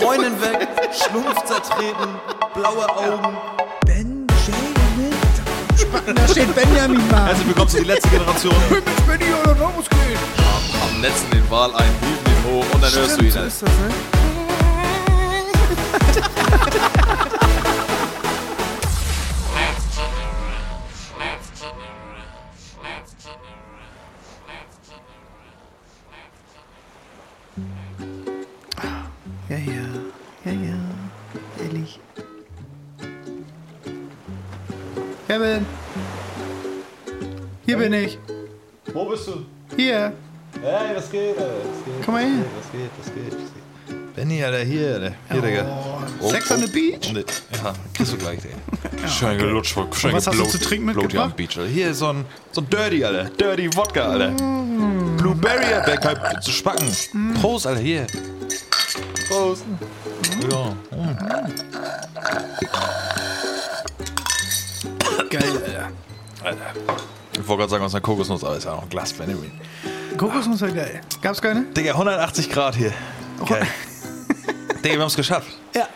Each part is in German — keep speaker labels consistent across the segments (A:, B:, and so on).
A: Freundin weg, Schlumpf zertreten, blaue Augen.
B: Benjamin. Da steht Benjamin mal.
A: Herzlich willkommen zu die letzte Generation.
B: mit Benny oder Ramos gehen.
A: Am letzten den Wal ein, hielten ihn hoch und dann hörst du ihn.
B: so
A: halt.
B: ist das, ne? Ja, ja. Ja, ja. Ehrlich. Kevin. Hier bin ich.
A: Wo bist du?
B: Hier.
A: Hey, was geht, Alter? Was geht?
B: Komm mal her.
A: Was geht, was geht, was geht? Benny, Alter, hier, Alter. Hier, Digga.
B: Oh, Sex on the Beach?
A: oh, Nee, Ja, kriegst du gleich, Digga. Schön gelutscht, schön gelutscht.
B: was hast du zu trinken
A: hier am
B: mitgebracht?
A: Beach, Alter. Hier ist so ein, so ein Dirty, Alter. Dirty Wodka, Alter.
B: Mm.
A: Blueberry, Alter. Halt zu spacken. Prost, Alter, hier. Prost. Ja. mm.
B: Geil, Alter.
A: Alter. Ich wollte gerade sagen, aus einer Kokosnuss, aber ist ja noch ein Glas Benjamin.
B: Kokosnuss war geil. Gab's keine?
A: Digga, 180 Grad hier. Geil. Digga, wir haben es geschafft.
B: Ja.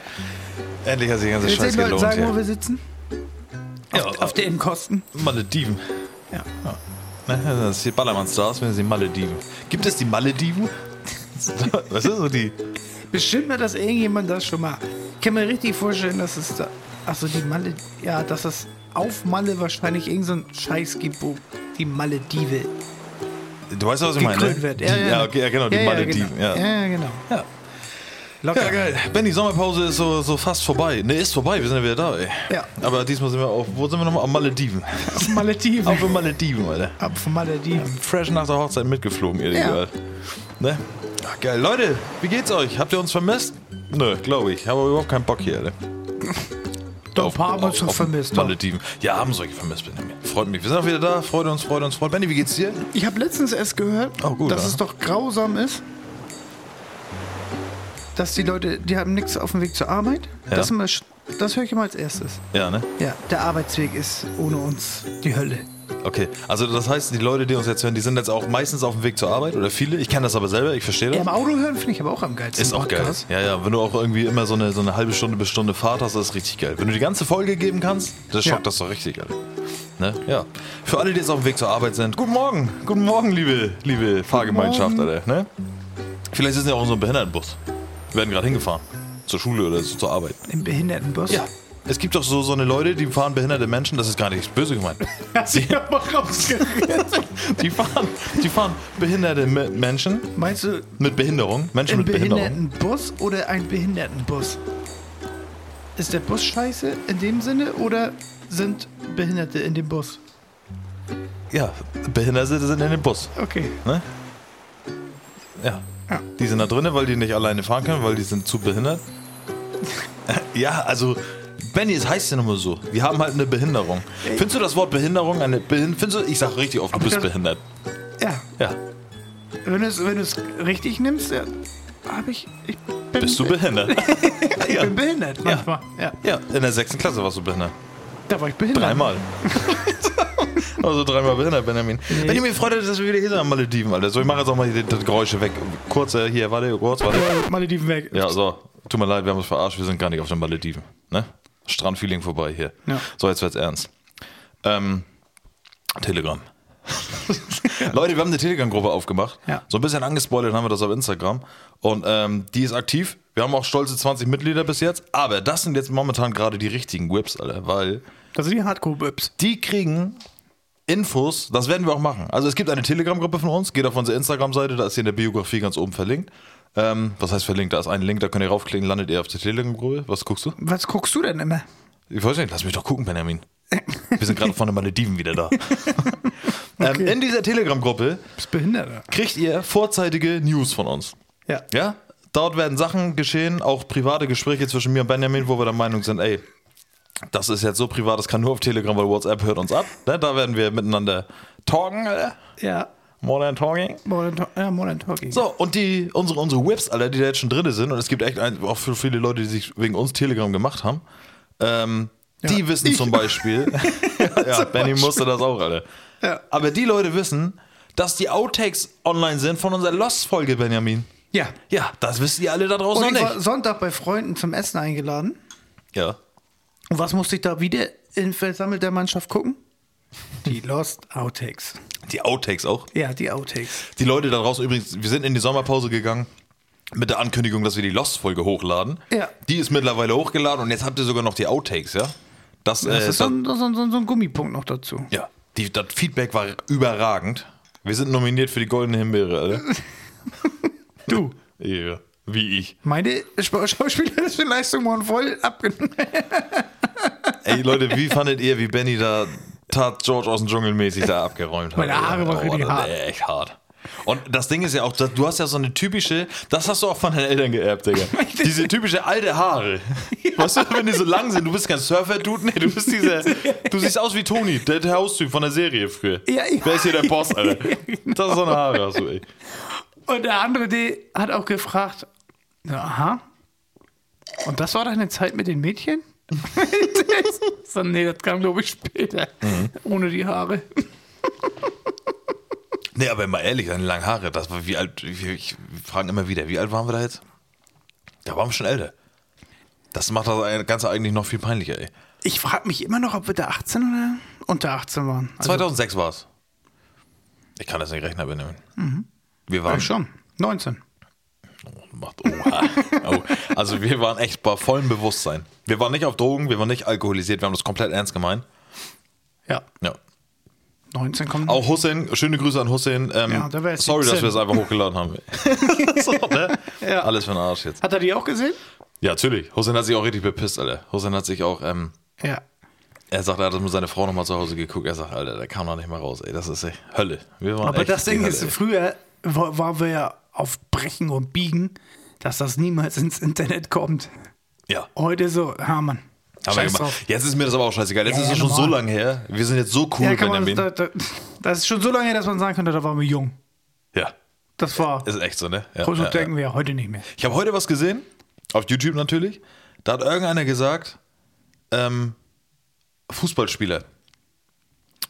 A: Endlich hat sich der ganze
B: Willst du
A: Scheiß
B: den Leuten
A: gelohnt.
B: sagen, wo
A: hier.
B: wir sitzen?
A: Ja,
B: auf, auf den Kosten.
A: Malediven.
B: Ja.
A: Ne? Das ist hier Ballermann-Stars, wenn sie Malediven. Gibt es die Malediven? Was ist so die?
B: Bestimmt hat das irgendjemand das schon mal. Ich kann mir richtig vorstellen, dass es da. Achso, die Malle. Ja, dass es auf Malle wahrscheinlich irgend so ein Scheiß gibt, wo die Maledive
A: Du weißt, was ich meine?
B: gekrönt
A: ne?
B: wird.
A: Die, ja, okay, ja, genau, die
B: Ja, ja,
A: Malediven.
B: genau.
A: Ja, ja.
B: Ja, ja, genau.
A: Ja.
B: Locker.
A: geil. Benny, Sommerpause ist so, so fast vorbei. Ne, ist vorbei, wir sind ja wieder da, ey.
B: Ja.
A: Aber diesmal sind wir auf, wo sind wir nochmal? Am Malediven.
B: Auf Malediven.
A: auf den Malediven, Alter.
B: Ab von Malediven.
A: Fresh nach der Hochzeit mitgeflogen, ihr
B: Ja.
A: ja. Ne? Ach, geil. Leute, wie geht's euch? Habt ihr uns vermisst? Nö, glaube ich. Habe überhaupt keinen Bock hier, Alter.
B: Doch, ein paar haben uns doch vermisst. doch.
A: Malediven. Ja, haben solche vermisst, Benjamin. Freut mich. Wir sind auch wieder da. Freut uns, freut uns, freut. Benny, wie geht's dir?
B: Ich habe letztens erst gehört,
A: Oh, gut,
B: dass
A: ja.
B: es doch grausam ist, dass die Leute, die haben nichts auf dem Weg zur Arbeit.
A: Ja.
B: Das, immer, sch- das höre ich immer als erstes.
A: Ja, ne?
B: Ja, der Arbeitsweg ist ohne uns die Hölle.
A: Okay. Also das heißt, die Leute, die uns jetzt hören, die sind jetzt auch meistens auf dem Weg zur Arbeit oder viele. Ich kenne das aber selber, ich verstehe das.
B: Ja, im Auto hören finde ich aber auch am geilsten.
A: Ist auch geil.
B: Podcast.
A: Ja, ja, wenn du auch irgendwie immer so eine, so eine halbe Stunde bis Stunde Fahrt hast, das ist richtig geil. Wenn du die ganze Folge geben kannst, das schockt
B: Ja.
A: das doch richtig, Alter. Ne? Ja. Für alle, die jetzt auf dem Weg zur Arbeit sind, guten Morgen. Guten Morgen, liebe, liebe Fahrgemeinschaft, Alter. Ne? Vielleicht sitzen ja auch in so einem Behindertenbus. Wir werden gerade hingefahren. Zur Schule oder so zur Arbeit.
B: Im Behindertenbus.
A: Es gibt doch so, so eine Leute, die fahren behinderte Menschen, das ist gar nicht böse gemeint. Sie,
B: aber rausgerettet.
A: die, fahren, die fahren behinderte Me- Menschen
B: Meinst du
A: mit Behinderung. Menschen
B: ein
A: mit Behinderung.
B: Behindertenbus oder ein Behindertenbus? Ist der Bus scheiße in dem Sinne oder sind Behinderte in dem Bus?
A: Ja, Behinderte sind in dem Bus.
B: Okay.
A: Ne? Ja.
B: Ja.
A: Die sind da drin, weil die nicht alleine fahren können, weil die sind zu behindert. ja, also, Benny, es heißt ja nun mal so. Wir haben halt eine Behinderung. Findest du das Wort Behinderung eine Behinderung? Findest du, ich sag richtig oft, du bist
B: das-
A: behindert.
B: Ja,
A: Ja.
B: Wenn du es wenn du's richtig nimmst, ja, habe ich. Ich bin,
A: Bist du behindert?
B: ich
A: ja.
B: bin behindert manchmal. Ja.
A: ja, in der sechsten Klasse warst du behindert.
B: Da war ich behindert.
A: Dreimal. also dreimal behindert, Benjamin. Benjamin, freut euch, dass wir wieder hier sind am Malediven, Alter. So, ich mache jetzt auch mal die, die Geräusche weg. Kurz, äh, hier, warte, kurz, warte.
B: Äh, Malediven weg.
A: Ja, so, tut mir leid, wir haben uns verarscht, wir sind gar nicht auf den Malediven. Ne? Strandfeeling vorbei hier.
B: Ja.
A: So, jetzt wird's ernst. Ähm, Telegram. Leute, wir haben eine Telegram-Gruppe aufgemacht.
B: Ja.
A: So ein bisschen angespoilert haben wir das auf Instagram. Und ähm, die ist aktiv. Wir haben auch stolze 20 Mitglieder bis jetzt. Aber das sind jetzt momentan gerade die richtigen Whips, Alter. Weil
B: Das sind die Hardcore-Webs.
A: die kriegen Infos, das werden wir auch machen. Also es gibt eine Telegram-Gruppe von uns, geht auf unsere Instagram-Seite, da ist hier in der Biografie ganz oben verlinkt. Ähm, was heißt verlinkt? Da ist ein Link, da könnt ihr raufklicken, landet ihr auf der Telegram-Gruppe. Was guckst du?
B: Was guckst du denn immer?
A: Ich weiß nicht, lass mich doch gucken, Benjamin. Wir sind gerade von den Malediven wieder da. ähm, in dieser Telegram-Gruppe
B: Bist behindert.
A: kriegt ihr vorzeitige News von uns.
B: Ja.
A: Ja? Dort werden Sachen geschehen, auch private Gespräche zwischen mir und Benjamin, wo wir der Meinung sind, ey, das ist jetzt so privat, das kann nur auf Telegram, weil WhatsApp hört uns ab. Ne? Da werden wir miteinander talken, Alter.
B: Ja.
A: Modern Talking.
B: Modern, To- ja, Modern Talking.
A: So, und die, unsere, unsere Whips, alle, die da jetzt schon drin sind, und es gibt echt ein, auch für viele Leute, die sich wegen uns Telegram gemacht haben, ähm, die wissen zum Beispiel, ja, Benny musste das auch, Alter.
B: Ja.
A: Aber die Leute wissen, dass die Outtakes online sind von unserer Lost-Folge, Benjamin.
B: Ja.
A: Ja, das wisst ihr alle da draußen
B: Und
A: noch
B: ich war
A: nicht.
B: Sonntag bei Freunden zum Essen eingeladen.
A: Ja.
B: Und was musste ich da wieder in versammelter Mannschaft gucken? Die Lost Outtakes.
A: Die Outtakes auch.
B: Ja, die Outtakes.
A: Die Leute da draußen übrigens, wir sind in die Sommerpause gegangen mit der Ankündigung, dass wir die Lost-Folge hochladen.
B: Ja.
A: Die ist mittlerweile hochgeladen und jetzt habt ihr sogar noch die Outtakes, ja? Das,
B: Das
A: äh,
B: ist so ein, so, ein- so, ein- so ein Gummipunkt noch dazu.
A: Ja, die, das Feedback war überragend. Wir sind nominiert für die Goldene Himbeere, Alter.
B: Du,
A: ja, wie ich.
B: meine Spa- schauspielerische Leistung waren voll abgenommen.
A: Ey, Leute, wie fandet ihr, wie Benny da Tat George aus dem Dschungel mäßig da abgeräumt hat? Oh,
B: Meine Haare waren richtig
A: das
B: hart.
A: wär Echt hart. Und das Ding ist ja auch, dass- du hast ja so eine typische, das hast du auch von deinen Eltern geerbt, Digga. Diese typische alte Haare. Weißt du, wenn die so lang sind, du bist kein Surfer-Dude, nee, du bist dieser, du siehst aus wie Toni, der, der Haustyp von der Serie früher.
B: Ja, ja.
A: Wer ist hier der Boss, Alter?
B: genau.
A: Das ist so eine Haare, hast du, ey.
B: Und der andere D hat auch gefragt, na, aha. Und das war deine Zeit mit den Mädchen? so, nee, das kam, glaube ich, später. Ohne die Haare.
A: Nee, aber mal ehrlich, deine langen Haare, das war wie alt, wie- ich frage immer wieder, wie alt waren wir da jetzt? Da waren wir schon älter. Das macht das Ganze eigentlich noch viel peinlicher, ey.
B: Ich frage mich immer noch, ob wir da 18 oder unter 18 waren. Also,
A: 2006 war's. Ich kann das nicht rechnen, Benjamin. Wir
B: Mhm. ja,
A: waren
B: schon. 19.
A: Macht, oha. oh, also wir waren echt bei vollem Bewusstsein. Wir waren nicht auf Drogen, wir waren nicht alkoholisiert, wir haben das komplett ernst gemeint.
B: Ja,
A: Ja.
B: 19 kommt.
A: Auch Hussein, schöne Grüße an Hussein. Ähm,
B: Mhm. Ja, da wär's
A: sorry, dass
B: 17.
A: wir es einfach hochgeladen haben. so, ne?
B: Ja.
A: Alles für den Arsch jetzt.
B: Hat er die auch gesehen?
A: Ja, natürlich. Hussein hat sich auch richtig bepisst, Alter. Hussein hat sich auch, ähm,
B: Ja.
A: er sagt, er hat mit seiner Frau nochmal zu Hause geguckt. Er sagt, Alter, der kam da nicht mehr raus, ey. Das ist echt Hölle. Wir waren
B: Aber
A: echt
B: das
A: die
B: Ding
A: Hölle,
B: ist,
A: ey.
B: früher wa- waren wir ja auf Brechen und Biegen, dass das niemals ins Internet kommt.
A: Ja.
B: Heute so, Hamann.
A: Haben wir
B: Oh, Scheiß
A: gemacht.
B: drauf.
A: Jetzt ist mir das aber auch scheißegal. Jetzt
B: Ja,
A: ist es
B: ja,
A: schon so
B: normal.
A: lange her. Wir sind jetzt so cool,
B: Ja, kann man,
A: Benjamin.
B: da, da, das ist schon so lange her, dass man sagen könnte, da waren wir jung.
A: ja,
B: Das war.
A: ist echt so, ne? Ja,
B: So
A: ja, ja.
B: denken wir ja heute nicht mehr.
A: Ich habe heute was gesehen, auf YouTube natürlich. Da hat irgendeiner gesagt, ähm, Fußballspieler.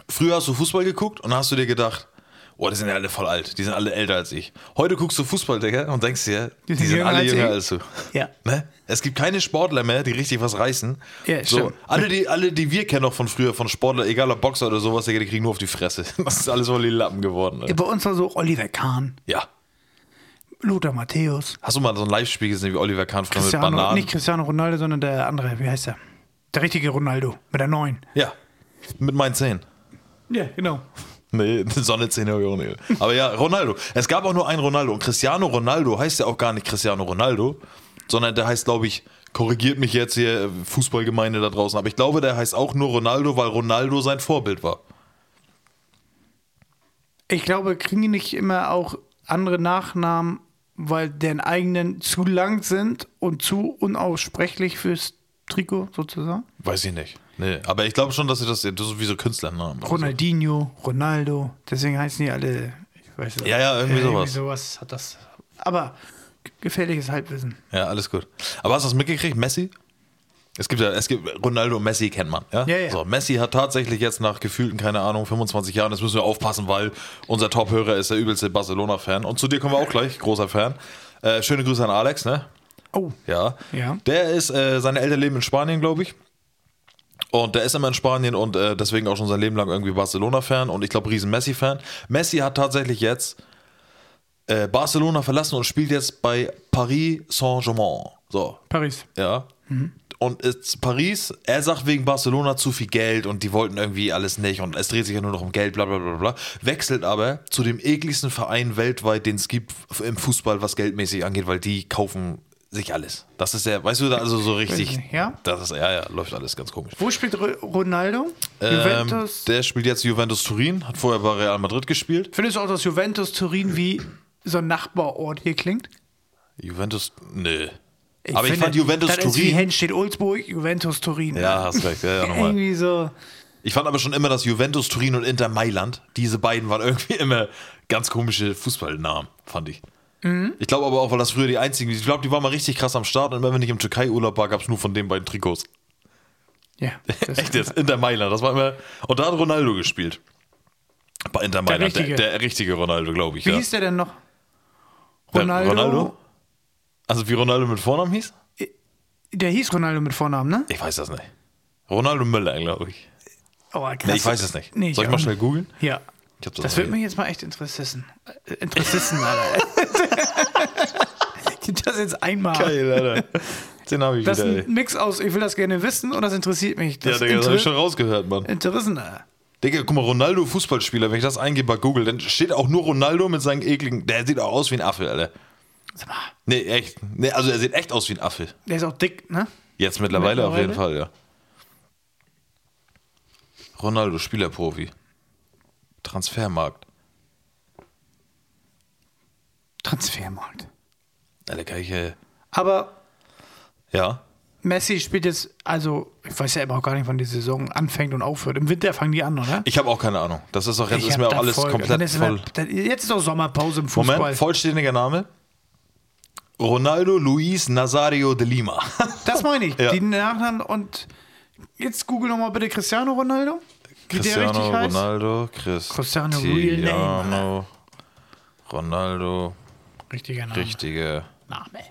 A: Früher hast du Fußball geguckt und hast du dir gedacht, oh, die sind ja alle voll alt, die sind alle älter als ich. Heute guckst du Fußball, Digga, und denkst dir, die, sind, alle jünger als, du.
B: Ja.
A: Ne? Es gibt keine Sportler mehr, die richtig was reißen.
B: Ja,
A: so,
B: stimmt.
A: alle, die, alle, die wir kennen noch von früher, von Sportler, egal ob Boxer oder sowas, Digga, die kriegen nur auf die Fresse. Das ist alles voll die Lappen geworden. Alter.
B: Bei uns war so Oliver Kahn,
A: Ja.
B: Lothar Matthäus,
A: Hast du mal so ein Live-Spiel gesehen wie Oliver Kahn früher mit
B: Cristiano,
A: Bananen?
B: nicht Cristiano Ronaldo, sondern der andere, wie heißt er? Der richtige Ronaldo mit der neuen.
A: Ja. Mit meinen Zähnen.
B: Ja, genau.
A: Nee, Sonne 10 habe ich auch nicht. Aber ja, Ronaldo. Es gab auch nur einen Ronaldo. Und Cristiano Ronaldo heißt ja auch gar nicht Cristiano Ronaldo, sondern der heißt, glaube ich, korrigiert mich jetzt hier äh, Fußballgemeinde da draußen, aber ich glaube, der heißt auch nur Ronaldo, weil Ronaldo sein Vorbild war.
B: Ich glaube, kriegen die nicht immer auch andere Nachnamen, weil deren eigenen zu lang sind und zu unaussprechlich fürs Trikot sozusagen?
A: Weiß ich nicht. Nee, aber ich glaube schon, dass sie das, das ist wie so Künstlernamen. oder so.
B: Ronaldinho, Ronaldo, deswegen heißen die alle, ich weiß nicht.
A: Ja, ja, irgendwie sowas.
B: sowas hat das. Aber g- gefährliches Halbwissen.
A: Ja, alles gut. Aber hast du das mitgekriegt, Messi? Es gibt ja, es gibt Ronaldo und Messi kennt man, ja?
B: Ja, ja.
A: So, Messi hat tatsächlich jetzt nach gefühlten, keine Ahnung, 25 Jahren, das müssen wir aufpassen, weil unser Top-Hörer ist der übelste Barcelona-Fan. Und zu dir kommen wir auch gleich, großer Fan. Äh, schöne Grüße an Alex, ne?
B: Oh,
A: Ja.
B: Ja.
A: Der ist, äh, seine Eltern leben in Spanien, glaube ich. Und der ist immer in Spanien und äh, deswegen auch schon sein Leben lang irgendwie Barcelona-Fan und ich glaube riesen Messi-Fan. Messi hat tatsächlich jetzt äh, Barcelona verlassen und spielt jetzt bei Paris Saint-Germain. So,
B: Paris.
A: ja.
B: Mhm.
A: Und ist Paris, er sagt wegen Barcelona zu viel Geld und die wollten irgendwie alles nicht und es dreht sich ja nur noch um Geld, bla bla bla bla. Wechselt aber zu dem ekligsten Verein weltweit, den es gibt f- im Fußball, was geldmäßig angeht, weil die kaufen sich alles. Das ist der, weißt du, da also so richtig.
B: nicht, ja?
A: Das ist, ja, ja, läuft alles ganz komisch.
B: Wo spielt Ro- Ronaldo?
A: Ähm,
B: Juventus.
A: der spielt jetzt Juventus Turin, hat vorher bei Real Madrid gespielt.
B: Findest du auch, dass Juventus Turin wie so ein Nachbarort hier klingt?
A: Juventus, nö. aber ich fand Juventus
B: Das ist wie
A: Turin.
B: Henstedt Ulzburg, Juventus Turin.
A: Ja, hast recht, ja, ja, nochmal.
B: Irgendwie so.
A: Ich fand aber schon immer, dass Juventus Turin und Inter Mailand, diese beiden waren irgendwie immer ganz komische Fußballnamen, fand ich.
B: Mhm.
A: Ich glaube aber auch, weil das früher die einzigen, ich glaube, die waren mal richtig krass am Start und immer wenn ich im Türkei-Urlaub war, gab es nur von den beiden Trikots.
B: Ja, das
A: Echt jetzt, Inter Mailand, das war immer. Und da hat Ronaldo gespielt. Bei Inter Mailand, der
B: richtige.
A: der, richtige Ronaldo, glaube ich.
B: Wie
A: ja.
B: hieß der denn noch?
A: Wer-
B: Ronaldo.
A: Also wie Ronaldo mit Vornamen hieß?
B: Der hieß Ronaldo mit Vornamen, ne?
A: Ich weiß das nicht. Ronaldo Müller, glaube ich.
B: Oh, krass.
A: Nee, ich weiß es nicht.
B: Nee,
A: Soll ich mal
B: auch
A: schnell
B: nicht.
A: googeln?
B: Ja.
A: Ich hab
B: Das
A: noch
B: wird
A: nie-
B: mich jetzt mal echt interessieren. Äh, Interessieren, Alter. Gib das jetzt einmal.
A: Geil, Alter. Den habe ich
B: Das ist
A: wieder. ey.
B: ein Mix aus, ich will das gerne wissen und das interessiert mich.
A: Ja,
B: Das
A: Digga, das habe ich schon
B: Inter
A: rausgehört, Mann.
B: Interessen, Alter.
A: Digga, guck mal, Ronaldo Fußballspieler, wenn ich das eingebe bei Google, dann steht auch nur Ronaldo mit seinen ekligen. Der sieht auch aus wie ein Affe, Alter.
B: Sag mal,
A: Nee, echt. Nee, also er sieht echt aus wie ein Affe.
B: der ist auch dick, ne?
A: Jetzt mittlerweile, auf jeden Fall,
B: Mittlerweile?
A: ja. Ronaldo, Spielerprofi. Transfermarkt.
B: Transfermarkt.
A: Alter, kann ich, äh,
B: Aber
A: ja.
B: Messi spielt jetzt, also, ich weiß ja immer auch gar nicht, wann die Saison anfängt und aufhört. Im Winter fangen die an, oder?
A: Ich habe auch keine Ahnung. Das ist doch jetzt,
B: Ich
A: ist
B: hab
A: mir auch
B: da
A: alles
B: voll-
A: komplett
B: dann ist
A: voll.
B: immer- dann- Jetzt ist auch Sommerpause im Fußball.
A: Moment, vollständiger Name. Ronaldo Luis Nazario de Lima.
B: Das meine ich.
A: Ja.
B: Die Nachnamen und jetzt google nochmal bitte Cristiano Ronaldo. Wie der richtig heißt.
A: Ronaldo, Chris.
B: Cristiano, real name,
A: Cristiano Ronaldo,
B: Richtiger Name.
A: richtiger
B: Name.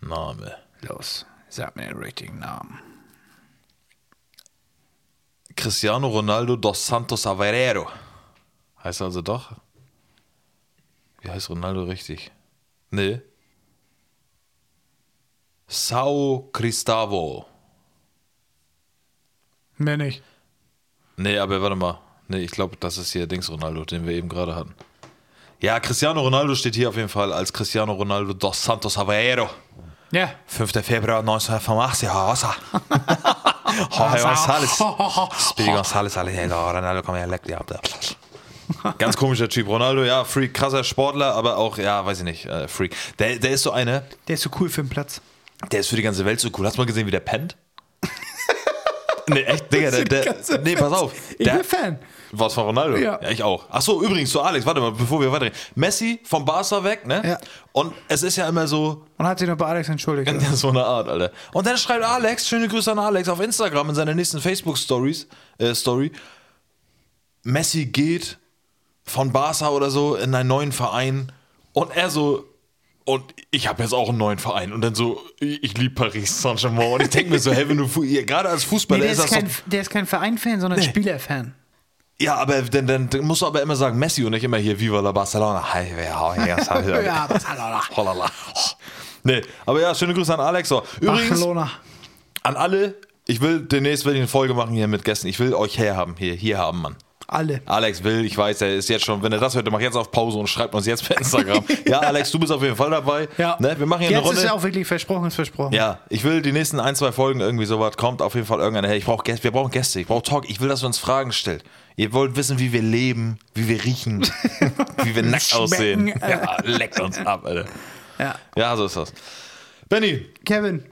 A: Name.
B: Los. Sag mir den richtigen Namen.
A: Cristiano Ronaldo dos Santos Aveiro. Heißt er also doch? Wie heißt Ronaldo richtig? Nee. Sao Cristavo.
B: Mehr nicht.
A: Nee, aber warte mal. Nee, ich glaube, das ist hier Dings Ronaldo, den wir eben gerade hatten. Ja, Cristiano Ronaldo steht hier auf jeden Fall als Cristiano Ronaldo dos Santos Aveiro.
B: Ja.
A: 5. Februar also. 1985, Hossa. Jorge González. Speedy Ah, González, Alejandro Ronaldo, komm her, leck die ab. da. Ganz komischer Typ. Ronaldo, ja, Freak, krasser Sportler, aber auch, ja, weiß ich nicht, äh, Freak. Der, der ist so einer,
B: Der ist so cool für den Platz.
A: der ist für die ganze Welt so cool. Hast du mal gesehen, wie der pennt? Nee, echt, Digga, der,
B: Für die
A: der,
B: ganze
A: nee, pass auf.
B: Ich
A: Der,
B: bin Fan.
A: was von Ronaldo?
B: Ja.
A: ich auch. Ach so, übrigens zu Alex, warte mal, bevor wir weitergehen. Messi vom Barca weg, ne?
B: Ja.
A: Und es ist ja immer so,
B: Und hat sich noch bei Alex entschuldigt.
A: ja, so eine Art, Alter. Und dann schreibt Alex, schöne Grüße an Alex auf Instagram in seiner nächsten Facebook-Stories, äh, Story. Messi geht von Barca oder so in einen neuen Verein und er so, und ich habe jetzt auch einen neuen Verein und dann so, ich ich liebe Paris Saint-Germain und ich denke mir so, hey, wenn du, fu- ihr- gerade als
B: Nee,
A: Fußballer
B: der,
A: ist
B: ist
A: das
B: kein,
A: doch,
B: der ist kein Verein-Fan, sondern Spieler-Fan.
A: ja, aber dann, dann, dann musst du aber immer sagen Messi und nicht immer hier, Viva la Barcelona. Hi, wer- hau her, hau her.
B: Ja, Barcelona.
A: Holala. Nee, aber ja, schöne Grüße an Alex. So, Übrigens,
B: Barcelona.
A: An alle, ich will demnächst will ich eine Folge machen hier mit Gästen. Ich will euch herhaben, hier, hier haben, Mann.
B: Alle.
A: Alex will, ich weiß, er ist jetzt schon, wenn er das hört, der macht jetzt auf Pause und schreibt uns jetzt per Instagram. ja, Alex, du bist auf jeden Fall dabei. Ne, wir machen hier
B: Jetzt
A: eine Runde.
B: ist ja auch wirklich versprochen, ist versprochen.
A: ja, ich will die nächsten ein, zwei Folgen irgendwie sowas kommt auf jeden Fall irgendeiner her. Ich brauche Gäste, wir brauchen Gäste, ich brauche Talk, ich will, dass wir uns Fragen stellt. Ihr wollt wissen, wie wir leben, wie wir riechen, wie wir nackt aussehen.
B: Schmecken, äh.
A: Ja, leckt uns ab, Alter.
B: Ja.
A: Ja, so ist das. Benny,
B: Kevin,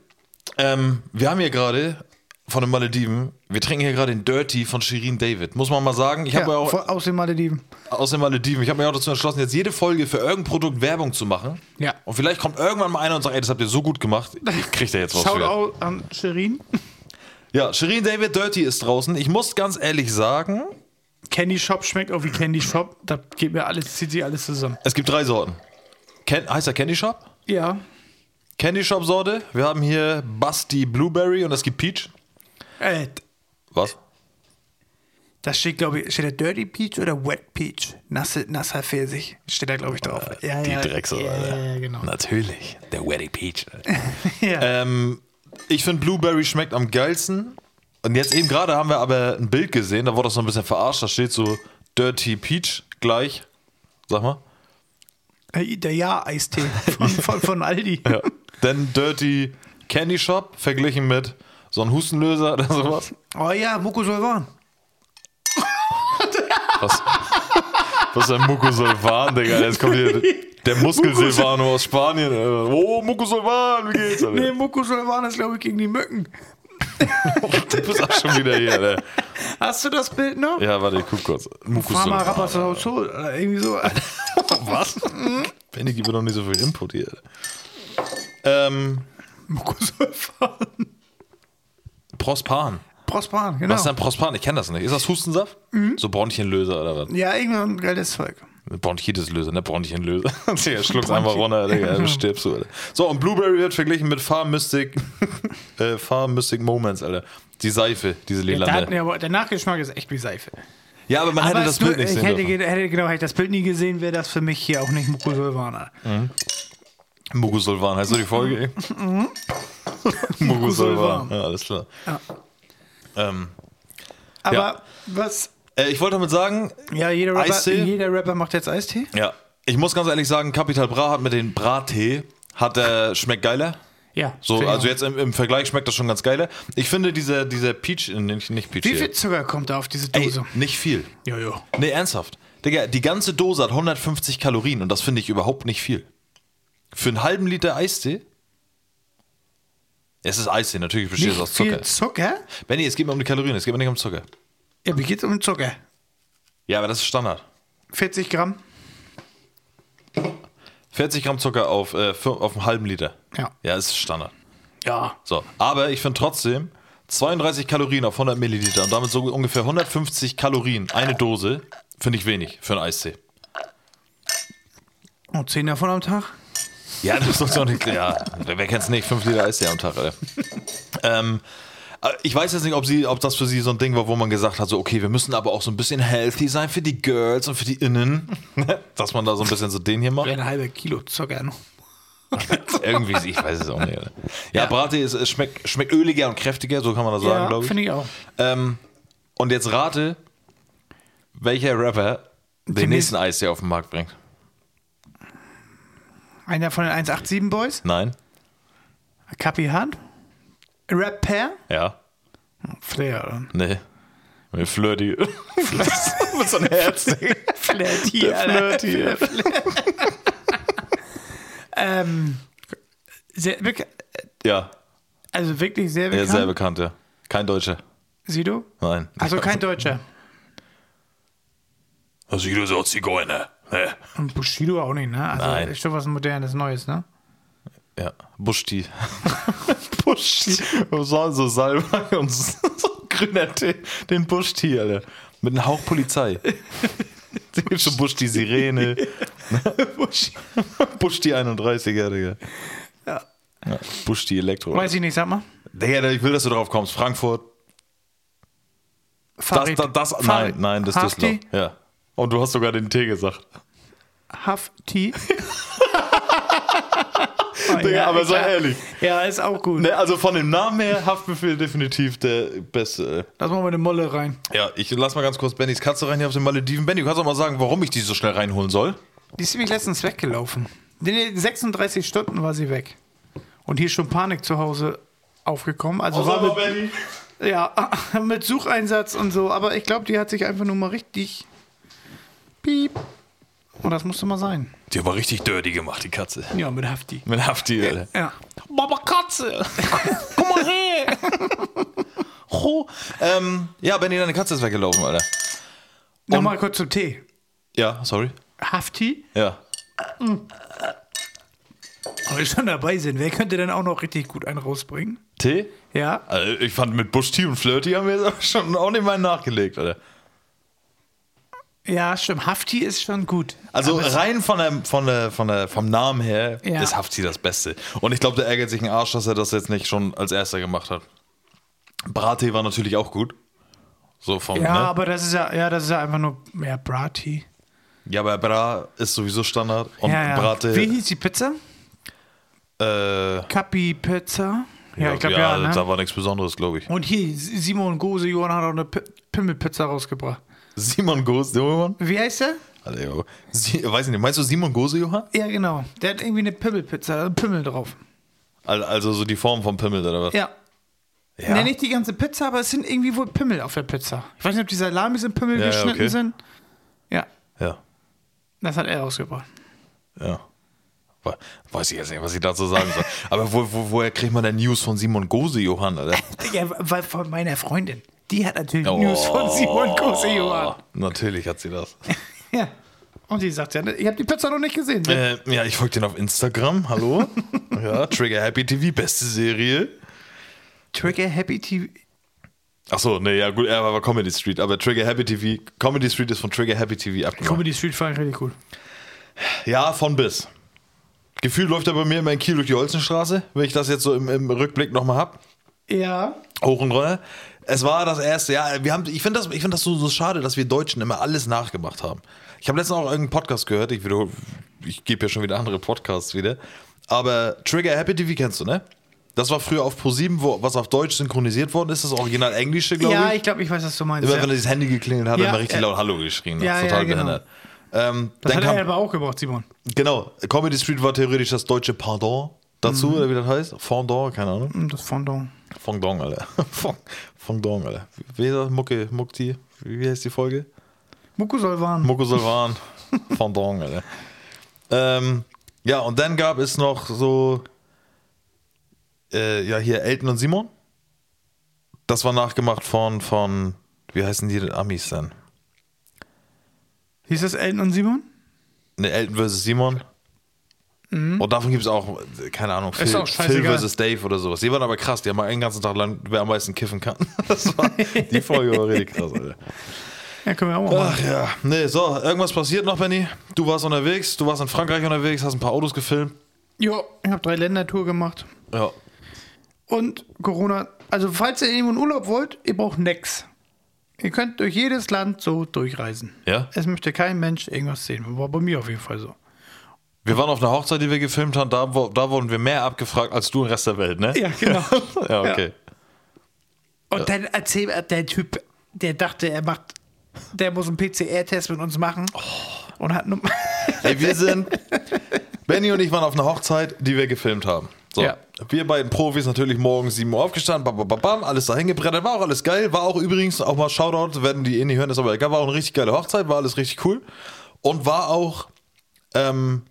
A: ähm, wir haben hier gerade von den Malediven, wir trinken hier gerade den Dirty von Shirin David. Muss man mal sagen, ich
B: ja,
A: habe ja auch
B: vor- aus den Malediven.
A: aus den Malediven, ich habe mich auch dazu entschlossen, jetzt jede Folge für irgendein Produkt Werbung zu machen.
B: Ja.
A: Und vielleicht kommt irgendwann mal einer und sagt, ey, das habt ihr so gut gemacht, ich krieg da jetzt was
B: Shout
A: für.
B: out an Sherin.
A: Ja, Shirin David Dirty ist draußen. Ich muss ganz ehrlich sagen,
B: Candy Shop schmeckt auch wie Candy Shop. Da geht mir alles, zieht sich alles zusammen.
A: es gibt drei Sorten. Ken heißt der Candy Shop?
B: Ja.
A: Candy Shop Sorte. Wir haben hier Basti Blueberry und es gibt Peach.
B: Äh,
A: Was?
B: das steht, glaube ich, steht da Dirty Peach oder Wet Peach? Nasse, nasser Pfirsich. Steht da, glaube ich, drauf. ja,
A: Äh, Die
B: ja,
A: Drecksau,
B: ja,
A: Alter.
B: ja, genau.
A: Natürlich. Der Wetty Peach.
B: Ja.
A: Ähm, ich finde Blueberry schmeckt am geilsten. Und jetzt eben gerade haben wir aber ein Bild gesehen, da wurde das so ein bisschen verarscht. Da steht so Dirty Peach gleich. Sag mal.
B: Äh, Der Ja-Eistee von, von, von Aldi.
A: Ja. Dann Dirty Candy Shop verglichen mit so einem Hustenlöser oder sowas.
B: Oh ja, Mokosolvan.
A: Was, was ist ein Mucosolvan, Digga? Jetzt kommt hier der Muskelsilvano aus Spanien. Oh, Mucosolvan, wie geht's? Alter?
B: Nee, Mokosolvan ist, glaube ich, gegen die Mücken.
A: Du bist auch schon wieder hier, Alter.
B: Hast du das Bild noch?
A: Ja, warte, ich guck kurz.
B: Pharma
A: Mucosolvan.
B: Rappers aus Hol. oder äh, Irgendwie so.
A: Was? Benny gibt mir noch nicht so viel Input hier. Ähm,
B: Mokosolvan.
A: Prospan.
B: Prospan, genau. Mhm.
A: Was ist denn Prospan? Ich kenne das nicht. Ist das Hustensaft? So Braunchenlöser oder was?
B: Ja, irgendwann geiles Zeug.
A: Bronchitis-Löser, ne? Bronchien-Löser. Digga, schluck's einfach runter, Digga, dann stirbst du, Alter. So, und Blueberry wird verglichen mit Farm Mystic, äh, Farm Mystic Moments, Alter. Die Seife, diese
B: Ja, da hat,
A: lilane.
B: mir aber, der Nachgeschmack ist echt wie Seife.
A: Ja, aber man hätte das
B: es nur-
A: Bild nicht
B: ich
A: sehen
B: hätte,
A: dürfen.
B: ge- hätte, genau, hätte ich das Bild nie gesehen, wäre das für mich hier auch nicht Mukosolvana.
A: Mugusulvan, heißt so die Folge, ey?
B: Mhm.
A: Mugusulvan. Ja, alles klar. Ähm,
B: Aber
A: Ja.
B: was?
A: äh, ich wollte damit sagen,
B: Ja, jeder Rapper,
A: Eistee?
B: jeder Rapper macht jetzt Eistee.
A: ja, ich muss ganz ehrlich sagen, Capital Bra hat mit den Brattee, hat, äh, schmeckt geiler.
B: Ja. genau.
A: So,
B: finde ich
A: also
B: auch.
A: jetzt im, im Vergleich schmeckt das schon ganz geiler. Ich finde dieser, dieser Peach, äh, nicht, nicht Peach
B: Wie
A: hier.
B: viel Zucker kommt da auf diese
A: Ey,
B: Dose?
A: nicht viel.
B: Jojo.
A: Nee, ernsthaft. Digga, die ganze Dose hat 150 Kalorien und das finde ich überhaupt nicht viel. Für einen halben Liter Eistee? Es ist Eistee, natürlich besteht es
B: Nicht
A: aus
B: viel
A: Zucker.
B: Zucker?
A: Benny, es geht mir um die Kalorien, es geht mir nicht um Zucker.
B: Ja, mir geht's um Zucker.
A: Ja, aber das ist Standard.
B: 40 Gramm.
A: 40 Gramm Zucker auf, äh, fün- auf einen halben Liter.
B: Ja.
A: Ja, es ist Standard.
B: Ja.
A: So, aber ich finde trotzdem 32 Kalorien auf 100 Milliliter und damit so ungefähr 150 Kalorien eine Dose, finde ich wenig für einen Eistee.
B: Und 10 Oh, davon am Tag?
A: Ja, das ist doch nicht. Ja, wer wer kennt's nicht? Fünf Liter Eistee am Tag, Alter. ähm, äh, ich weiß jetzt nicht, ob, sie, ob das für sie so ein Ding war, wo man gesagt hat, so, okay, wir müssen aber auch so ein bisschen healthy sein für die Girls und für die Innen. Dass man da so ein bisschen so den hier macht.
B: Ein halber Kilo Zucker noch.
A: Irgendwie, ich weiß es auch nicht. Alter. Ja, Brate ist, es schmeckt, schmeckt öliger und kräftiger, so kann man das sagen,
B: Ja,
A: glaube ich.
B: finde ich auch.
A: Ähm, und jetzt rate, welcher Rapper den,
B: Den
A: nächsten Eistee auf den Markt bringt.
B: Einer von den 187 Boys?
A: Nein?
B: Kapi Hand? Rapper?
A: Ja?
B: Flair, oder?
A: Nee? Mit Flirty. Mit so einem Herz.
B: Flair, die, Alter.
A: Flirty.
B: ähm, sehr, bek-
A: Ja,
B: also wirklich sehr
A: er
B: bekannt.
A: ist sehr bekannt, ja. Kein Deutscher.
B: Sido?
A: Nein.
B: Also kein Deutscher.
A: Also Sido ist auch Zigeuner. Ne?
B: Und Bushido auch nicht, ne? Also
A: Nein.
B: ist schon was Modernes, Neues, ne?
A: Ja, Buschti. Buschti. Was soll so Salbei und so so grüner Tee? Den Buschti, Alter. Mit einem Hauch Polizei. Da gibt's schon Buschti Sirene. Buschti 31er, Digga.
B: Ja.
A: Ja, Buschti Elektro.
B: Weiß ich nicht, sag mal.
A: Digga, ich will, dass du drauf kommst. Frankfurt. Das,
B: Farid.
A: das, das, nein,
B: Farid.
A: nein, das ist
B: Hafti.
A: Düsseldorf. Ja. Und du hast sogar den Tee gesagt.
B: Hafti. Oh,
A: Digga, aber sei
B: klar.
A: ehrlich.
B: Ja, ist auch gut.
A: Ne, also von dem Namen her, Haftbefehl definitiv der beste.
B: Lass mal eine Molle rein.
A: Ja, ich lass mal ganz kurz Bennys Katze rein hier auf den Malediven. Benny, du kannst doch mal sagen, warum ich die so schnell reinholen soll.
B: Die ist nämlich letztens weggelaufen. Nee, nee, 36 Stunden war sie weg. Und hier ist schon Panik zu Hause aufgekommen. Also war mit,
A: Benny.
B: ja, mit Sucheinsatz und so. Aber ich glaube, die hat sich einfach nur mal richtig. Piep. Und das musste mal sein.
A: Die haben mal richtig dirty gemacht, die Katze.
B: Ja, mit Hafti.
A: Mit Hafti, Alter.
B: Ja.
A: Mama Katze! Guck mal her! Ho. Ähm, ja, Benny, deine Katze ist weggelaufen, Alter.
B: Nochmal kurz zum Tee.
A: Ja, sorry.
B: Hafti?
A: Ja.
B: Wenn wir schon dabei sind, wer könnte denn auch noch richtig gut einen rausbringen?
A: Tee?
B: Ja.
A: Also, ich fand mit Buschti und Flirty haben wir jetzt aber schon auch nicht mal nachgelegt, Alter.
B: Ja, stimmt. Hafti ist schon gut.
A: Also rein von der, von der, von der, vom Namen her
B: Ja.
A: ist Hafti das Beste. Und ich glaube, der ärgert sich ein Arsch, dass er das jetzt nicht schon als erster gemacht hat. Brattee war natürlich auch gut. So vom,
B: Ja,
A: ja, ne?
B: aber das ist ja, ja, das ist ja einfach nur mehr Brati.
A: ja, aber Bra ist sowieso Standard. Und
B: Ja, ja. Wie
A: Brattee.
B: hieß die Pizza?
A: Äh,
B: Kapi Pizza. Ja, ich glaube ja.
A: da
B: ne?
A: war nichts Besonderes, glaube ich.
B: Und hier, Simon Gose, Johann hat auch eine P Pimmelpizza rausgebracht.
A: Simon Gose, Johann?
B: Wie heißt der?
A: Alter, jo. Sie, weiß ich nicht, meinst du Simon Gose, Johann?
B: Ja, genau. Der hat irgendwie eine Pimmelpizza, da ist ein Pimmel drauf.
A: Al- Also so die Form vom Pimmel oder was?
B: Ja.
A: Ja.
B: Nee, nicht die ganze Pizza, aber es sind irgendwie wohl Pimmel auf der Pizza. Ich weiß nicht, ob die Salamis in Pimmel
A: Ja, ja,
B: geschnitten
A: okay.
B: sind. Ja,
A: Ja.
B: das hat er rausgebracht.
A: Ja. We- Weiß ich jetzt nicht, was ich dazu sagen soll. Aber wo, wo, woher kriegt man denn News von Simon Gose, Johann, Äh, Alter?
B: Ja, weil von meiner Freundin. Die hat natürlich
A: Oh.
B: News von Simon Gose Johann.
A: Natürlich hat sie das.
B: Ja. Und die sagt ja, ich habe die Pizza noch nicht gesehen.
A: Äh, ja, ich folge den auf Instagram. Hallo? ja, Trigger Happy TV, beste Serie.
B: Trigger Happy TV.
A: Achso, nee, ja gut, er war Comedy Street, aber Trigger Happy TV, Comedy Street ist von Trigger Happy TV abgenommen.
B: Comedy Street fand ich richtig gut.
A: Ja, von bis. Gefühl läuft er bei mir immer in Kiel durch die Holzenstraße, wenn ich das jetzt so im, im Rückblick nochmal habe.
B: Ja.
A: Hoch und runter. Es war das erste, ja, wir haben, ich finde das, ich find das so, so schade, dass wir Deutschen immer alles nachgemacht haben. Ich habe letztens auch irgendeinen Podcast gehört, ich wiederhole, ich gebe ja schon wieder andere Podcasts wieder. Aber Trigger Happy TV kennst du, ne? Das war früher auf ProSieben, wo was auf Deutsch synchronisiert worden ist, das Original Englische, glaube
B: ja,
A: ich.
B: ich glaube, ich weiß, was du meinst.
A: Immer
B: ja.
A: wenn er das Handy geklingelt hat,
B: Ja,
A: hat er immer richtig
B: äh,
A: laut Hallo geschrien.
B: ja,
A: total
B: ja, genau.
A: behindert. Ähm,
B: Das
A: dann
B: hat er
A: kam,
B: aber auch gebraucht, Simon.
A: genau, Comedy Street war theoretisch das deutsche Pardon dazu,
B: Mhm.
A: oder wie das heißt. Fondant, keine Ahnung.
B: Hm, Das Fondant.
A: Fondant, Alter. Fond- Fondant, Alter. Wie heißt das? Mucke, Muckti, wie heißt die Folge?
B: Mucko soll warnen.
A: Mucke Silvan, Fondant, Alter. Ähm, ja, und dann gab es noch so, äh, ja, hier Elton und Simon. Das war nachgemacht von, von, wie heißen die denn Amis denn?
B: Hieß das Elton und Simon?
A: Ne, Elton vs. Simon. Und davon gibt es auch, äh, keine Ahnung, Phil,
B: Mhm. auch
A: Phil
B: scheißegal.
A: vs. Dave oder sowas. Die waren aber krass, die haben mal einen ganzen Tag lang, wer am meisten kiffen kann. Das war, die Folge war richtig krass, Alter.
B: Ja, können wir auch mal machen.
A: Ach ja. Nee, so, irgendwas passiert noch, Benny. Du warst unterwegs, du warst in Frankreich unterwegs, hast ein paar Autos gefilmt.
B: Jo, ich habe drei Ländertour gemacht.
A: Ja.
B: Und Corona. Also, falls ihr irgendwo in Urlaub wollt, ihr braucht nix. Ihr könnt durch jedes Land so durchreisen.
A: Ja?
B: Es möchte kein Mensch irgendwas sehen. War bei mir auf jeden Fall so.
A: Wir waren auf einer Hochzeit, die wir gefilmt haben, da, wo, da wurden wir mehr abgefragt als du im Rest der Welt, ne?
B: genau.
A: Ja, okay.
B: Und dann erzählt er, der Typ, der dachte, er macht, der muss einen PCR-Test mit uns machen.
A: Oh.
B: Und hat nur.
A: Ey, wir sind. Benny und ich waren auf einer Hochzeit, die wir gefilmt haben. So.
B: Ja.
A: Wir beiden Profis natürlich morgens 7 Uhr aufgestanden, bam, bam, bam, bam, alles dahin gebrettert, war auch alles geil, war auch übrigens auch mal Shoutout, werden die eh nicht hören, ist aber egal, war auch eine richtig geile Hochzeit, war alles richtig cool und war auch, ähm,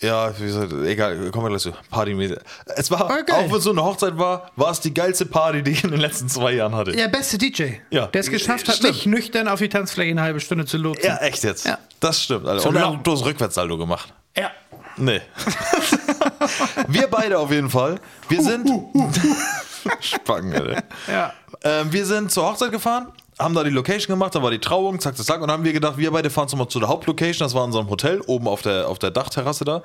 A: ja, wie gesagt, egal, kommen wir gleich zu, Partymäßig. Es war,
B: Ah, geil.
A: auch wenn es so eine Hochzeit war, war es die geilste Party, die ich in den letzten zwei Jahren hatte.
B: Der beste DJ,
A: Ja.
B: der es geschafft hat,
A: Stimmt.
B: mich nüchtern auf die Tanzfläche eine halbe Stunde zu lotsen.
A: Ja, echt jetzt.
B: Ja.
A: Das stimmt, Alter.
B: Zu
A: Und er
B: lang.
A: hat bloß Rückwärtssaldo gemacht.
B: ja.
A: Nee. wir beide auf jeden Fall. Wir sind. Spacken, Alter.
B: ja.
A: Ähm, wir sind zur Hochzeit gefahren, haben da die Location gemacht, da war die Trauung, zack, zack, zack. Und dann haben wir gedacht, wir beide fahren nochmal zu der Hauptlocation, das war in so einem Hotel, oben auf der, auf der Dachterrasse da.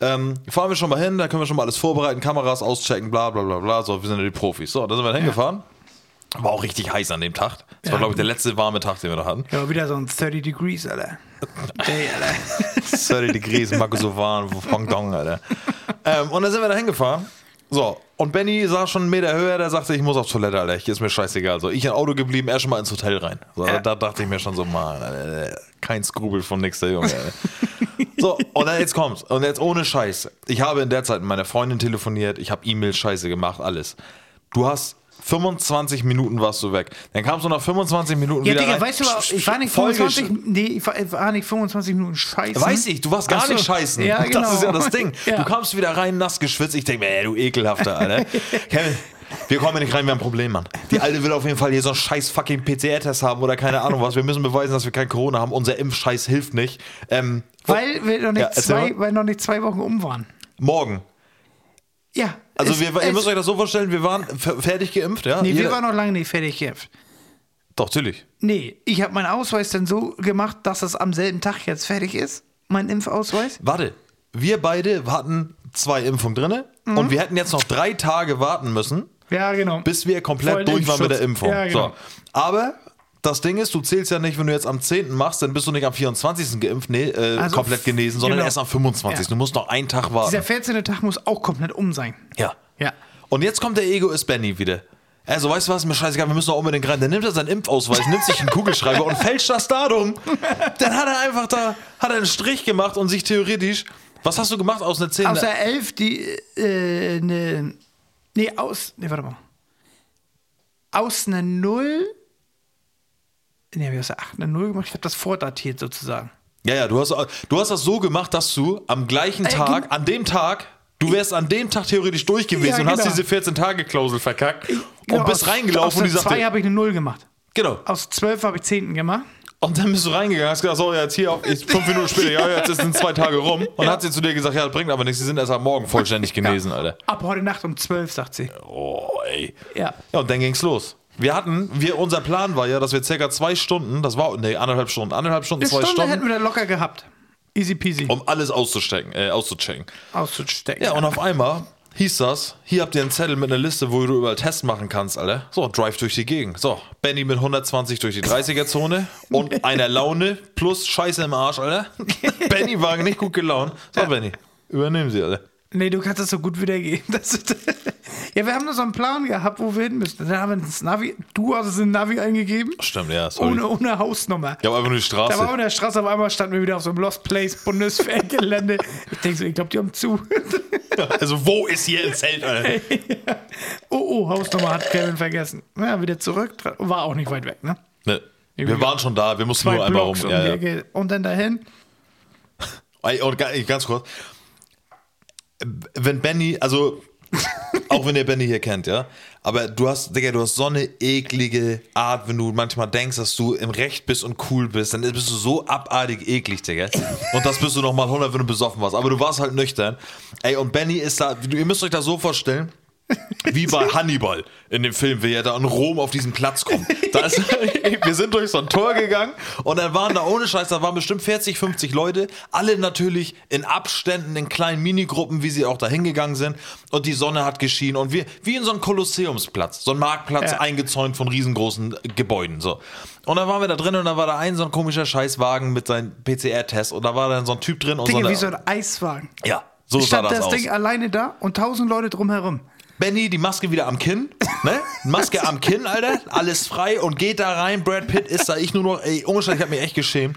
A: Ähm, fahren wir schon mal hin, da können wir schon mal alles vorbereiten, Kameras auschecken, bla bla bla bla. So, wir sind ja die Profis. So, da sind wir dann hingefahren. War auch richtig heiß an dem Tag. Das war,
B: Ja.
A: glaube ich, der letzte warme Tag, den wir da hatten.
B: Ja, wieder so ein 30 Degrees, Alter. Ey, Alter.
A: 30 Degrees, Makosovan, Dong, Alter. Ähm, und dann sind wir da hingefahren. So, und Benny sah schon einen Meter höher, der sagte, ich muss auf Toilette, Alter, ich, ist mir scheißegal. So, ich im Auto geblieben, er schon mal ins Hotel rein. So,
B: Ja.
A: Da dachte ich mir schon so, Mann, Alter, kein Skrupel von nix, der Junge, Alter. So, und dann jetzt kommt's. Und jetzt ohne Scheiß. Ich habe in der Zeit mit meiner Freundin telefoniert, ich habe E-Mail scheiße gemacht, alles. Du hast 25 Minuten warst du weg. Dann kamst du nach 25 Minuten
B: Ja,
A: wieder
B: Digga,
A: rein.
B: weißt du, aber ich war nicht
A: Vollgesch-
B: 25, nee, ich war- ich war nicht 25 Minuten scheiße.
A: Weiß ich, du warst gar
B: Hm? Ach so.
A: nicht scheißen.
B: Ja, genau.
A: Das ist ja das Ding.
B: Ja.
A: Du kamst wieder rein, nass geschwitzt. Ich denke mir, ey, du ekelhafter, Alter. Kevin, wir kommen hier nicht rein, wir haben ein Problem, Mann. Die Alte will auf jeden Fall hier so einen scheiß fucking PCR-Test haben oder keine Ahnung was. Wir müssen beweisen, dass wir kein Corona haben. Unser Impfscheiß hilft nicht. Ähm, wo-
B: Weil wir noch nicht,
A: Ja, erzähl
B: zwei,
A: mal.
B: weil noch nicht zwei Wochen um waren.
A: morgen.
B: Ja.
A: Also
B: es-
A: wir, ihr
B: es-
A: müsst euch das so vorstellen, wir waren f- fertig geimpft, ja?
B: Nee, wir
A: Jeder-
B: waren noch lange nicht fertig geimpft.
A: Doch, natürlich.
B: Nee, ich habe meinen Ausweis dann so gemacht, dass es am selben Tag jetzt fertig ist. Mein Impfausweis.
A: Warte, wir beide hatten zwei Impfungen drinne
B: Mhm.
A: und wir hätten jetzt noch drei Tage warten müssen,
B: Ja, genau.
A: bis wir komplett
B: Vollen
A: durch waren mit
B: Impfschutz.
A: der Impfung.
B: Ja, genau.
A: so. Aber das Ding ist, du zählst ja nicht, wenn du jetzt am 10. machst, dann bist du nicht am 24. geimpft, nee, äh,
B: Also
A: komplett
B: f-
A: genesen, sondern
B: genau.
A: erst am 25.
B: Ja.
A: Du musst noch einen Tag warten.
B: Dieser 14. Tag muss auch komplett um sein.
A: Ja.
B: Ja.
A: Und jetzt kommt der Egoist Benny wieder. Also, weißt du was, mir scheißegal, wir müssen doch unbedingt rein. Dann nimmt er seinen Impfausweis, nimmt sich einen Kugelschreiber und fälscht das Datum. Dann hat er einfach da, hat er einen Strich gemacht und sich theoretisch, was hast du gemacht aus einer 10?
B: Aus der 11, die, äh, ne, nee, aus, nee, warte mal. Aus einer 0, nee, hab ich aus der 8 eine 0 gemacht. Ich habe das vordatiert sozusagen.
A: Ja, ja, du hast, du hast das so gemacht, dass du am gleichen
B: Äh,
A: Tag, an dem Tag, du wärst an dem Tag theoretisch durch gewesen
B: Ja,
A: und hast
B: genau.
A: diese 14-Tage-Klausel verkackt und
B: Genau,
A: bist
B: aus-
A: reingelaufen und die
B: Aus der 2
A: sagte,
B: habe ich eine 0 gemacht.
A: genau,
B: Aus 12 habe ich 10. gemacht.
A: Und dann bist du reingegangen, hast gesagt, so, jetzt hier, auf, ich, fünf Minuten später, ja, jetzt sind zwei Tage rum. Und hat sie zu dir gesagt, ja, das bringt aber nichts, sie sind erst am Morgen vollständig genesen, Alter.
B: Ab heute Nacht um 12, sagt sie.
A: Oh, ey.
B: Ja.
A: Ja, und dann ging's los. Wir hatten, wir, unser Plan war ja, dass wir circa zwei Stunden, das war, nee, anderthalb Stunden, anderthalb Stunden,
B: Eine
A: zwei
B: Stunde hätten
A: Stunden,
B: wir da locker gehabt. Easy peasy.
A: um alles auszustecken, äh, auszuchecken.
B: Auszustecken.
A: Ja, und auf einmal hieß das, hier habt ihr einen Zettel mit einer Liste, wo du überall Tests machen kannst, Alter. So, drive durch die Gegend. So, Benny mit 120 durch die 30er-Zone und einer Laune plus Scheiße im Arsch, Alter. Benny war nicht gut gelaunt. So, Benny, übernehmen Sie, Alter.
B: Nee, du kannst das so gut wiedergeben. Das ist, ja, wir haben nur so einen Plan gehabt, wo wir hin müssen. Dann haben wir ins Navi, du hast es in den Navi eingegeben,
A: Stimmt, ja, sorry.
B: ohne, ohne Hausnummer.
A: Ich habe einfach nur die
B: Da
A: Straße.
B: waren wir in der Straße, auf einmal standen wir wieder auf so einem Lost Place Bundeswehrgelände. Ich denke so, ich glaube, die haben zu.
A: Also, wo ist hier ein Zelt, Alter?
B: oh, oh, Hausnummer hat Kevin vergessen. Ja, wieder zurück. Dra- War auch nicht weit weg, ne?
A: Ne, wir waren schon da, wir mussten
B: Zwei
A: nur einmal
B: Blocks
A: rum.
B: um
A: Ja,
B: die
A: ja.
B: Ecke und dann dahin.
A: Ey, Und ga- ganz kurz. Wenn Benny, also auch wenn ihr Benny hier kennt, ja, aber du hast, Digga, du hast so eine eklige Art, wenn du manchmal denkst, dass du im Recht bist und cool bist, dann bist du so abartig eklig, Digga. Und das bist du nochmal 100, wenn du besoffen warst. Aber du warst halt nüchtern. Ey, und Benny ist da, ihr müsst euch das so vorstellen, wie bei Hannibal in dem Film, wie er da in Rom auf diesen Platz kommt. Da ist, wir sind durch so ein Tor gegangen und dann waren da ohne Scheiß, da waren bestimmt 40, 50 Leute, alle natürlich in Abständen, in kleinen Minigruppen, wie sie auch da hingegangen sind. Und die Sonne hat geschienen und wir, wie in so einem Kolosseumsplatz, so ein Marktplatz
B: Ja.
A: eingezäunt von riesengroßen Gebäuden. So. Und dann waren wir da drin und da war da ein so ein komischer Scheißwagen mit seinem PCR-Test und da war dann so ein Typ drin und
B: Dinge
A: so, eine,
B: wie so ein Eiswagen.
A: Ja, so sah
B: Stand
A: das,
B: das,
A: aus.
B: Ding alleine da und tausend Leute drumherum.
A: Benny, die Maske wieder am Kinn, ne? Maske am Kinn, Alter, alles frei und geht da rein. Brad Pitt ist da, ich nur noch, ey, ohne Scheiß, ich hab mich echt geschämt.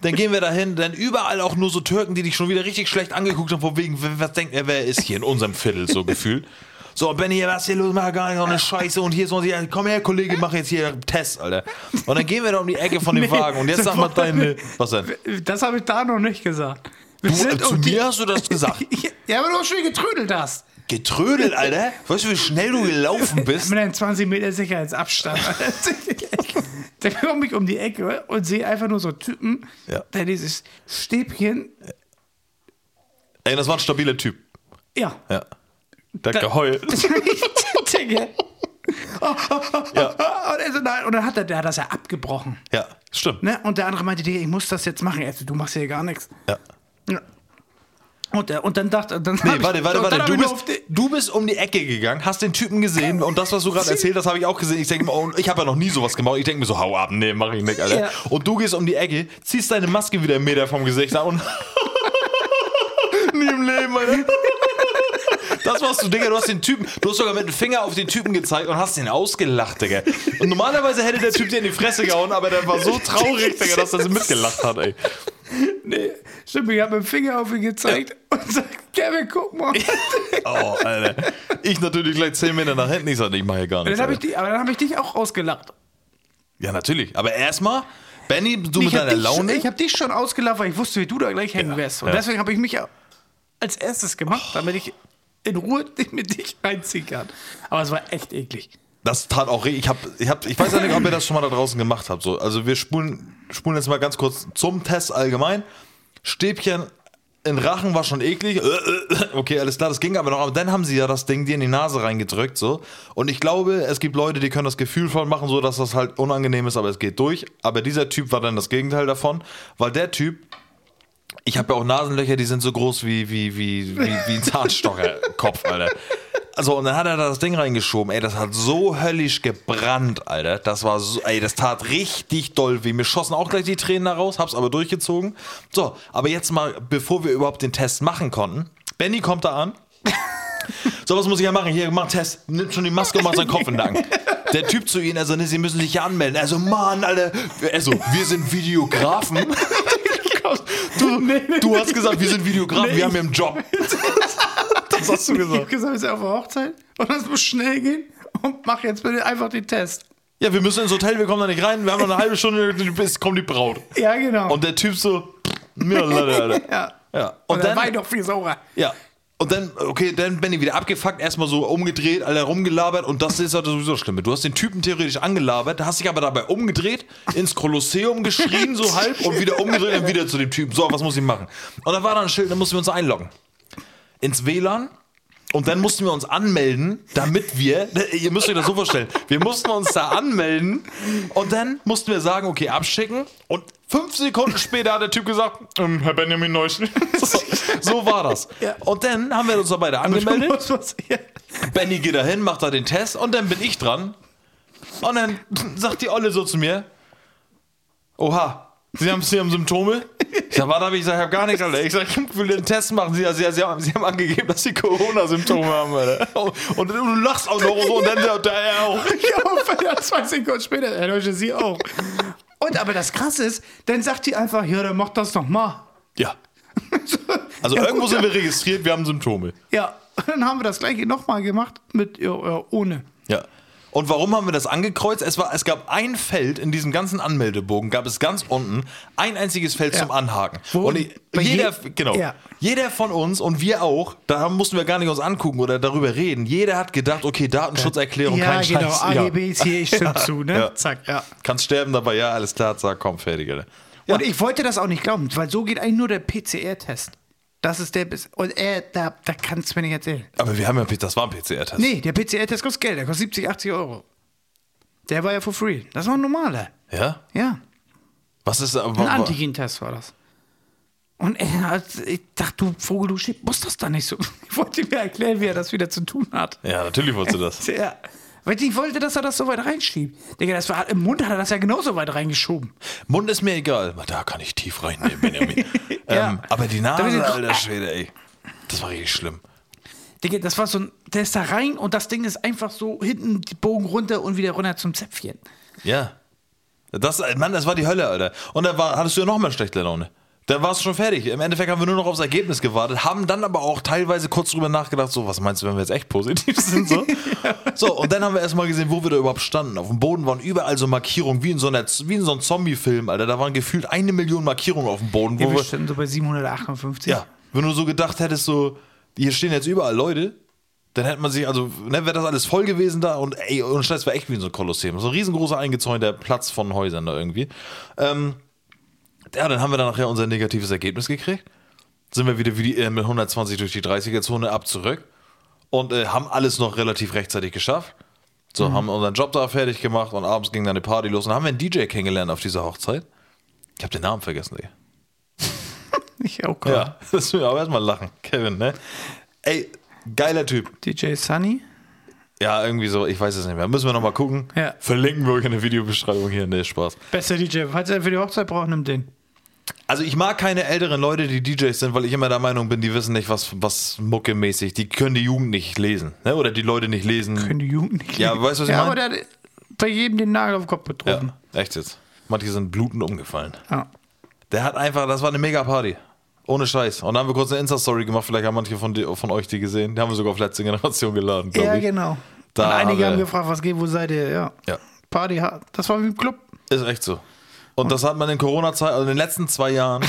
A: Dann gehen wir dahin, dann überall auch nur so Türken, die dich schon wieder richtig schlecht angeguckt haben, von wegen, w- was denkt er, wer ist hier in unserem Viertel, so gefühlt. So, Benny, was ist hier los, mach gar nicht so eine Scheiße und hier so, und hier, komm her, Kollege, mach jetzt hier Test, Alter. Und dann gehen wir da um die Ecke von dem
B: Nee,
A: Wagen und jetzt
B: so
A: sag mal
B: wollen
A: deine, was denn?
B: Das habe ich da noch nicht gesagt. Wir
A: Du, äh,
B: sind
A: zu
B: um die-
A: mir hast du das gesagt.
B: Ja, aber du hast schon getrödelt hast.
A: Getrödelt, Alter. Weißt du, wie schnell du gelaufen bist?
B: Mit einem 20 Meter Sicherheitsabstand. da komme ich um die Ecke und sehe einfach nur so Typen,
A: Ja.
B: der dieses Stäbchen,
A: Ey, das war ein stabiler Typ.
B: ja.
A: Ja. Der hat geheult.
B: Digga. Oh,
A: Ja.
B: Und, er so, nein. und dann hat er, der hat das ja abgebrochen.
A: Ja, stimmt.
B: Ne? Und der andere meinte, Digga, ich muss das jetzt machen. Also, du machst hier gar nichts.
A: Ja.
B: Ja. Und, der, und dann dachte dann
A: Nee, warte, warte, warte. Du bist,
B: Die,
A: du bist um die Ecke gegangen, hast den Typen gesehen und das, was du gerade erzählt hast, habe ich auch gesehen. Ich denke mir, oh, ich habe ja noch nie sowas gemacht. Ich denke mir so, hau ab, nee, mach ich nicht, Alter.
B: Ja.
A: Und du gehst um die Ecke, ziehst deine Maske wieder einen Meter vom Gesicht ab und. nie im Leben, Alter. Das warst du, Digga, du hast den Typen, du hast sogar mit dem Finger auf den Typen gezeigt und hast ihn ausgelacht, Digga. Und normalerweise hätte der Typ dir in die Fresse gehauen, aber der war so traurig, Digga, dass er so mitgelacht hat, ey.
B: nee, stimmt, ich habe mit dem Finger auf ihn gezeigt und sagt, Kevin, guck mal.
A: Oh, Alter. Ich natürlich gleich 10 Meter nach hinten. Ich sag, ich mache hier gar
B: Dann
A: nichts.
B: hab ich
A: Alter.
B: die, aber dann habe ich dich auch ausgelacht.
A: Ja, natürlich. Aber erstmal, Benny, du mit
B: ich hab
A: deiner
B: dich,
A: Laune.
B: Ich habe dich schon ausgelacht, weil ich wusste, wie du da gleich hängen wärst. Und
A: ja.
B: deswegen habe ich mich als erstes gemacht, damit ich in Ruhe mit dich reinziehen kann. Aber es war echt eklig.
A: das tat auch richtig. Ich, hab, ich, hab, ich weiß ja nicht, ob ihr das schon mal da draußen gemacht habt. So. Also, wir spulen, spulen jetzt mal ganz kurz zum Test allgemein. Stäbchen in Rachen war schon eklig. Äh, äh, Okay, alles klar, das ging aber noch. Aber dann haben sie ja das Ding dir in die Nase reingedrückt. so. Und ich glaube, es gibt Leute, die können das gefühlvoll machen, so dass das halt unangenehm ist, aber es geht durch. Aber dieser Typ war dann das Gegenteil davon, weil der Typ Ich habe ja auch Nasenlöcher, die sind so groß wie, wie, wie, wie, wie ein Zahnstocherkopf, Alter. Also, und dann hat er da das Ding reingeschoben. Ey, das hat so höllisch gebrannt, Alter. Das war so, ey, das tat richtig doll weh. Mir schossen auch gleich die Tränen da raus, hab's aber durchgezogen. So, aber jetzt mal, bevor wir überhaupt den Test machen konnten. Benny kommt da an. So, was muss ich ja machen? Hier, mach einen Test. Nimmt schon die Maske und macht seinen Kopf in den Nacken. Der Typ zu ihnen, also, ne, sie müssen sich ja anmelden. Also, Mann, Alter. Also, wir sind Videografen.
B: Du,
A: Du hast gesagt, wir sind Videografen,
B: Nee,
A: wir haben hier einen Job. Das hast du
B: Ich habe gesagt, wir sind auf der Hochzeit und das muss schnell gehen und mach jetzt bitte einfach den Test.
A: Ja, wir müssen ins Hotel, wir kommen da nicht rein, wir haben noch eine halbe Stunde, bis kommt die Braut.
B: Ja, genau.
A: Und der Typ so, mir leid, Alter.
B: ja.
A: Ja.
B: Und,
A: Und
B: dann war ich
A: dann,
B: doch viel saurer.
A: ja. Und dann, okay, dann Benny wieder abgefuckt, erstmal so umgedreht, alle rumgelabert und das ist halt sowieso das Schlimme. Du hast den Typen theoretisch angelabert, hast dich aber dabei umgedreht, ins Kolosseum geschrien, so halb und wieder umgedreht und wieder zu dem Typen. So, was muss ich machen? Und da war dann ein Schild, dann mussten wir uns einloggen. Ins WLAN und dann mussten wir uns anmelden, damit wir, ne, ihr müsst euch das so vorstellen, wir mussten uns da anmelden und dann mussten wir sagen, okay, abschicken und fünf Sekunden später hat der Typ gesagt, ähm, Herr Benjamin Neuschel. So, so war das. Und dann haben wir uns da beide angemeldet.
B: Muss was- ja.
A: Benny geht da hin, macht da den Test und dann bin ich dran. Und dann sagt die Olle so zu mir: Oha, Sie haben, Sie haben Symptome? Ich sag, warte, hab ich gesagt, ich hab gar nichts, Alter. Ich sag, ich will den Test machen. Sie, sie, sie, haben, sie haben angegeben, dass Sie Corona-Symptome haben, Alter. Und du lachst auch noch so und dann der, der er auch.
B: Ja, und dann 20 Sekunden später, Herr Deutsche, Sie auch. Und aber das Krasse ist, dann sagt die einfach, ja, dann mach das nochmal.
A: Ja. Also
B: ja,
A: irgendwo
B: gut,
A: sind wir registriert, wir haben Symptome.
B: Ja, und dann haben wir das gleiche nochmal gemacht mit ja, ja, ohne.
A: Ja. Und warum haben wir das angekreuzt? Es, war, es gab ein Feld in diesem ganzen Anmeldebogen, gab es ganz unten ein einziges Feld
B: Ja.
A: zum Anhaken.
B: Wo-
A: und ich,
B: bei
A: jeder,
B: je-
A: genau,
B: Ja.
A: jeder von uns und wir auch, da haben- mussten wir gar nicht uns angucken oder darüber reden. Jeder hat gedacht, okay, Datenschutzerklärung,
B: ja,
A: kein
B: genau,
A: Scheiß. Ja.
B: AGBs hier, ich stimme zu, ne?
A: ja.
B: Zack, ja.
A: Kannst sterben dabei, ja, alles klar, zack, komm, fertig, Alter. Ja.
B: Und ich wollte das auch nicht glauben, weil so geht eigentlich nur der PCR-Test. Das ist der bis. Und er, da, da kannst du mir nicht erzählen.
A: Aber wir haben ja, das war ein PCR-Test.
B: Nee, der PCR-Test kostet Geld, der kostet 70, 80 Euro. Der war ja for free. Das war ein normaler.
A: Ja?
B: Ja.
A: Was ist äh, aber.
B: Ein Antigen-Test war das. Und er hat, ich dachte, du Vogel, du Schick, muss das da nicht so. Ich wollte mir erklären, wie er das wieder zu tun hat.
A: Ja, natürlich wolltest du das.
B: Ja. Weil ich wollte, dass er das so weit reinschiebt. Digga, das war, im Mund hat er das ja genauso weit reingeschoben.
A: Mund ist mir egal. Aber Da kann ich tief reinnehmen, Benjamin.
B: Ja.
A: ähm, aber die
B: Da bin
A: Nase,
B: ich-
A: alter Schwede, ey. Das war richtig schlimm.
B: Digga, das war so ein, der ist da rein und das Ding ist einfach so hinten die Bogen runter und wieder runter zum Zäpfchen.
A: Ja. Das, Mann, das war die Hölle, Alter. Und da war, hattest du ja nochmal schlechte Laune. Da war es schon fertig. Im Endeffekt haben wir nur noch aufs Ergebnis gewartet, haben dann aber auch teilweise kurz drüber nachgedacht, so, was meinst du, wenn wir jetzt echt positiv sind? So, so und dann haben wir erstmal gesehen, wo wir da überhaupt standen. Auf dem Boden waren überall so Markierungen, wie in so, einer, wie in so einem Zombie-Film, Alter. Da waren gefühlt eine Million Markierungen auf dem Boden. Wo
B: Ja, wir
A: wir,
B: standen so bei 758.
A: Ja, wenn du so gedacht hättest, so, hier stehen jetzt überall Leute, dann hätte man sich, also, ne, wäre das alles voll gewesen da und ey, und das war echt wie in so ein Kolosseum. So ein riesengroßer eingezäunter Platz von Häusern da irgendwie. Ähm, ja, dann haben wir dann nachher unser negatives Ergebnis gekriegt. Sind wir wieder wie die, äh, mit 120 durch die 30er-Zone ab zurück und äh, haben alles noch relativ rechtzeitig geschafft. So, haben unseren Job da fertig gemacht und abends ging dann eine Party los und haben wir einen DJ kennengelernt auf dieser Hochzeit. Ich habe den Namen vergessen, ey.
B: Ich auch
A: Ja, das will ich auch erstmal lachen, Kevin, ne? Ey, geiler Typ.
B: DJ Sunny.
A: Ja, irgendwie so, ich weiß es nicht mehr. Müssen wir nochmal gucken.
B: Ja.
A: Verlinken wir euch in der Videobeschreibung hier. Nee, Spaß.
B: Bester DJ. Falls er für die Hochzeit braucht, nimm den.
A: Also ich mag keine älteren Leute, die DJs sind, weil ich immer der Meinung bin, die wissen nicht, was, was muckemäßig, die können die Jugend nicht lesen. Ne? Oder die Leute nicht lesen.
B: Können die Jugend nicht
A: Ja,
B: leben.
A: weißt du, was ich
B: ja,
A: meine?
B: aber der hat bei jedem den Nagel auf den Kopf getroffen.
A: ja, echt jetzt. Manche sind blutend umgefallen.
B: Ja.
A: Der hat einfach, das war eine Mega-Party. Ohne Scheiß. Und dann haben wir kurz eine Insta-Story gemacht, vielleicht haben manche von, die, von euch die gesehen. Die haben wir sogar auf letzte Generation geladen,
B: Ja,
A: glaube ich.
B: genau.
A: Da
B: und einige
A: haben
B: haben
A: wir-
B: gefragt, was geht, wo seid ihr? Ja.
A: Ja.
B: Party hart. Das war wie im Club.
A: Ist echt so. Und das hat man in Corona-Zeit, also in den letzten zwei Jahren,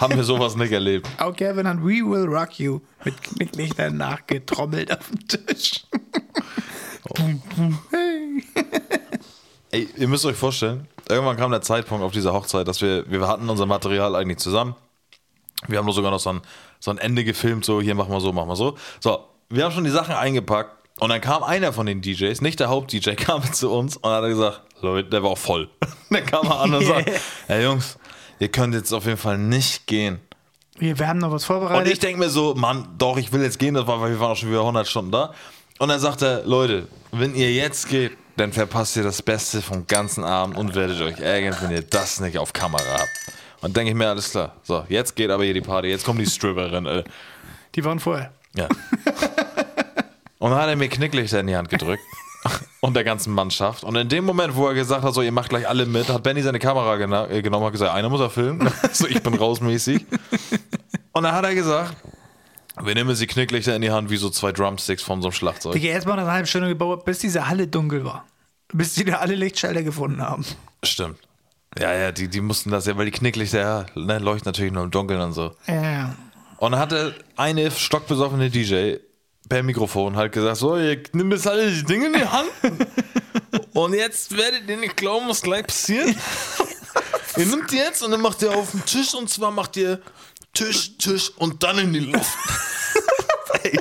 A: haben wir sowas nicht erlebt.
B: Auch Kevin hat We Will Rock You mit Knicklichtern nachgetrommelt auf dem Tisch.
A: Ey, ihr müsst euch vorstellen, irgendwann kam der Zeitpunkt auf dieser Hochzeit, dass wir, wir hatten unser Material eigentlich zusammen. Wir haben nur sogar noch so ein, so ein Ende gefilmt, so hier machen wir so, machen wir so. So, wir haben schon die Sachen eingepackt und dann kam einer von den DJs, nicht der Haupt-DJ, kam zu uns und hat gesagt, Leute, der war auch voll. dann kam er an und sagt, hey Jungs, ihr könnt jetzt auf jeden Fall nicht gehen.
B: Wir, wir haben noch was
A: Und ich
B: vorbereitet.
A: denke mir so, Mann, doch, ich will jetzt gehen, das war, weil wir waren auch schon wieder 100 Stunden da. Und dann sagt er, Leute, wenn ihr jetzt geht, dann verpasst ihr das Beste vom ganzen Abend und werdet euch ärgern, wenn ihr das nicht auf Kamera habt. Und denke ich mir, alles klar. So, jetzt geht aber hier die Party, jetzt kommt die Stripperin. Äh.
B: Die waren vorher.
A: Ja. Und dann hat er mir Knicklichter in die Hand gedrückt. Und der ganzen Mannschaft. Und in dem Moment, wo er gesagt hat, so, ihr macht gleich alle mit, hat Benny seine Kamera gena- äh, genommen, hat gesagt, einer muss er filmen. so, ich bin rausmäßig. Und dann hat er gesagt, wir nehmen sie Knicklichter in die Hand, wie so zwei Drumsticks von so einem Schlagzeug.
B: Digga, erstmal eine halbe Stunde gebaut, bis diese Halle dunkel war. Bis die da alle Lichtschalter gefunden haben.
A: Stimmt. Ja, ja, die, die mussten das ja, weil die Knicklichter, ja, ne, leuchten natürlich nur im Dunkeln und so.
B: Ja.
A: Und dann hatte eine stockbesoffene DJ per Mikrofon halt gesagt, so, ihr nimmt jetzt alle die Dinge in die Hand und jetzt werdet ihr nicht glauben, was gleich passiert. ihr nimmt die jetzt und dann macht ihr auf den Tisch und zwar macht ihr Tisch, Tisch und dann in die Luft. Ey,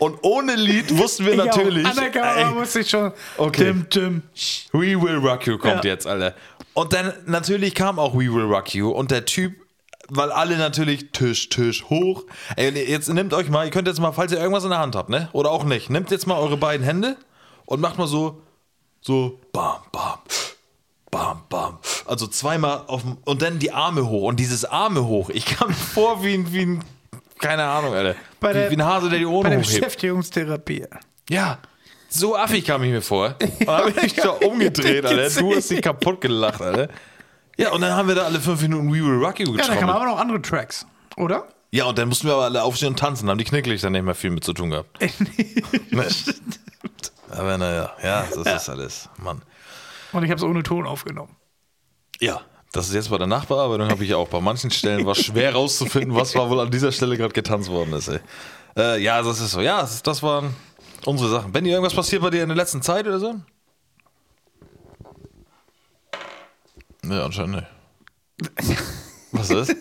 A: und ohne Lied wussten wir natürlich,
B: An der Kamera
A: ey,
B: musste ich schon.
A: Okay.
B: Dim, dim.
A: We Will Rock You kommt
B: Ja.
A: jetzt, Alter. Und dann natürlich kam auch We Will Rock You und der Typ, weil alle natürlich Tisch, Tisch hoch. Ey, und jetzt nehmt euch mal, ihr könnt jetzt mal, falls ihr irgendwas in der Hand habt, ne? Oder auch nicht, nehmt jetzt mal eure beiden Hände und macht mal so, so, bam, bam, bam, bam. Also zweimal auf dem, und dann die Arme hoch und dieses Arme hoch. Ich kam mir vor wie ein, wie ein, keine Ahnung, Alter.
B: Bei
A: Wie,
B: der-
A: wie ein Hase, der die
B: Bei der
A: Ohren hochhebt.
B: Beschäftigungstherapie.
A: Ja, so affig kam ich mir vor. Und dann habe ich mich da umgedreht, Alter. Du hast dich kaputt gelacht, Alter. Ja, und dann haben wir da alle fünf Minuten We Will Rock You
B: Ja, da
A: getrommelt.
B: kamen
A: Ja,
B: aber noch andere Tracks, oder?
A: und dann mussten wir aber alle aufstehen und tanzen. Haben die Knicklichter nicht mehr viel mit zu tun gehabt. Ne? aber naja, ja, das ist alles. Mann.
B: Und ich habe es ohne Ton aufgenommen.
A: Ja, das ist jetzt bei der Nachbearbeitung, habe ich ja auch bei manchen Stellen war schwer rauszufinden, was war wohl an dieser Stelle gerade getanzt worden ist. Ey. Äh, ja, das ist so. Ja, das, das waren unsere Sachen. Benny, irgendwas passiert bei dir in der letzten Zeit oder so? Nee, anscheinend nicht. Was ist?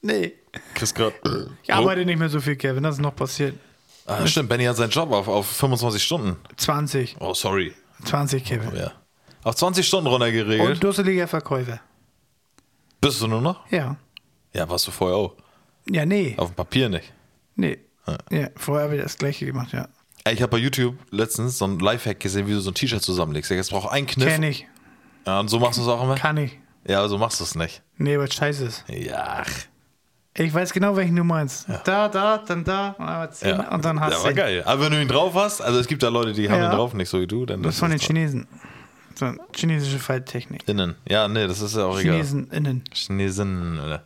B: Nee.
A: Chris gerade.
B: Ich arbeite nicht mehr so viel, Kevin. Das ist noch passiert.
A: Ah, stimmt, Benny hat seinen Job auf, auf 25 Stunden.
B: 20.
A: Oh, sorry.
B: 20, Kevin.
A: Ja. Auf 20 Stunden runtergeregelt.
B: Und dusseliger Verkäufer.
A: Bist du nur noch?
B: Ja.
A: Ja, warst du vorher auch.
B: Ja, nee.
A: Auf dem Papier nicht.
B: Nee.
A: Ah.
B: Ja, vorher habe ich das gleiche gemacht, ja.
A: Ey, ich habe bei YouTube letztens so ein Lifehack gesehen, wie du so ein T-Shirt zusammenlegst. Jetzt braucht ein Kniff.
B: Kenn ich.
A: Ja, und so machst du es auch immer?
B: Kann ich.
A: Ja, aber so machst du es nicht.
B: Nee, was scheiße ist.
A: Ja.
B: Ich weiß genau, welchen du meinst. Da, da, dann da. Und, einmal zehn.
A: ja.
B: und dann hast
A: ja,
B: du
A: war
B: ihn.
A: geil. Aber wenn du ihn drauf hast, also es gibt da Leute, die haben
B: Ja.
A: ihn drauf, nicht so wie du, dann
B: Das ist von den
A: ist
B: Chinesen. So, eine chinesische Falttechnik.
A: innen. Ja, nee, das ist ja auch egal.
B: Chinesen innen.
A: Chinesen, oder?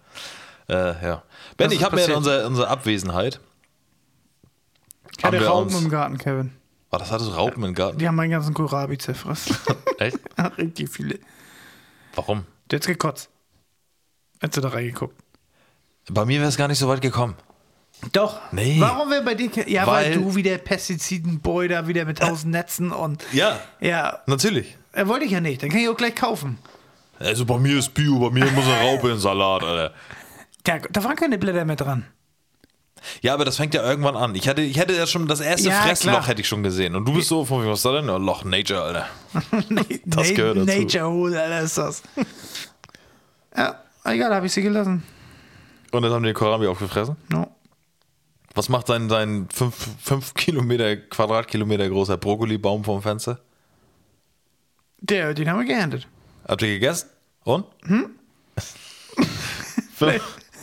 A: Äh, ja. Ben,
B: Das
A: ich
B: ist
A: habe mir in
B: passiert.
A: unserer, unserer Abwesenheit.
B: Ich hatte
A: Haben wir
B: Raupen
A: uns-
B: im Garten, Kevin.
A: Oh, das hattest Raupen im Garten.
B: Die haben meinen ganzen Kohlrabi zerfressen.
A: Echt?
B: Richtig viele.
A: Warum?
B: Der hat's gekotzt. Als du da reingeguckt.
A: Bei mir wäre es gar nicht so weit gekommen.
B: Doch.
A: Nee.
B: Warum wir bei dir. ke- Ja, weil,
A: Weil-
B: du wieder Pestizidenboy da wieder mit tausend Netzen und.
A: Ja,
B: Ja,
A: natürlich.
B: äh, wollte ich ja nicht. Dann kann ich auch gleich kaufen.
A: Also bei mir ist Bio, bei mir muss eine Raupe in den Salat, Alter.
B: Da, da waren keine Blätter mehr dran.
A: Ja, aber das fängt ja irgendwann an. Ich hätte, ich hätte ja schon das erste
B: Ja,
A: Fressloch
B: klar.
A: hätte ich schon gesehen. Und du bist so, von wegen, was ist da denn? Oh, Loch Nature, Alter. Das
B: Na-
A: gehört dazu.
B: Nature Hole, Alter, ist das. ja, egal, habe ich sie gelassen.
A: Und dann haben die den Kohlrabi aufgefressen.
B: No.
A: Was macht dein, dein 5, fünf Kilometer, Quadratkilometer großer Brokkolibaum vom Fenster?
B: Der, den haben wir geerntet.
A: Habt ihr gegessen? Und? Hm?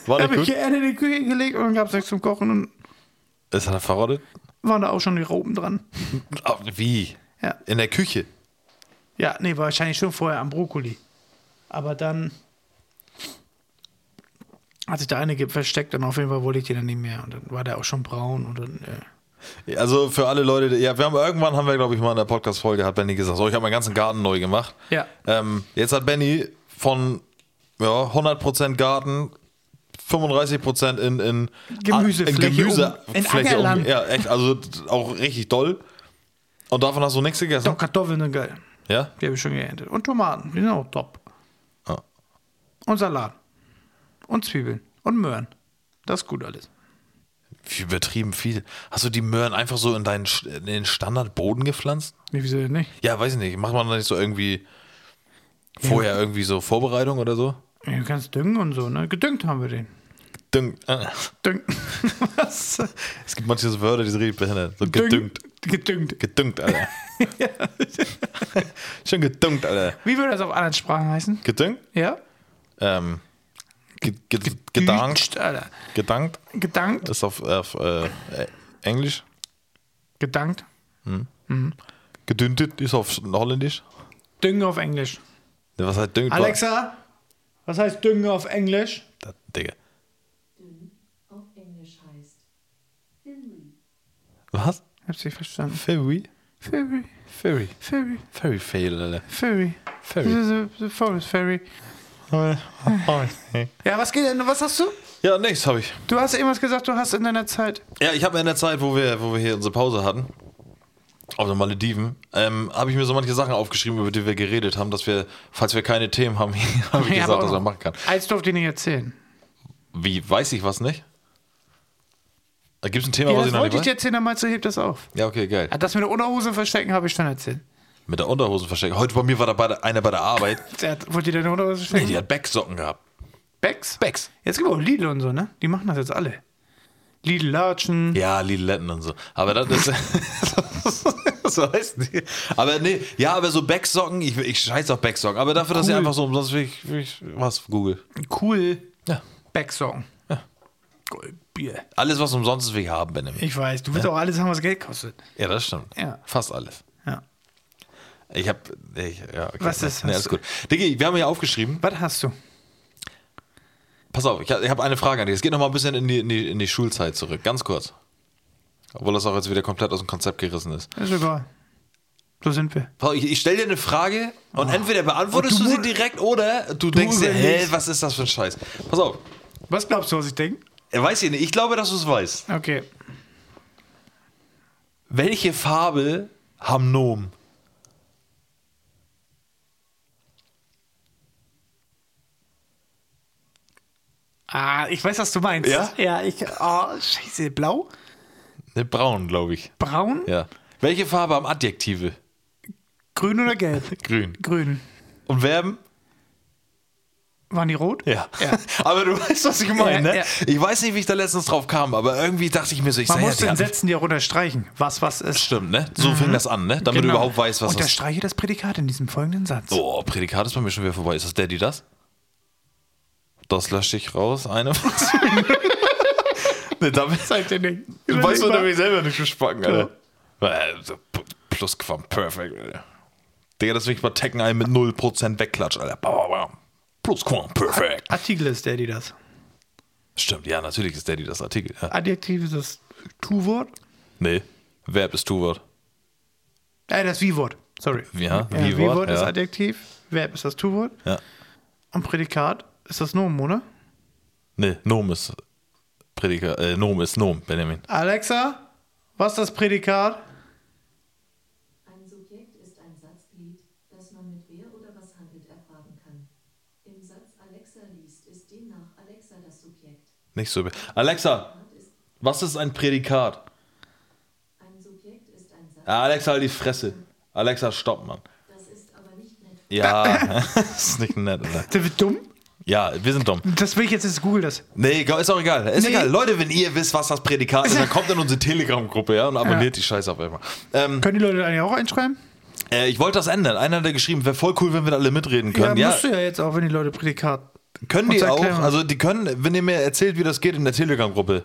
A: War
B: Habe
A: nicht gut?
B: ich geerntet in die Küche gelegt und dann gab es nichts zum Kochen und
A: Ist er verrottet?
B: waren da auch schon die Raupen dran.
A: Ah, Wie?
B: Ja.
A: In der Küche?
B: Ja, nee, war wahrscheinlich schon vorher am Brokkoli. Aber dann hat sich da einige versteckt und auf jeden Fall wollte ich den dann nicht mehr. Und dann war der auch schon braun und dann. Äh,
A: Also für alle Leute, die- ja, wir haben irgendwann haben wir, glaube ich, mal in der Podcast-Folge hat Benny gesagt, so, ich habe meinen ganzen Garten neu gemacht.
B: Ja.
A: Ähm, jetzt hat Benny von ja, 100% Garten 35% in, in
B: Gemüsefläche
A: in Gemüse
B: um- in
A: Fläche um,
B: Ackerland.
A: Ja, echt, also d- auch richtig doll. Und davon hast du nichts gegessen?
B: doch, Kartoffeln sind geil.
A: Ja?
B: Die habe ich schon geerntet. Und Tomaten, die sind auch top.
A: Ah.
B: Und Salat. Und Zwiebeln. Und Möhren. Das ist gut alles.
A: Wie Übertrieben viel. Hast du die Möhren einfach so in deinen Sch- in den Standardboden gepflanzt?
B: Nee, wieso denn nicht?
A: Ja, weiß ich nicht. Macht man da nicht so irgendwie vorher irgendwie so Vorbereitung oder so?
B: Ja, Du kannst düngen und so, ne? Gedüngt haben wir den.
A: Dünn. äh.
B: Düngen. Was?
A: Es gibt manche so Wörter, die sind richtig behindert. So gedüngt.
B: Düngt. Gedüngt.
A: Gedüngt, Alter. Schon gedüngt, Alter.
B: Wie würde das auf anderen Sprachen heißen?
A: Gedüngt?
B: Ja?
A: Ähm, ge ge gedankt.
B: Gedüngt, Alter.
A: Gedankt
B: Gedankt.
A: ist auf, auf äh, äh, Englisch.
B: Gedankt.
A: Gedüntet ist auf Holländisch.
B: Düngen auf Englisch.
A: Ne, Was heißt düngt?
B: Alexa, was heißt Düngen auf Englisch?
A: Da, Digga.
C: dünn auf Englisch heißt thinly.
A: Was?
B: Hab's nicht verstanden.
A: Fairy?
B: Fairy,
A: Fairy.
B: Fairy,
A: Fairy fail, Alter.
B: Fairy.
A: Fairy.
B: The, the, the forest Fairy. Ja, was geht denn? Was hast du?
A: Ja, nichts habe ich.
B: Du hast irgendwas gesagt, du hast in deiner Zeit.
A: Ja, ich habe in der Zeit, wo wir, wo wir hier unsere Pause hatten, auf den Malediven, ähm, habe ich mir so manche Sachen aufgeschrieben, über die wir geredet haben, dass wir, falls wir keine Themen haben, habe ich
B: Ja, aber auch
A: gesagt, dass
B: noch.
A: man machen kann.
B: Eins durfte ich nicht erzählen.
A: Wie, weiß ich was nicht? Da gibt es ein Thema,
B: Ja,
A: was ich
B: das
A: noch nicht
B: wollte ich
A: weiß?
B: dir erzählen, dann meinst du, heb das auf.
A: Ja, okay, geil.
B: Ah, Das mit der Unterhose verstecken habe ich schon erzählt.
A: Mit der Unterhosen versteckt. Heute bei mir war da bei der, einer bei der Arbeit.
B: Der hat, wollte dir deine Unterhose
A: Nee,
B: verstecken?
A: die hat Backsocken gehabt.
B: Becks?
A: Becks.
B: Jetzt gibt es auch Lidl und so, ne? Die machen das jetzt alle. Lidl Latschen.
A: Ja, Liletten und so. Aber das ist. das heißt nicht. Aber nee, ja, aber so Backsocken, ich, ich scheiße auf Backsocken. Aber dafür, dass sie
B: Cool.
A: einfach so umsonst wie ich, wie ich. Was? Google.
B: Cool.
A: Ja.
B: Backsong. Goldbier.
A: Alles, was umsonst ist, will ich haben, Benjamin.
B: Ich weiß, du willst auch alles haben, was Geld kostet.
A: Ja, das stimmt.
B: Ja.
A: Fast alles.
B: Ja.
A: Ich hab. Ich, ja, okay.
B: Was ist-
A: Nee,
B: hast
A: alles gut.
B: du-
A: Diggi, wir haben hier aufgeschrieben.
B: Was hast du?
A: Pass auf, ich habe hab eine Frage an dich. Es geht noch mal ein bisschen in die, in, die, in die Schulzeit zurück. Ganz kurz. Obwohl das auch jetzt wieder komplett aus dem Konzept gerissen ist.
B: Ist egal. So sind wir.
A: Paul, Ich, ich stelle dir eine Frage und entweder beantwortest
B: Oh. Und
A: du,
B: du
A: sie
B: mu-
A: direkt oder du, denkst dir, hä,
B: überlegst.
A: was ist das für ein Scheiß? Pass auf,
B: Was glaubst du, was ich denke?
A: er weiß hier nicht. Ich glaube, dass du es weißt.
B: Okay.
A: Welche Farbe haben Nomen?
B: Ah, ich weiß, was du meinst.
A: Ja?
B: Ja, ich. Oh, scheiße. Blau?
A: Ne, braun, glaube ich.
B: Braun?
A: Ja. Welche Farbe haben Adjektive?
B: Grün oder gelb?
A: Grün.
B: Grün.
A: Und Verben?
B: Waren die rot?
A: Ja.
B: Ja.
A: aber du weißt, was ich meine,
B: Ja,
A: ne?
B: ja.
A: Ich weiß nicht, wie ich da letztens drauf kam, aber irgendwie dachte ich mir so, ich
B: Man
A: sag ja,
B: muss
A: die
B: in
A: hatten-
B: Sätzen Mhm. die auch unterstreichen, was was ist. Genau.
A: Stimmt, ne? So fing das an, ne? Damit du überhaupt weißt, was das
B: Unterstreiche das Prädikat in diesem folgenden Satz.
A: Oh, Prädikat ist bei mir schon wieder vorbei. Ist das Daddy das? Das lösche ich raus. Eine von Nee, damit.
B: Zeig dir nicht.
A: Du
B: Überleg
A: weißt, du
B: mal.
A: damit selber nicht gespacken, Alter. Äh, so p- Plusquam perfect, Alter. Digga, das will ich mal Tekken ein mit 0% wegklatsch, Alter. Bam, bam, bam. Plusquam perfect.
B: Artikel ist der, die das.
A: Stimmt, ja, natürlich ist Daddy das Artikel. Ja.
B: Adjektiv ist das Tu-Wort.
A: Nee, Verb ist Tu-Wort.
B: Äh, das Wie-Wort. Sorry.
A: Ja,
B: Ja,
A: Wie-Wort,
B: Wie-Wort ist
A: ja.
B: Adjektiv, Verb ist das Tu-Wort
A: Ja.
B: und Prädikat ist das Nomen, oder?
A: Nee, Nom ist Prädikat. Äh, Nom ist Nom, Benjamin.
B: Alexa, was ist das Prädikat?
C: Ein Subjekt ist ein Satzglied, das man mit wer oder was handelt erfragen kann. Im Satz Alexa liest ist demnach Alexa das Subjekt.
A: Nicht so. be- Alexa,
C: Art ist
A: was ist ein Prädikat?
C: ein Subjekt ist ein Satz,
A: Ja, Alexa, halt die Fresse. Alexa, stopp, Mann.
C: das ist aber nicht nett.
A: Ja, ist nicht nett, oder?
B: Der wird dumm?
A: Ja, wir sind dumm.
B: Das will ich jetzt, jetzt google das.
A: Nee, egal, ist auch egal. Ist
B: Nee.
A: egal. Leute, wenn ihr wisst, was das Prädikat ist, dann kommt in unsere Telegram-Gruppe, ja, und abonniert die
B: Ja.
A: Scheiße auf einmal. Ähm,
B: Können die Leute eigentlich auch einschreiben?
A: äh, ich wollte das ändern. Einer hat da geschrieben, wäre voll cool, wenn wir da alle mitreden können.
B: ja,
A: Ja,
B: musst du ja jetzt auch, wenn die Leute Prädikat.
A: können die
B: uns
A: auch.
B: erklären.
A: Also, die können, wenn ihr mir erzählt, wie das geht, in der Telegram-Gruppe.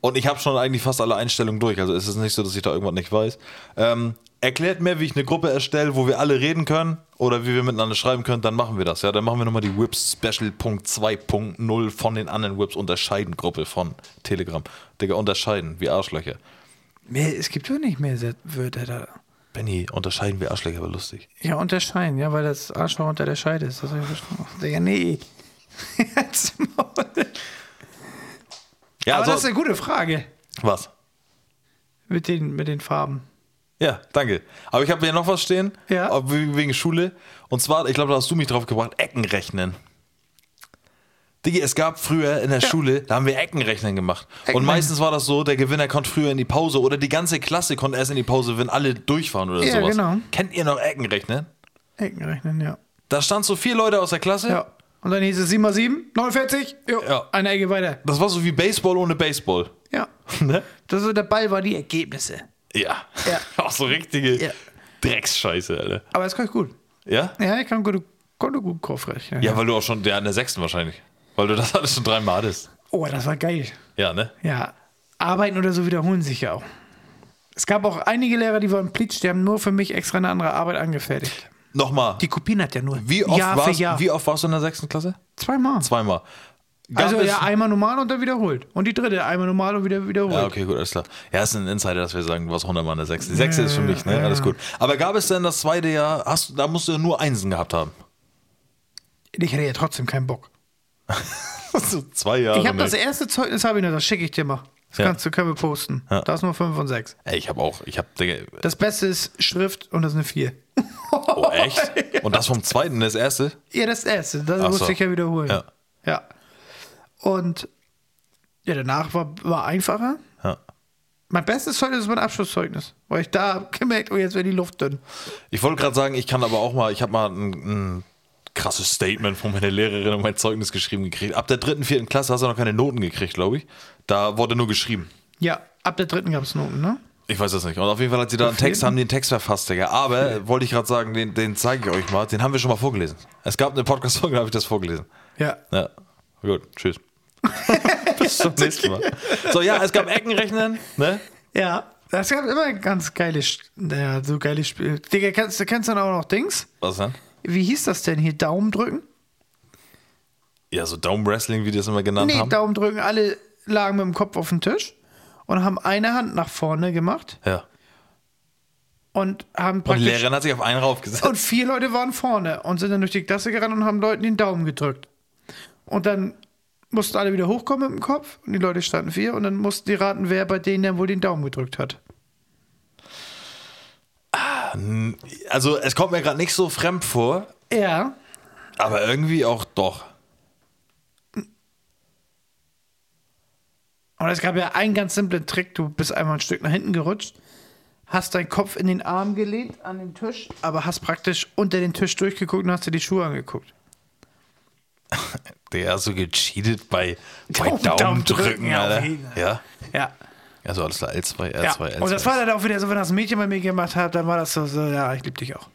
A: Und ich habe schon eigentlich fast alle Einstellungen durch. Also, es ist nicht so, dass ich da irgendwas nicht weiß. Ähm, erklärt mir, wie ich eine Gruppe erstelle, wo wir alle reden können oder wie wir miteinander schreiben können, dann machen wir das. Ja, dann machen wir nochmal die Whips Special Punkt 2.0 von den anderen Whips unterscheiden Gruppe von Telegram. Digga, unterscheiden, wie Arschlöcher.
B: Mehr, es gibt ja nicht mehr Sat- Wörter da.
A: Benny, unterscheiden wie Arschlöcher, aber lustig.
B: Ja, unterscheiden, ja, weil das Arschloch unter der Scheide ist. Das hab ich verstanden. Digga, nee. Jetzt mal.
A: Ja,
B: Aber
A: also,
B: das ist eine gute Frage.
A: was?
B: Mit den, mit den Farben.
A: Ja, danke. Aber ich habe hier noch was stehen,
B: Ja.
A: ob- we- wegen Schule. Und zwar, ich glaube, da hast du mich drauf gebracht, Ecken rechnen. Digi, es gab früher in der Schule, da haben wir Eckenrechnen gemacht. Und
B: Eckenrechnen.
A: meistens war das so, der Gewinner konnte früher in die Pause oder die ganze Klasse konnte erst in die Pause, wenn alle durch waren oder
B: Ja,
A: sowas.
B: genau.
A: Kennt ihr noch Eckenrechnen?
B: Ecken rechnen, ja.
A: Da stand so vier Leute aus der Klasse.
B: Ja. Und dann hieß es 7 mal 7, 49, jo,
A: Ja.
B: eine Ecke weiter.
A: Das war so wie Baseball ohne Baseball.
B: Ja.
A: Ne?
B: Das, so der Ball war die Ergebnisse.
A: Ja.
B: Ja.
A: Auch so richtige
B: Ja.
A: Drecksscheiße, Alter.
B: Aber das kann ich gut.
A: Ja?
B: Ja, ich kann gut, konnte gut Kopf rechnen.
A: Ja, weil du auch schon, ja, in der sechsten wahrscheinlich. Weil du das alles schon dreimal hattest.
B: Oh, das war geil.
A: Ja, ne?
B: Ja. Arbeiten oder so wiederholen sich ja auch. Es gab auch einige Lehrer, die waren Plitsch, die haben nur für mich extra eine andere Arbeit angefertigt.
A: Nochmal.
B: Die Kopien hat ja nur
A: Wie oft,
B: Jahr für
A: warst,
B: Jahr.
A: wie oft warst du in der sechsten Klasse?
B: Zweimal.
A: Zweimal. Gab
B: also
A: es-
B: ja, einmal normal und dann wiederholt. Und die dritte, einmal normal und wieder wiederholt.
A: ja, okay, gut, alles klar. Ja, ist ein Insider, dass wir sagen, du warst 100 Mal in der sechsten. Die sechste ist für mich, ne?
B: ja.
A: Alles gut. Aber gab es denn das zweite Jahr, hast, du- da musst du ja nur Einsen gehabt haben?
B: Ich hätte ja trotzdem keinen Bock.
A: so zwei Jahre.
B: Ich habe das
A: mit.
B: erste Zeugnis, habe ich nur, das schicke ich dir mal. Das
A: Also Ja.
B: kannst du, können wir posten.
A: Ja.
B: Da ist nur 5 und 6.
A: Ey, ich habe auch, ich habe, Digga,
B: Das Beste ist Schrift und das ist eine 4.
A: oh echt? Und das vom zweiten, das erste?
B: Ja, das erste. Das
A: Ach
B: musste
A: so.
B: ich ja wiederholen.
A: Ja.
B: Ja. Und ja, danach war, war einfacher.
A: Ja.
B: Mein bestes Zeugnis ist mein Abschlusszeugnis, weil ich da hab gemerkt, oh, jetzt wird die Luft dünn.
A: Ich wollte gerade sagen, ich kann aber auch mal, ich habe mal ein, ein krasses Statement von meiner Lehrerin und mein Zeugnis geschrieben gekriegt. Ab der dritten, vierten Klasse hast du noch keine Noten gekriegt, glaube ich. Da wurde nur geschrieben.
B: Ja, ab der dritten gab es Noten, ne?
A: Ich weiß das nicht. Und auf jeden Fall hat sie da einen Text, haben die einen Text verfasst, Digga. Aber äh, wollte ich gerade sagen, den, den zeige ich euch mal. Den haben wir schon mal vorgelesen. Es gab eine Podcast-Folge, da habe ich das vorgelesen.
B: Ja.
A: Ja. Gut, tschüss. Bis zum nächsten Mal. So, ja, es gab Eckenrechnen, ne?
B: Ja. Das gab immer ganz geile, Sch- ja, so geile Spiele. Digga, kennst du kennst dann auch noch Dings?
A: Was denn?
B: Wie hieß das denn hier? Daumen drücken?
A: Ja, so Daumen-Wrestling, wie die das immer genannt
B: Nee,
A: haben.
B: Daumen drücken. Alle lagen mit dem Kopf auf dem Tisch und haben eine Hand nach vorne gemacht
A: ja.
B: und haben
A: Und die
B: praktisch.
A: Lehrerin hat sich auf einen raufgesetzt.
B: Und vier Leute waren vorne und sind dann durch die Klasse gerannt und haben Leuten den Daumen gedrückt. Und dann mussten alle wieder hochkommen mit dem Kopf und die Leute standen vier und dann mussten die raten, wer bei denen dann wohl den Daumen gedrückt hat.
A: Also es kommt mir gerade nicht so fremd vor,
B: Ja.
A: aber irgendwie auch doch.
B: Und es gab ja einen ganz simplen Trick, du bist einmal ein Stück nach hinten gerutscht, hast deinen Kopf in den Arm gelehnt an den Tisch, aber hast praktisch unter den Tisch durchgeguckt und hast dir die Schuhe angeguckt.
A: Der ist so gecheatet bei, bei
B: Daumen-
A: Daumendrücken,
B: Daumendrücken, ja, auf
A: Alter.
B: jeden Fall.
A: Ja.
B: Ja.
A: Also alles klar, L2,
B: ja.
A: R2, L2.
B: Und das war dann auch wieder so, wenn das Mädchen bei mir gemacht hat, dann war das so, so ja, ich liebe dich auch.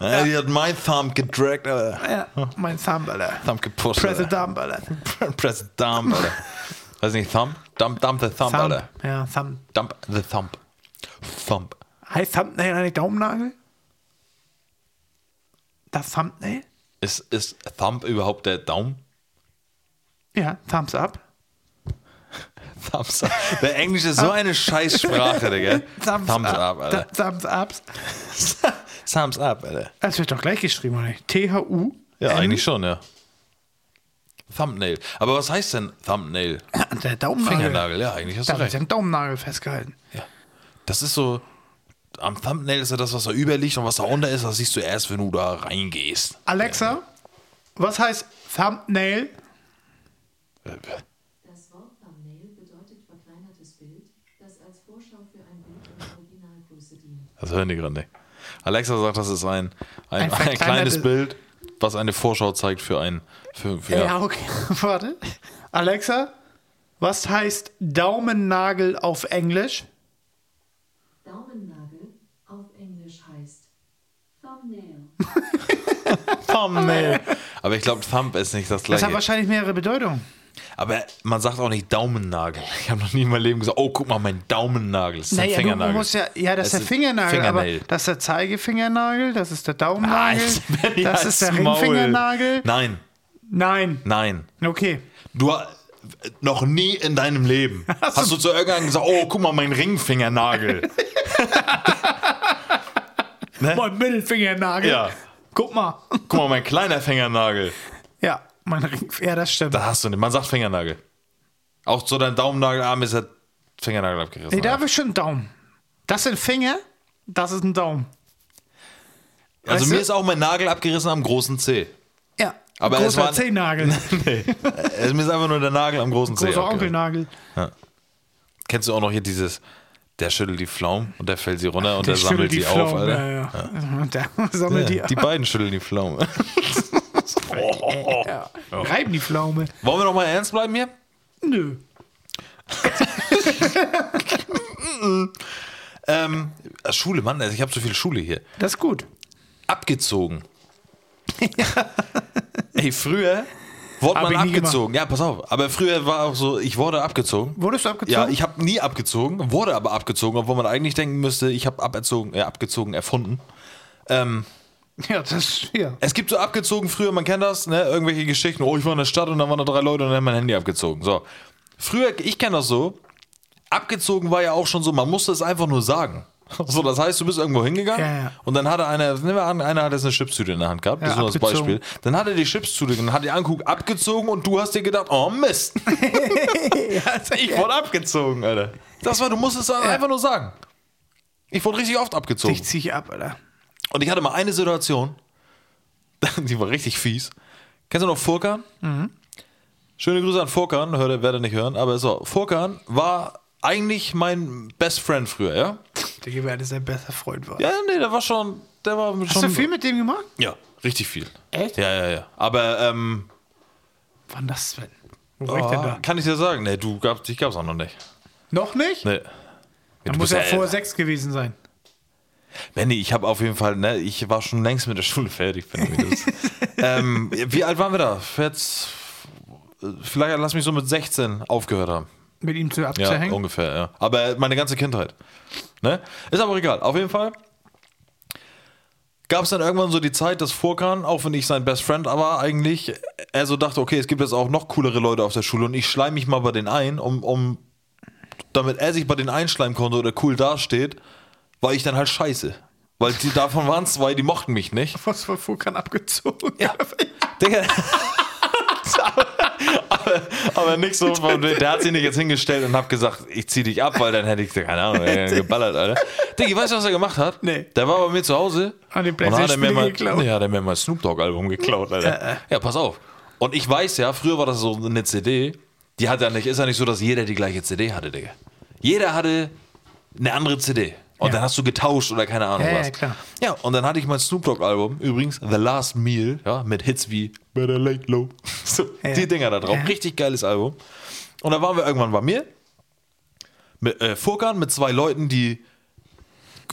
A: ja, die hat mein Thumb gedragt, Alter.
B: Ja, mein Thumb, Alter.
A: Thumb gepusht,
B: Press a
A: Alter.
B: Dump, Alter.
A: Press the Thumb, Alter. Weiß nicht, Thumb? Dump, dump the Thumb,
B: Thumb.
A: Alter.
B: Ja, Thumb.
A: Dump the Thumb. Thumb.
B: Heißt Thumbnail eigentlich Daumennagel? Das Thumbnail?
A: Ist, ist Thumb überhaupt der Daumen?
B: Ja, Thumbs up.
A: Thumbs up. Der Englisch ist so eine Scheißsprache, Digga. Ah. Thumbs up, Alter.
B: Th- Thumbs ups.
A: Thumbs up, Alter.
B: Das wird doch gleich geschrieben, oder nicht? T-H-U.
A: Ja,
B: M-
A: eigentlich schon, ja. Thumbnail. Aber was heißt denn Thumbnail?
B: Der Daumennagel.
A: Fingernagel, ja, eigentlich hast du
B: Da ist
A: recht.
B: ja ein Daumennagel festgehalten.
A: Ja. Das ist so, am Thumbnail ist ja das, was da überliegt und was da unter ist, das siehst du erst, wenn du da reingehst.
B: Alexa, was heißt Thumbnail?
A: Äh,
C: Das Wort Thumbnail bedeutet verkleinertes Bild, das als Vorschau für ein Bild in Originalgröße dient.
A: Das hören die gerade nicht. Alexa sagt, das ist ein, ein, ein,
B: Ein verkleinertes-
A: kleines Bild, was eine Vorschau zeigt für ein... Für, für, ja.
B: okay. Warte. Alexa, was heißt Daumennagel auf Englisch?
C: Daumennagel auf Englisch heißt Thumbnail.
A: Thumbnail. Aber ich glaube, Thumb ist nicht das
B: Das
A: gleiche.
B: hat wahrscheinlich mehrere Bedeutungen.
A: Aber man sagt auch nicht Daumennagel. Ich habe noch nie in meinem Leben gesagt, oh, guck mal, mein Daumennagel. Das ist ein
B: Naja,
A: Fingernagel.
B: Du musst ja, ja, das,
A: Das ist
B: ist der Fingernagel,
A: Fingernail.
B: aber das ist der Zeigefingernagel, das ist der Daumennagel,
A: Alter, Benny,
B: das ist der
A: halt's Maul.
B: Ringfingernagel.
A: Nein,
B: Nein,
A: nein.
B: okay.
A: Du ha- noch nie in deinem Leben hast, du zu irgendeinem gesagt, oh, guck mal, mein Ringfingernagel.
B: Mein Mittelfingernagel.
A: ja,
B: Guck mal.
A: guck mal, mein kleiner Fingernagel.
B: Ja, mein Ringfinger, ja, das stimmt.
A: Da hast du nicht. Man sagt Fingernagel. Auch zu deinem Daumennagelarm ah, ist der Fingernagel abgerissen.
B: nee, da habe ich schon einen Daumen. Das sind Finger, das ist ein Daumen.
A: also
B: weißt
A: mir
B: du-
A: ist auch mein Nagel abgerissen am großen Zeh.
B: Ja,
A: Aber es
B: großer
A: war-
B: Zehennagel,
A: nee, äh, mir ist einfach nur der Nagel am großen Zeh.
B: großer ne?
A: abgerissen.
B: Onkelnagel.
A: Kennst du auch noch hier dieses, der schüttelt die Pflaumen und der fällt sie runter und der,
B: schüttelt
A: sammelt die, auf,
B: Pflaumen,
A: Alter.
B: Ja, ja. Und der sammelt
A: Ja,
B: die
A: die
B: auf.
A: beiden schütteln die Pflaumen.
B: Ja. Reiben die Pflaume.
A: Wollen wir noch mal ernst bleiben hier?
B: Nö.
A: Ähm, Schule, Mann, also ich habe so viel Schule hier.
B: Das ist gut.
A: Abgezogen. Ey, früher wurde
B: Hab
A: man
B: ich nie
A: abgezogen. Ja, pass auf. Aber früher war auch so, ich wurde abgezogen.
B: Wurdest du abgezogen?
A: Ja, ich habe nie abgezogen, wurde aber abgezogen, obwohl man eigentlich denken müsste, ich habe aberzogen, äh, abgezogen erfunden.
B: Ja, das, ja.
A: Es gibt so abgezogen früher, man kennt das, ne? Irgendwelche Geschichten. Oh, ich war in der Stadt und dann waren da drei Leute und dann haben mein Handy abgezogen. So. Früher, ich kenne das so. Abgezogen war ja auch schon so, man musste es einfach nur sagen. So, das heißt, du bist irgendwo hingegangen
B: Ja, ja.
A: und dann hatte einer, nehmen wir an, einer hat jetzt eine Chipstüte in der Hand gehabt,
B: Ja,
A: das ist nur das
B: abgezogen.
A: Beispiel. Dann hat er die Chipstüte und hat die angeguckt, abgezogen und du hast dir gedacht, oh Mist, ich wurde abgezogen, Alter. Das war, du musst es einfach nur sagen. Ich wurde richtig oft abgezogen.
B: Dich zieh ich ab, Alter.
A: Und ich hatte mal eine Situation, die war richtig fies. Kennst du noch Furkan?
B: Mhm.
A: Schöne Grüße an Furkan, hört, er- werde nicht hören, aber so, Furkan war eigentlich mein Best Friend früher, ja?
B: Digga, wer alles sein bester Freund war.
A: Ja, nee, der war schon, der war schon.
B: Hast du viel mit dem gemacht?
A: Ja, richtig viel.
B: Echt?
A: Ja, ja, ja. Aber ähm,
B: Wann das, Sven? Wo war ich denn da?
A: kann ich dir sagen, nee, du gab, dich gab's auch noch nicht.
B: Noch nicht?
A: Nee.
B: Da
A: du
B: muss
A: bist
B: ja
A: ja äh,
B: vor
A: älter.
B: sechs gewesen sein.
A: Nee, nee, ich habe auf jeden Fall, ne, ich war schon längst mit der Schule fertig. Wenn du willst. ähm, wie alt waren wir da? Jetzt, äh, vielleicht lass mich so mit 16 aufgehört haben.
B: Mit ihm zu
A: Ja,
B: abzuhängen?
A: ungefähr, ja. Aber meine ganze Kindheit. Ne? Ist aber auch egal. Auf jeden Fall gab es dann irgendwann so die Zeit, dass Furkan, auch wenn ich sein Best Friend war, eigentlich, er so dachte, okay, es gibt jetzt auch noch coolere Leute auf der Schule und ich schleim mich mal bei denen ein, um, um damit er sich bei denen einschleimen konnte oder cool dasteht, war ich dann halt scheiße. Weil die, davon waren zwei, die mochten mich nicht.
B: Was von Furkan abgezogen?
A: Digga. aber, aber nicht so, von- der hat sich nicht jetzt hingestellt und hab gesagt, ich zieh dich ab, weil dann hätte ich, keine Ahnung, äh, geballert, Alter. Digga, weißt du, was er gemacht hat?
B: Nee.
A: Der war bei mir zu Hause.
B: Hat den
A: und dann hat er mir
B: Playstation
A: mal,
B: geklaut. Äh,
A: Nee, hat er mir mal Snoop Dogg Album geklaut, Alter. Ja, pass auf. Und ich weiß ja, früher war das so eine CD, die hat ja nicht, ist ja nicht so, dass jeder die gleiche CD hatte, Digga. Jeder hatte eine andere CD. Und
B: Ja.
A: dann hast du getauscht oder keine Ahnung
B: Ja, ja,
A: was.
B: klar.
A: Ja, und dann hatte ich mein Snoop Dogg Album, übrigens The Last Meal, ja, mit Hits wie Better Late Low. So,
B: Ja.
A: die Dinger da drauf.
B: Ja.
A: Richtig geiles Album. Und dann waren wir irgendwann bei mir, mit äh, Furkan, mit zwei Leuten, die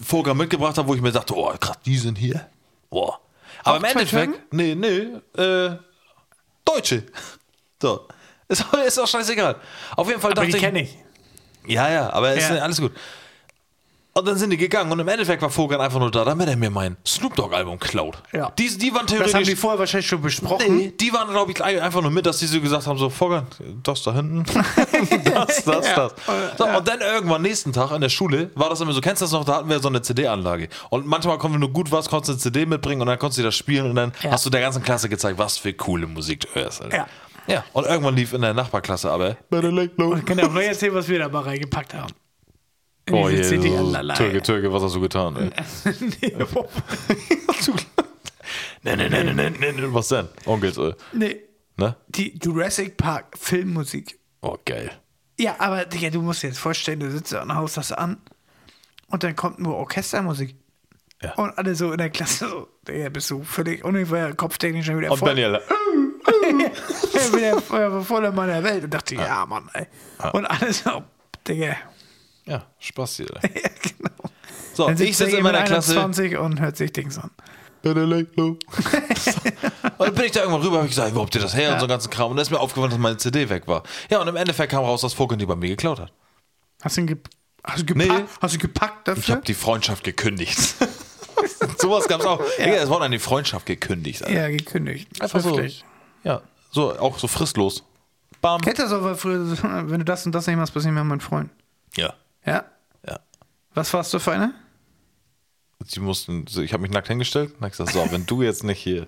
A: Furkan mitgebracht haben, wo ich mir dachte, oh, krass, die sind hier. Boah. Aber
B: Auch
A: im
B: zwei
A: Endeffekt, nee, nee, äh, Deutsche. So. Ist, auch- ist auch scheißegal. Auf jeden Fall
B: Aber
A: dachte
B: die
A: ich.
B: kenne ich.
A: Ja, ja, aber ist
B: Ja.
A: ja. alles gut. Und dann sind die gegangen und im Endeffekt war Vogel einfach nur da, damit er mir mein Snoop Dogg-Album klaut.
B: Ja.
A: Die, die waren
B: Das haben die
A: theoretisch.
B: vorher wahrscheinlich schon besprochen.
A: Nee, die waren, glaube ich, einfach nur mit, dass die so gesagt haben: so, Vogel, das da hinten, das, das,
B: Ja.
A: das. So, Und dann irgendwann nächsten Tag in der Schule war das immer so: kennst du das noch? Da hatten wir so eine CD-Anlage. Und manchmal konnten wir nur gut was, konntest du eine CD mitbringen und dann konntest du das spielen und dann
B: Ja.
A: hast du der ganzen Klasse gezeigt, was für coole Musik du hörst. Alter.
B: Ja.
A: ja. Und irgendwann lief in der Nachbarklasse aber.
B: Ich kann dir auch noch erzählen, was wir da mal reingepackt haben. In
A: Boah,
B: diese
A: hier,
B: CD
A: so,
B: allerlei.
A: Türke, Türke, was hast du getan? Ey?
B: nee, wo-
A: Nein, nein, nein, nein, nein, nein, was denn? Onkels, ey.
B: nee,
A: Ne?
B: die Jurassic Park Filmmusik.
A: Oh, geil.
B: Ja, aber Digga, du musst dir jetzt vorstellen, du sitzt da und haust das an und dann kommt nur Orchestermusik.
A: Ja.
B: Und alle so in der Klasse so, Digga, bist du völlig ungefähr kopftechnisch schon wieder
A: Und äh,
B: voll-
A: Daniela.
B: Ich bin ja voll, voll in meiner Welt und dachte, ja, Mann, ey. Und alles so, Digga.
A: Ja, Spaß hier.
B: Ja, genau.
A: So,
B: Dann
A: ich
B: sitzt
A: sitze in
B: jemand
A: meiner Klasse.
B: 21 und hört sich Dings an.
A: Und dann bin ich da irgendwann rüber, habe ich gesagt, wo habt ihr das her und so ganzen Kram. Und da ist mir aufgefallen, dass meine CD weg war. Ja, und im Endeffekt kam raus, dass Vogel die bei mir geklaut hat.
B: Hast du ihn, ge hast du
A: Nee.
B: gepackt? Hast du gepackt
A: Ich
B: dafür?
A: habe die Freundschaft gekündigt. Sowas gab's auch. Digga, es wurde eine Freundschaft gekündigt. Alter.
B: ja, gekündigt.
A: Einfach so.
B: Schriftlich.
A: Ja, so, auch so fristlos. Bam.
B: Hätte das aber früher, so, wenn du das und das nicht machst, bist du nicht mehr mein Freund.
A: Ja,
B: Ja?
A: ja.
B: Was warst du für eine?
A: Sie mussten, ich habe mich nackt hingestellt und hab gesagt, so, wenn du jetzt nicht hier.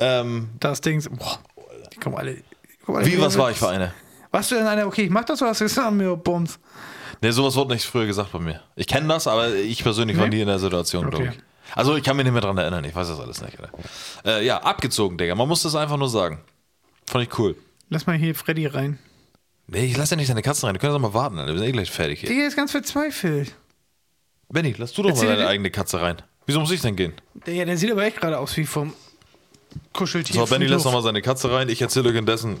A: Ähm,
B: Das Dings. Boah, die kommen alle. die kommen alle
A: wie, was
B: wieder
A: war
B: mit.
A: ich für eine?
B: Warst du denn einer, okay, ich mach das oder hast du gesagt, mir Bums?
A: Ne, sowas wurde nicht früher gesagt bei mir. Ich kenne das, aber ich persönlich war
B: Nee?
A: nie in der Situation,
B: Okay.
A: glaube ich. Also ich kann mich nicht mehr dran erinnern, ich weiß das alles nicht. Alter. Äh, ja, abgezogen, Digga. Man muss das einfach nur sagen. Fand ich cool.
B: Lass mal hier Freddy rein.
A: Nee, ich lass ja nicht deine Katzen rein. Du kannst doch mal warten, Alter. Wir sind eh gleich fertig hier.
B: Digga ist ganz verzweifelt.
A: Benni, lass du doch
B: Erzähl
A: mal
B: dir-
A: deine eigene Katze rein. Wieso muss ich denn gehen?
B: Digga, der sieht aber echt gerade aus wie vom Kuscheltier.
A: So, Benny lässt
B: Friedhof.
A: nochmal seine Katze rein. Ich erzähle euch indessen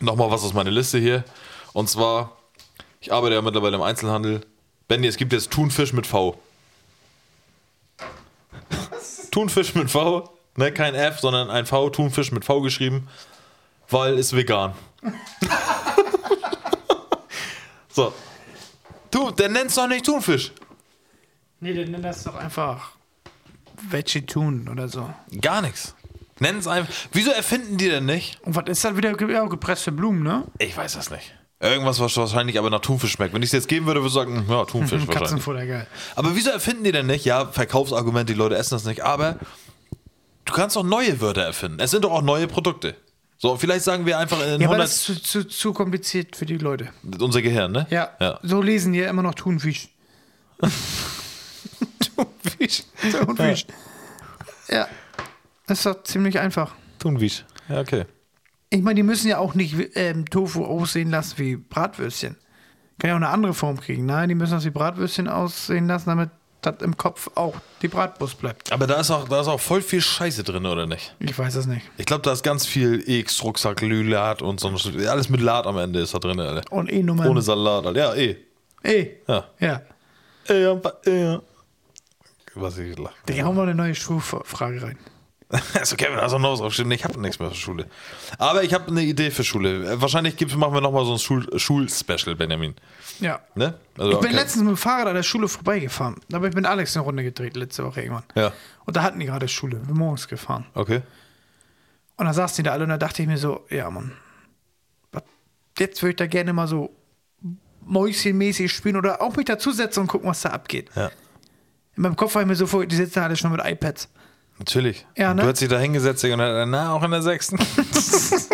A: nochmal was aus meiner Liste hier. Und zwar, ich arbeite ja mittlerweile im Einzelhandel. Benny, es gibt jetzt Thunfisch mit V. Thunfisch mit V, ne, kein F, sondern ein V, Thunfisch mit V geschrieben, weil ist vegan. so. Du, der nennt's doch nicht Thunfisch.
B: Nee, dann nenn das doch einfach Veggie Tun oder so.
A: Gar nichts. Nenn's einfach. Wieso erfinden die denn nicht?
B: Und was ist das wieder? Ja, gepresste Blumen, ne?
A: Ich weiß das nicht. Irgendwas, was wahrscheinlich aber nach Thunfisch schmeckt. Wenn ich es jetzt geben würde, würde ich sagen, hm, ja, Thunfisch wahrscheinlich.
B: Katzenfutter, geil.
A: Aber wieso erfinden die denn nicht? Ja, Verkaufsargument, die Leute essen das nicht, aber du kannst doch neue Wörter erfinden. Es sind doch auch neue Produkte. So, vielleicht sagen wir einfach in
B: Ja, aber das ist
A: 100
B: zu, zu, zu kompliziert für die Leute.
A: unser Gehirn, ne?
B: Ja,
A: ja.
B: so lesen die ja immer noch Thunfisch. Thunfisch, Thunfisch. Ja. das ist doch ziemlich einfach.
A: Thunfisch. Ja, okay.
B: Ich meine, die müssen ja auch nicht ähm, Tofu aussehen lassen wie Bratwürstchen. Kann ja auch eine andere Form kriegen. Nein, die müssen das wie Bratwürstchen aussehen lassen, damit das im Kopf auch die Bratwurst bleibt.
A: Aber da ist auch, da ist auch voll viel Scheiße drin, oder nicht?
B: Ich weiß es nicht.
A: Ich glaube, da ist ganz viel X, Rucksack, Lülat und so. Alles mit Lat am Ende ist da drin, Alter.
B: Und E-Nummern.
A: Ohne Salat, Alter. Ja, eh.
B: Ey,
A: Ja.
B: ja.
A: Äh, ja, äh. Was ich lach.
B: Digga, hau mal eine neue Schulfrage rein.
A: Also Kevin, also noch aufstehen. Ich habe nichts mehr für Schule. Aber ich habe eine Idee für Schule. Äh, Wahrscheinlich gibt's, machen wir nochmal so ein Schul Schulspecial, Benjamin.
B: Ja.
A: Ne? Also,
B: Ich bin
A: okay.
B: letztens mit dem Fahrrad an der Schule vorbeigefahren. Da bin ich mit Alex eine Runde gedreht, letzte Woche irgendwann.
A: Ja.
B: Und da hatten die gerade Schule. Wir sind morgens gefahren.
A: Okay.
B: Und da saßen die da alle und da dachte ich mir so, ja, Mann, was- jetzt würde ich da gerne mal so mäuschenmäßig spielen oder auch mich dazusetzen und gucken, was da abgeht.
A: Ja.
B: In meinem Kopf war ich mir so vor, die sitzen da alle schon mit iPads.
A: Natürlich.
B: Ja, ne?
A: Du hast dich da hingesetzt Digga, und hat, na, auch in der sechsten.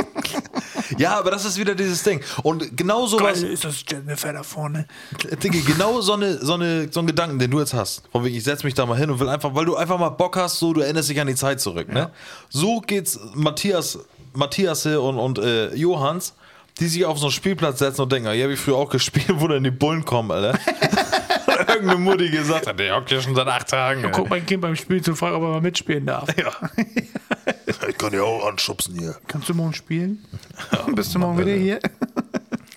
A: ja, aber das ist wieder dieses Ding. Und genau sowas,
B: ist das Jennifer da vorne.
A: Digga, genau so, eine, so, eine, so einen Gedanken, den du jetzt hast. Von wegen, ich setze mich da mal hin und will einfach, weil du einfach mal Bock hast, so, du erinnerst dich an die Zeit zurück. Ne? So geht's Matthias, Matthiasse und, und äh, Johanns, die sich auf so einen Spielplatz setzen und denken, ja, hab ich früher auch gespielt, wo dann die Bullen kommen, Alter. Und Irgendeine Mutti gesagt hat, der hockt ja schon seit acht Tagen. ey.
B: Guck mein Kind beim Spiel zu fragen, ob er mal mitspielen darf.
A: Ja. ich kann ja auch anschubsen hier.
B: Kannst du morgen spielen? Bist du morgen wieder hier?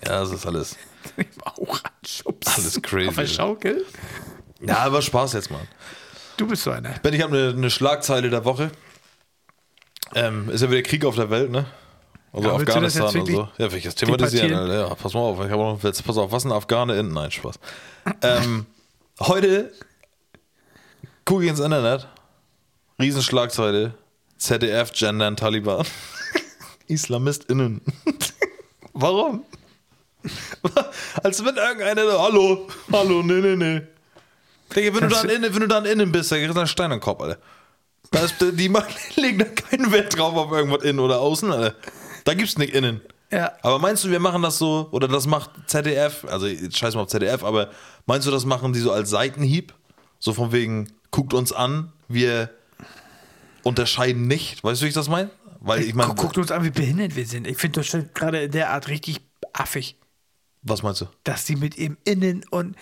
A: Ja, das ist alles.
B: auch anschubsen.
A: Alles crazy.
B: Auf der Schaukel?
A: Ja, aber Spaß jetzt mal.
B: Du bist so einer.
A: Ben, ich habe eine, eine Schlagzeile der Woche. Ähm, ist ja wieder Krieg auf der Welt, ne? Also
B: Ja, willst du das
A: Afghanistan
B: jetzt
A: und so. Ja, will ich jetzt thematisieren,
B: debattieren?
A: Alter. Ja, pass mal auf. Ich hab auch noch, jetzt pass auf, was ein Afghane in? Nein, Spaß. Ähm, heute gucke ich ins Internet. Riesenschlagzeile. ZDF, Gendern, Taliban. IslamistInnen. Warum? Als wenn irgendeiner da, hallo, hallo, nee, nee, nee. Digga, wenn du, da
B: Kannst
A: an
B: du-
A: innen, wenn du da an innen bist, da kriegst du einen Stein am Kopf, Alter. Da ist, die machen, legen da keinen Wert drauf auf irgendwas innen oder außen, Alter. Da gibt's nicht innen.
B: Ja.
A: Aber meinst du, wir machen das so, oder das macht ZDF, also jetzt scheiß mal auf ZDF, aber meinst du, das machen die so als Seitenhieb? So von wegen, guckt uns an, wir unterscheiden nicht. Weißt du, wie ich das meine? Weil ich meine,
B: Guck, guckt uns an, wie behindert wir sind. Ich finde das schon gerade in der Art richtig affig.
A: was meinst du?
B: dass die mit ihrem Innen- und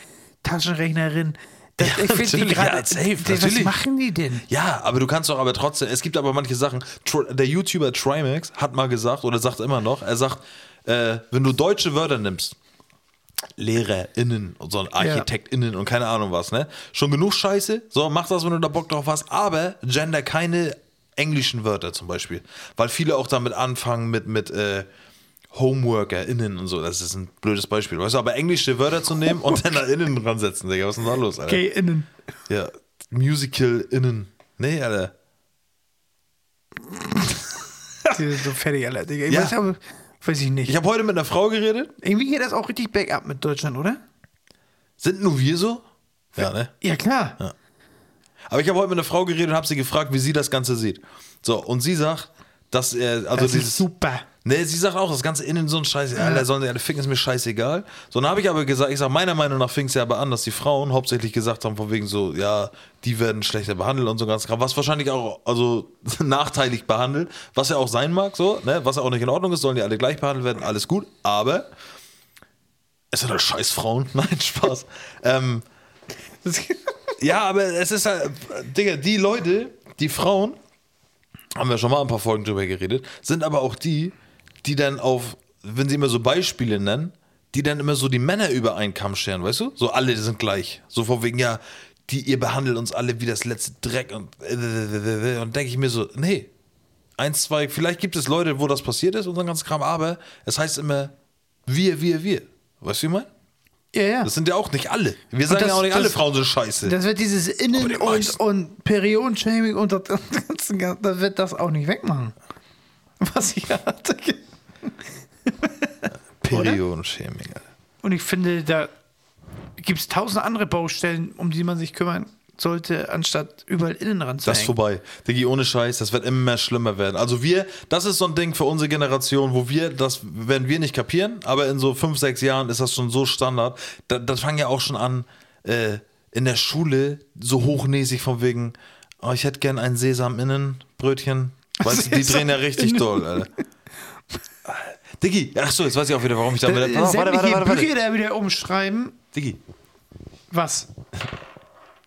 B: Taschenrechnerin. Das,
A: Ja,
B: ich finde die
A: natürlich,
B: gerade.
A: ja, safe,
B: die- was
A: natürlich.
B: machen die denn?
A: Ja, aber du kannst doch aber trotzdem, es gibt aber manche Sachen, Tr- der YouTuber Trimax hat mal gesagt oder sagt immer noch, er sagt, äh, wenn du deutsche Wörter nimmst, LehrerInnen und so ein ArchitektInnen und keine Ahnung was, ne? Schon genug Scheiße, so mach das, wenn du da Bock drauf hast, aber gender keine englischen Wörter zum Beispiel, weil viele auch damit anfangen mit, mit äh, HomeworkerInnen und so, das ist ein blödes Beispiel, weißt du, aber englische Wörter zu nehmen und dann da innen dran setzen, Digga, was ist denn da los, Alter?
B: Gay Innen.
A: Ja, Musical innen. Nee, Alter.
B: Die sind so fertig, Alter. Digga. Ich
A: Ja.
B: weiß, aber, weiß ich nicht.
A: Ich habe heute mit einer Frau geredet.
B: Irgendwie geht das auch richtig back up mit Deutschland, oder?
A: Sind nur wir so? Ja, ne?
B: Ja, klar.
A: Aber ich habe heute mit einer Frau geredet und habe sie gefragt, wie sie das Ganze sieht. So, und sie sagt, dass er, also
B: das ist
A: dieses.
B: super.
A: Ne, sie sagt auch, das Ganze innen so ein Scheiß, Alter, sollen sie alle ficken, ist mir scheißegal. So, dann habe ich aber gesagt, ich sage, meiner Meinung nach fing es ja aber an, dass die Frauen hauptsächlich gesagt haben, von wegen so, ja, die werden schlechter behandelt und so ganz krass, was wahrscheinlich auch, also nachteilig behandelt, was ja auch sein mag, so, ne, was ja auch nicht in Ordnung ist, sollen die alle gleich behandelt werden, alles gut, aber es sind halt scheiß Frauen, nein, Spaß. ähm,
B: Das,
A: ja, aber es ist halt, Digga, die Leute, die Frauen, haben wir schon mal ein paar Folgen drüber geredet, sind aber auch die, die dann auf, wenn sie immer so Beispiele nennen, die dann immer so die Männer über einen Kamm scheren, weißt du? So alle sind gleich. So von wegen, ja, die, ihr behandelt uns alle wie das letzte Dreck und, und denke ich mir so, nee. Eins, zwei, vielleicht gibt es Leute, wo das passiert ist und so ein ganzer Kram, aber es heißt immer wir, wir, wir. Weißt du, wie ich meine?
B: ja, ja.
A: Das
B: Das,
A: sind ja auch nicht alle. Wir sagen
B: das-
A: ja auch nicht, alle
B: das-
A: Frauen sind scheiße.
B: wird dieses Innen-
A: die
B: und,
A: meisten-
B: und Periodenshaming und das, das, ganze- das wird das auch nicht wegmachen. Was ich hatte.
A: Periodenscheming. Alter.
B: Und ich finde, da gibt es tausend andere Baustellen, um die man sich kümmern sollte, anstatt überall innen
A: Das ist
B: ranzuhängen.
A: vorbei. Diggi, ohne Scheiß, das wird immer schlimmer werden. Also wir, das ist so ein Ding für unsere Generation, wo wir, das werden wir nicht kapieren, aber in so fünf, sechs Jahren ist das schon so Standard. Da, das fangen ja auch schon an, äh, in der Schule so hochnäsig von wegen, oh, ich hätte gern ein Sesam innen, Brötchen. Weißt du, die drehen ja richtig doll, Alter. Diggi, ach so, jetzt weiß ich auch wieder, warum ich
B: Da,
A: damit...
B: äh,
A: warte, warte,
B: sämtliche
A: warte, warte.
B: Bücher da wieder umschreiben.
A: Diggi,
B: Was?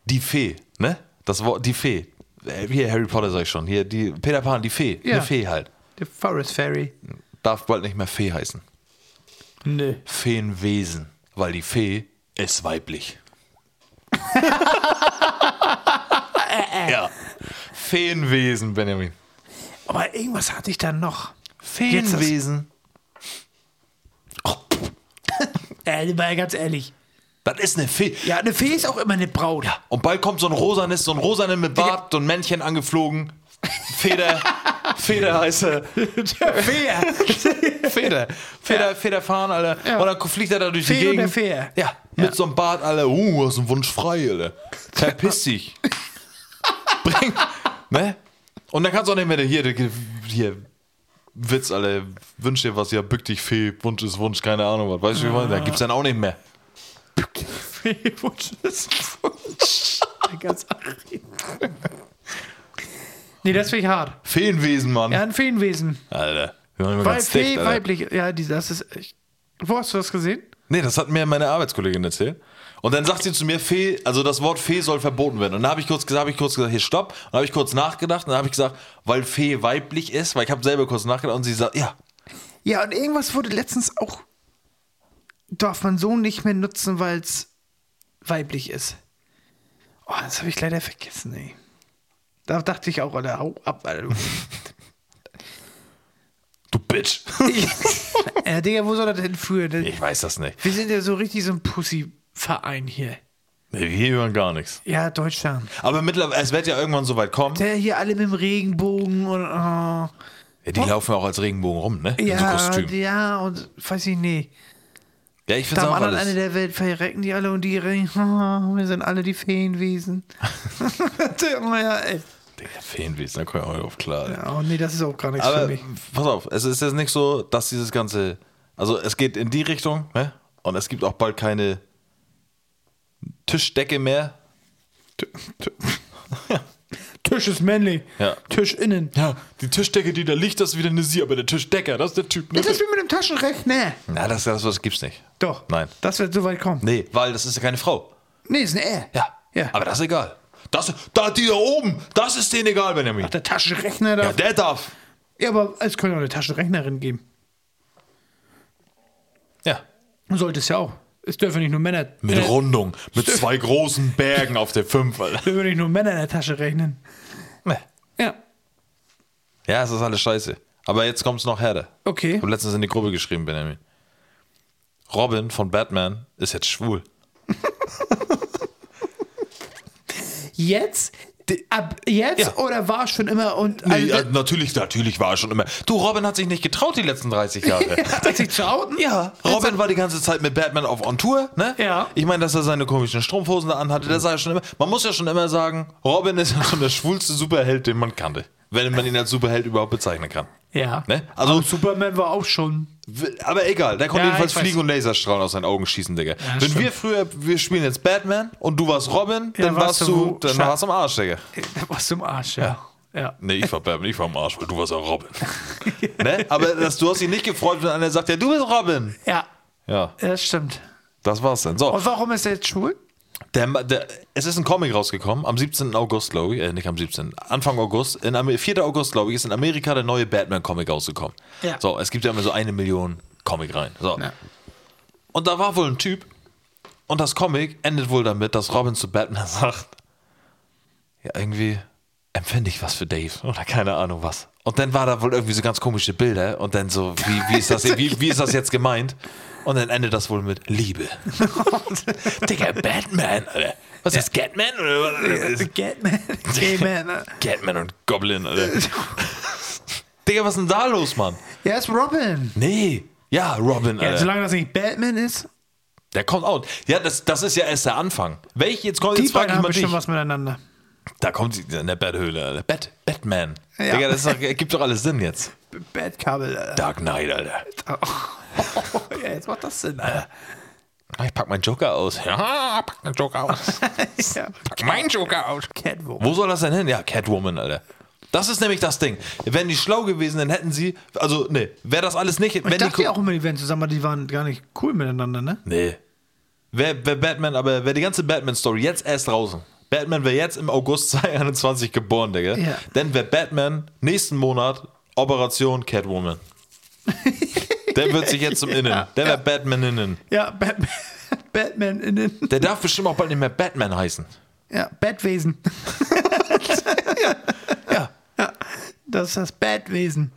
A: die Fee, ne? Das Wort, die Fee. Äh, Hier, Harry Potter sag ich schon. Hier, die, Peter Pan, die Fee.
B: Ja.
A: Eine Fee halt.
B: Der Forest Fairy.
A: darf bald nicht mehr Fee heißen.
B: Nö.
A: Feenwesen, weil die Fee ist weiblich. ja. Feenwesen, Benjamin.
B: Aber irgendwas hatte ich da noch.
A: Feenwesen.
B: Äh, mal ganz ehrlich.
A: Das ist eine Fee.
B: Ja, eine Fee ist auch immer eine Braut. Ja.
A: Und bald kommt so ein rosanes, so ein rosanes mit Bart, so ein Männchen angeflogen. Feder, Feder heißt er.
B: Fee.
A: Feder. Feder, Feder fahren, Alter.
B: Ja.
A: Und dann fliegt er da durch die
B: Fee und
A: Gegend.
B: der Fee.
A: Ja, mit so einem Bart, Alter. Uh, hast einen Wunsch frei, Alter. Verpiss dich. Bring. Ne? Und dann kannst du auch nicht mehr hier, hier, Witz, Alter. Wünsch dir was, ja, bück dich, Fee. Wunsch ist Wunsch, keine Ahnung was. Weißt du, wie ich meine? Da
B: Ah.
A: gibt's dann auch nicht mehr.
B: Feewunsch ist Wunsch. ganz Nee, das finde ich hart.
A: Feenwesen, Mann.
B: Ja, ein Feenwesen.
A: Alter. Wir waren immer
B: Weil
A: ganz
B: Fee,
A: dicht, Alter.
B: weiblich. Ja, die- das ist echt. Wo hast du das gesehen?
A: Nee, das hat mir meine Arbeitskollegin erzählt. Und dann sagt sie zu mir, Fee, also das Wort Fee soll verboten werden. Und da habe ich kurz gesagt, habe ich kurz gesagt, hier stopp. Und dann habe ich kurz nachgedacht und dann habe ich gesagt, weil Fee weiblich ist, weil ich habe selber kurz nachgedacht und sie sagt, ja,
B: Ja, und irgendwas wurde letztens auch. Darf man so nicht mehr nutzen, weil es weiblich ist. Oh, das habe ich leider vergessen, ey. Da dachte ich auch, Alter, hau ab, Alter.
A: du Bitch.
B: äh, Digga, wo soll das hinführen?
A: Ich weiß das nicht.
B: Wir sind ja so richtig so ein Pussy-Verein hier.
A: Nee, wir hören gar nichts.
B: Ja, Deutschland.
A: Aber mittlerweile, es wird ja irgendwann so weit kommen.
B: Der hier alle mit dem Regenbogen und. Oh,
A: Ja, die laufen auch als Regenbogen rum, ne? In so
B: ja,
A: Kostüm.
B: ja, und weiß ich nicht.
A: Ja, ich finde
B: Da
A: es
B: am
A: auch
B: anderen Ende
A: alles.
B: der Welt verrecken die alle und die reden, oh, wir sind alle die Feenwesen. ja, ey.
A: Digga, Feenwesen, da komme ich auch nicht auf klar. Alter.
B: oh nee, das ist auch gar nichts für
A: Aber
B: mich.
A: pass auf, es ist jetzt nicht so, dass dieses ganze, also es geht in die Richtung, ne? Und es gibt auch bald keine Tischdecke mehr.
B: Tisch ist männlich.
A: Ja.
B: Tisch innen.
A: Ja, die Tischdecke, die da liegt, das ist wieder eine Sie, aber der Tischdecker, das ist der Typ. Ne?
B: Ist das wie mit dem Taschenrechner?
A: Na, das, das, das gibt's nicht.
B: Doch.
A: Nein.
B: Das wird so weit kommen.
A: Nee, weil das ist ja keine Frau.
B: Nee, ist ein R.
A: Ja.
B: ja.
A: Aber das ist egal. Das, da, die da oben, das ist denen egal, Benjamin.
B: der Taschenrechner da.
A: Ja, der darf.
B: ja, aber es könnte auch eine Taschenrechnerin geben.
A: Ja.
B: Sollte es ja auch. Es dürfen nicht nur Männer.
A: Mit
B: äh,
A: Rundung, mit zwei großen Bergen auf der 5.
B: dürfen nicht nur Männer in der Tasche rechnen. Ja.
A: Ja, es ist alles scheiße. Aber jetzt kommt's noch härter.
B: Okay.
A: Ich habe letztens in die Gruppe geschrieben, Benjamin. Robin von Batman ist jetzt schwul.
B: Jetzt? Ab jetzt
A: Ja.
B: oder war schon immer und
A: Nee,
B: also,
A: äh, natürlich, natürlich war er schon immer. Du, Robin hat sich nicht getraut die letzten 30 Jahre.
B: als ich trauten?
A: Ja, Robin war die ganze Zeit mit Batman auf on Tour, ne?
B: Ja.
A: Ich meine, dass er seine komischen Strumpfhosen da anhatte, das sah ja schon immer. Man muss ja schon immer sagen, Robin ist ja schon der schwulste Superheld, den man kannte. Wenn man ihn als Superheld überhaupt bezeichnen kann.
B: Ja.
A: Ne? Also,
B: Superman war auch schon.
A: W- Aber egal, der konnte
B: Ja,
A: jedenfalls
B: ich weiß.
A: fliegen und Laserstrahlen aus seinen Augen schießen, Digga. Wenn
B: stimmt.
A: wir früher, wir spielen jetzt Batman und du warst Robin,
B: Ja,
A: dann warst
B: warst
A: du,
B: du-
A: dann
B: Scha-
A: warst du am Arsch, Digga.
B: Da warst du im Arsch, ja. Ja.
A: Nee, ich war Batman, ich war am Arsch, weil du warst auch Robin. ne? Aber das, du hast dich nicht gefreut, wenn einer sagt, ja, du bist Robin.
B: Ja,
A: Ja,
B: das stimmt.
A: das war's dann. So,
B: Und warum ist er jetzt schwul?
A: der, der, es ist ein Comic rausgekommen, am 17. August, glaube ich, äh, nicht am 17., Anfang August, in, Amer- 4. August, glaube ich, ist in Amerika der neue Batman-Comic rausgekommen.
B: Ja.
A: So, es gibt ja immer so eine Million Comic rein. So.
B: Ja.
A: Und da war wohl ein Typ. Und das Comic endet wohl damit, dass Robin zu Batman sagt: Ja, irgendwie empfinde ich was für Dave
B: Oh.
A: oder keine Ahnung was. Und dann war da wohl irgendwie so ganz komische Bilder und dann so, wie, wie, ist, das, wie, wie ist das jetzt gemeint? Und dann endet das wohl mit Liebe. Digga, Batman, Alter. Was ist das, Catman? Oder was?
B: Gayman. Gayman.
A: Catman und Goblin, Alter. Digga, was ist denn da los, Mann?
B: Er ist Robin.
A: Nee. Ja, Robin,
B: Ja,
A: Alter.
B: solange das nicht Batman ist,
A: Der kommt out. Ja, das, das ist ja erst der Anfang. Welch, jetzt kommt,
B: die
A: jetzt frag
B: beiden
A: ich
B: haben
A: mal dich.
B: bestimmt was miteinander.
A: Da kommt sie in der Betthöhle, Alter. Bat, Batman.
B: Ja.
A: Digga, das ist doch, ergibt doch alles Sinn jetzt.
B: Bettkabel, Alter.
A: Dark Knight, Alter.
B: Oh, ja, jetzt macht das Sinn, Alter.
A: Ah, Ich pack meinen Joker aus. Ja, pack meinen Joker aus.
B: Ja.
A: Pack meinen Joker aus.
B: Catwoman.
A: Wo soll das denn hin? Ja, Catwoman, Alter. Das ist nämlich das Ding. Wären die schlau gewesen, dann hätten sie. Also, nee, wäre das alles nicht. Wenn
B: Ich dachte
A: die,
B: ja auch immer, die wären zusammen, aber die waren gar nicht cool miteinander, ne?
A: Nee. Wer, wer Batman, aber wer die ganze Batman-Story jetzt erst draußen. Batman wäre jetzt im August 2021 geboren, Digga.
B: Ja.
A: Dann wäre Batman nächsten Monat Operation Catwoman. Der wird sich jetzt zum Innen. Der wäre Batman Innen.
B: Ja, Batman, Batman in den.
A: Der darf bestimmt auch bald nicht mehr Batman heißen.
B: Ja, Batwesen.
A: Ja.
B: Das ist das Batwesen.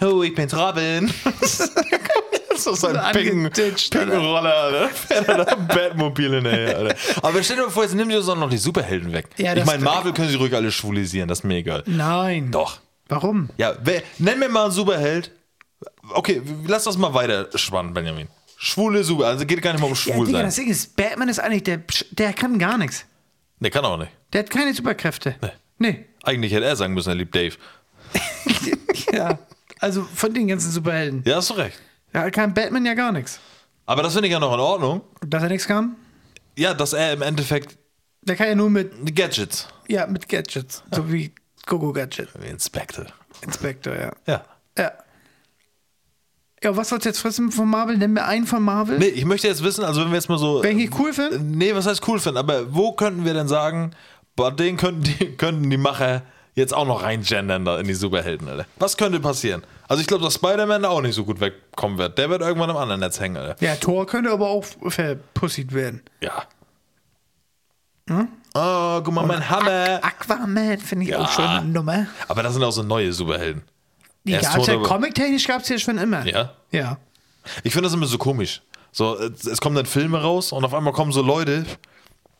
A: Oh, ich bin's Robin. Das ist so ein pinken,
B: Angeditscht,
A: pinken
B: Alter.
A: Roller, Alter. Fährt er da ein Batmobil hinterher, Alter. Aber stell dir mal vor, jetzt nimmt ihr doch noch die Superhelden weg.
B: Ja,
A: ich
B: das-
A: meine, Marvel können sie ruhig alle schwulisieren, das ist mir egal.
B: Nein.
A: Doch.
B: Warum?
A: Ja, wer, nenn mir mal einen Superheld. Okay, lass das mal weiter spannen, Benjamin. Schwule Super, also geht gar nicht mal um
B: Ja,
A: schwul
B: Digga, das
A: sein.
B: Ding ist, Batman ist eigentlich, der, der kann gar nichts.
A: Nee, kann auch nicht.
B: Der hat keine Superkräfte. Nee.
A: Eigentlich hätte er sagen müssen, er liebt Dave.
B: Ja. Also von den ganzen Superhelden.
A: Ja, hast du recht.
B: Ja, kann Batman ja gar nichts.
A: Aber das finde ich ja noch in Ordnung.
B: Dass er nichts kann?
A: Ja, dass er im Endeffekt
B: Der kann ja nur mit,
A: Gadgets.
B: ja, mit Gadgets. So wie Gogo Gadget.
A: Wie Inspector.
B: Inspector, ja.
A: Ja.
B: Ja. Ja, was soll's jetzt fressen von Marvel? Nenn mir einen von Marvel.
A: Nee, ich möchte jetzt wissen, also wenn wir jetzt mal so. äh,
B: Welchen ich cool finde?
A: Nee, was heißt cool finden? Aber wo könnten wir denn sagen, bei denen könnten die, könnten die Macher jetzt auch noch reingendern da in die Superhelden, Alter? Was könnte passieren? Also ich glaube, dass Spider-Man da auch nicht so gut wegkommen wird. Der wird irgendwann am anderen Netz hängen, Alter.
B: Ja, Thor könnte aber auch verpussied werden.
A: Ja. Oh, guck mal, mein Hammer.
B: Aquaman finde ich
A: Ja.
B: auch schon eine Nummer.
A: Aber das sind auch so neue Superhelden.
B: Die
A: Er ist
B: gab's
A: tot,
B: ja,
A: aber-
B: comic-technisch gab es ja schon immer.
A: Ja?
B: Ja.
A: Ich finde das immer so komisch. So, es es kommen dann Filme raus und auf einmal kommen so Leute,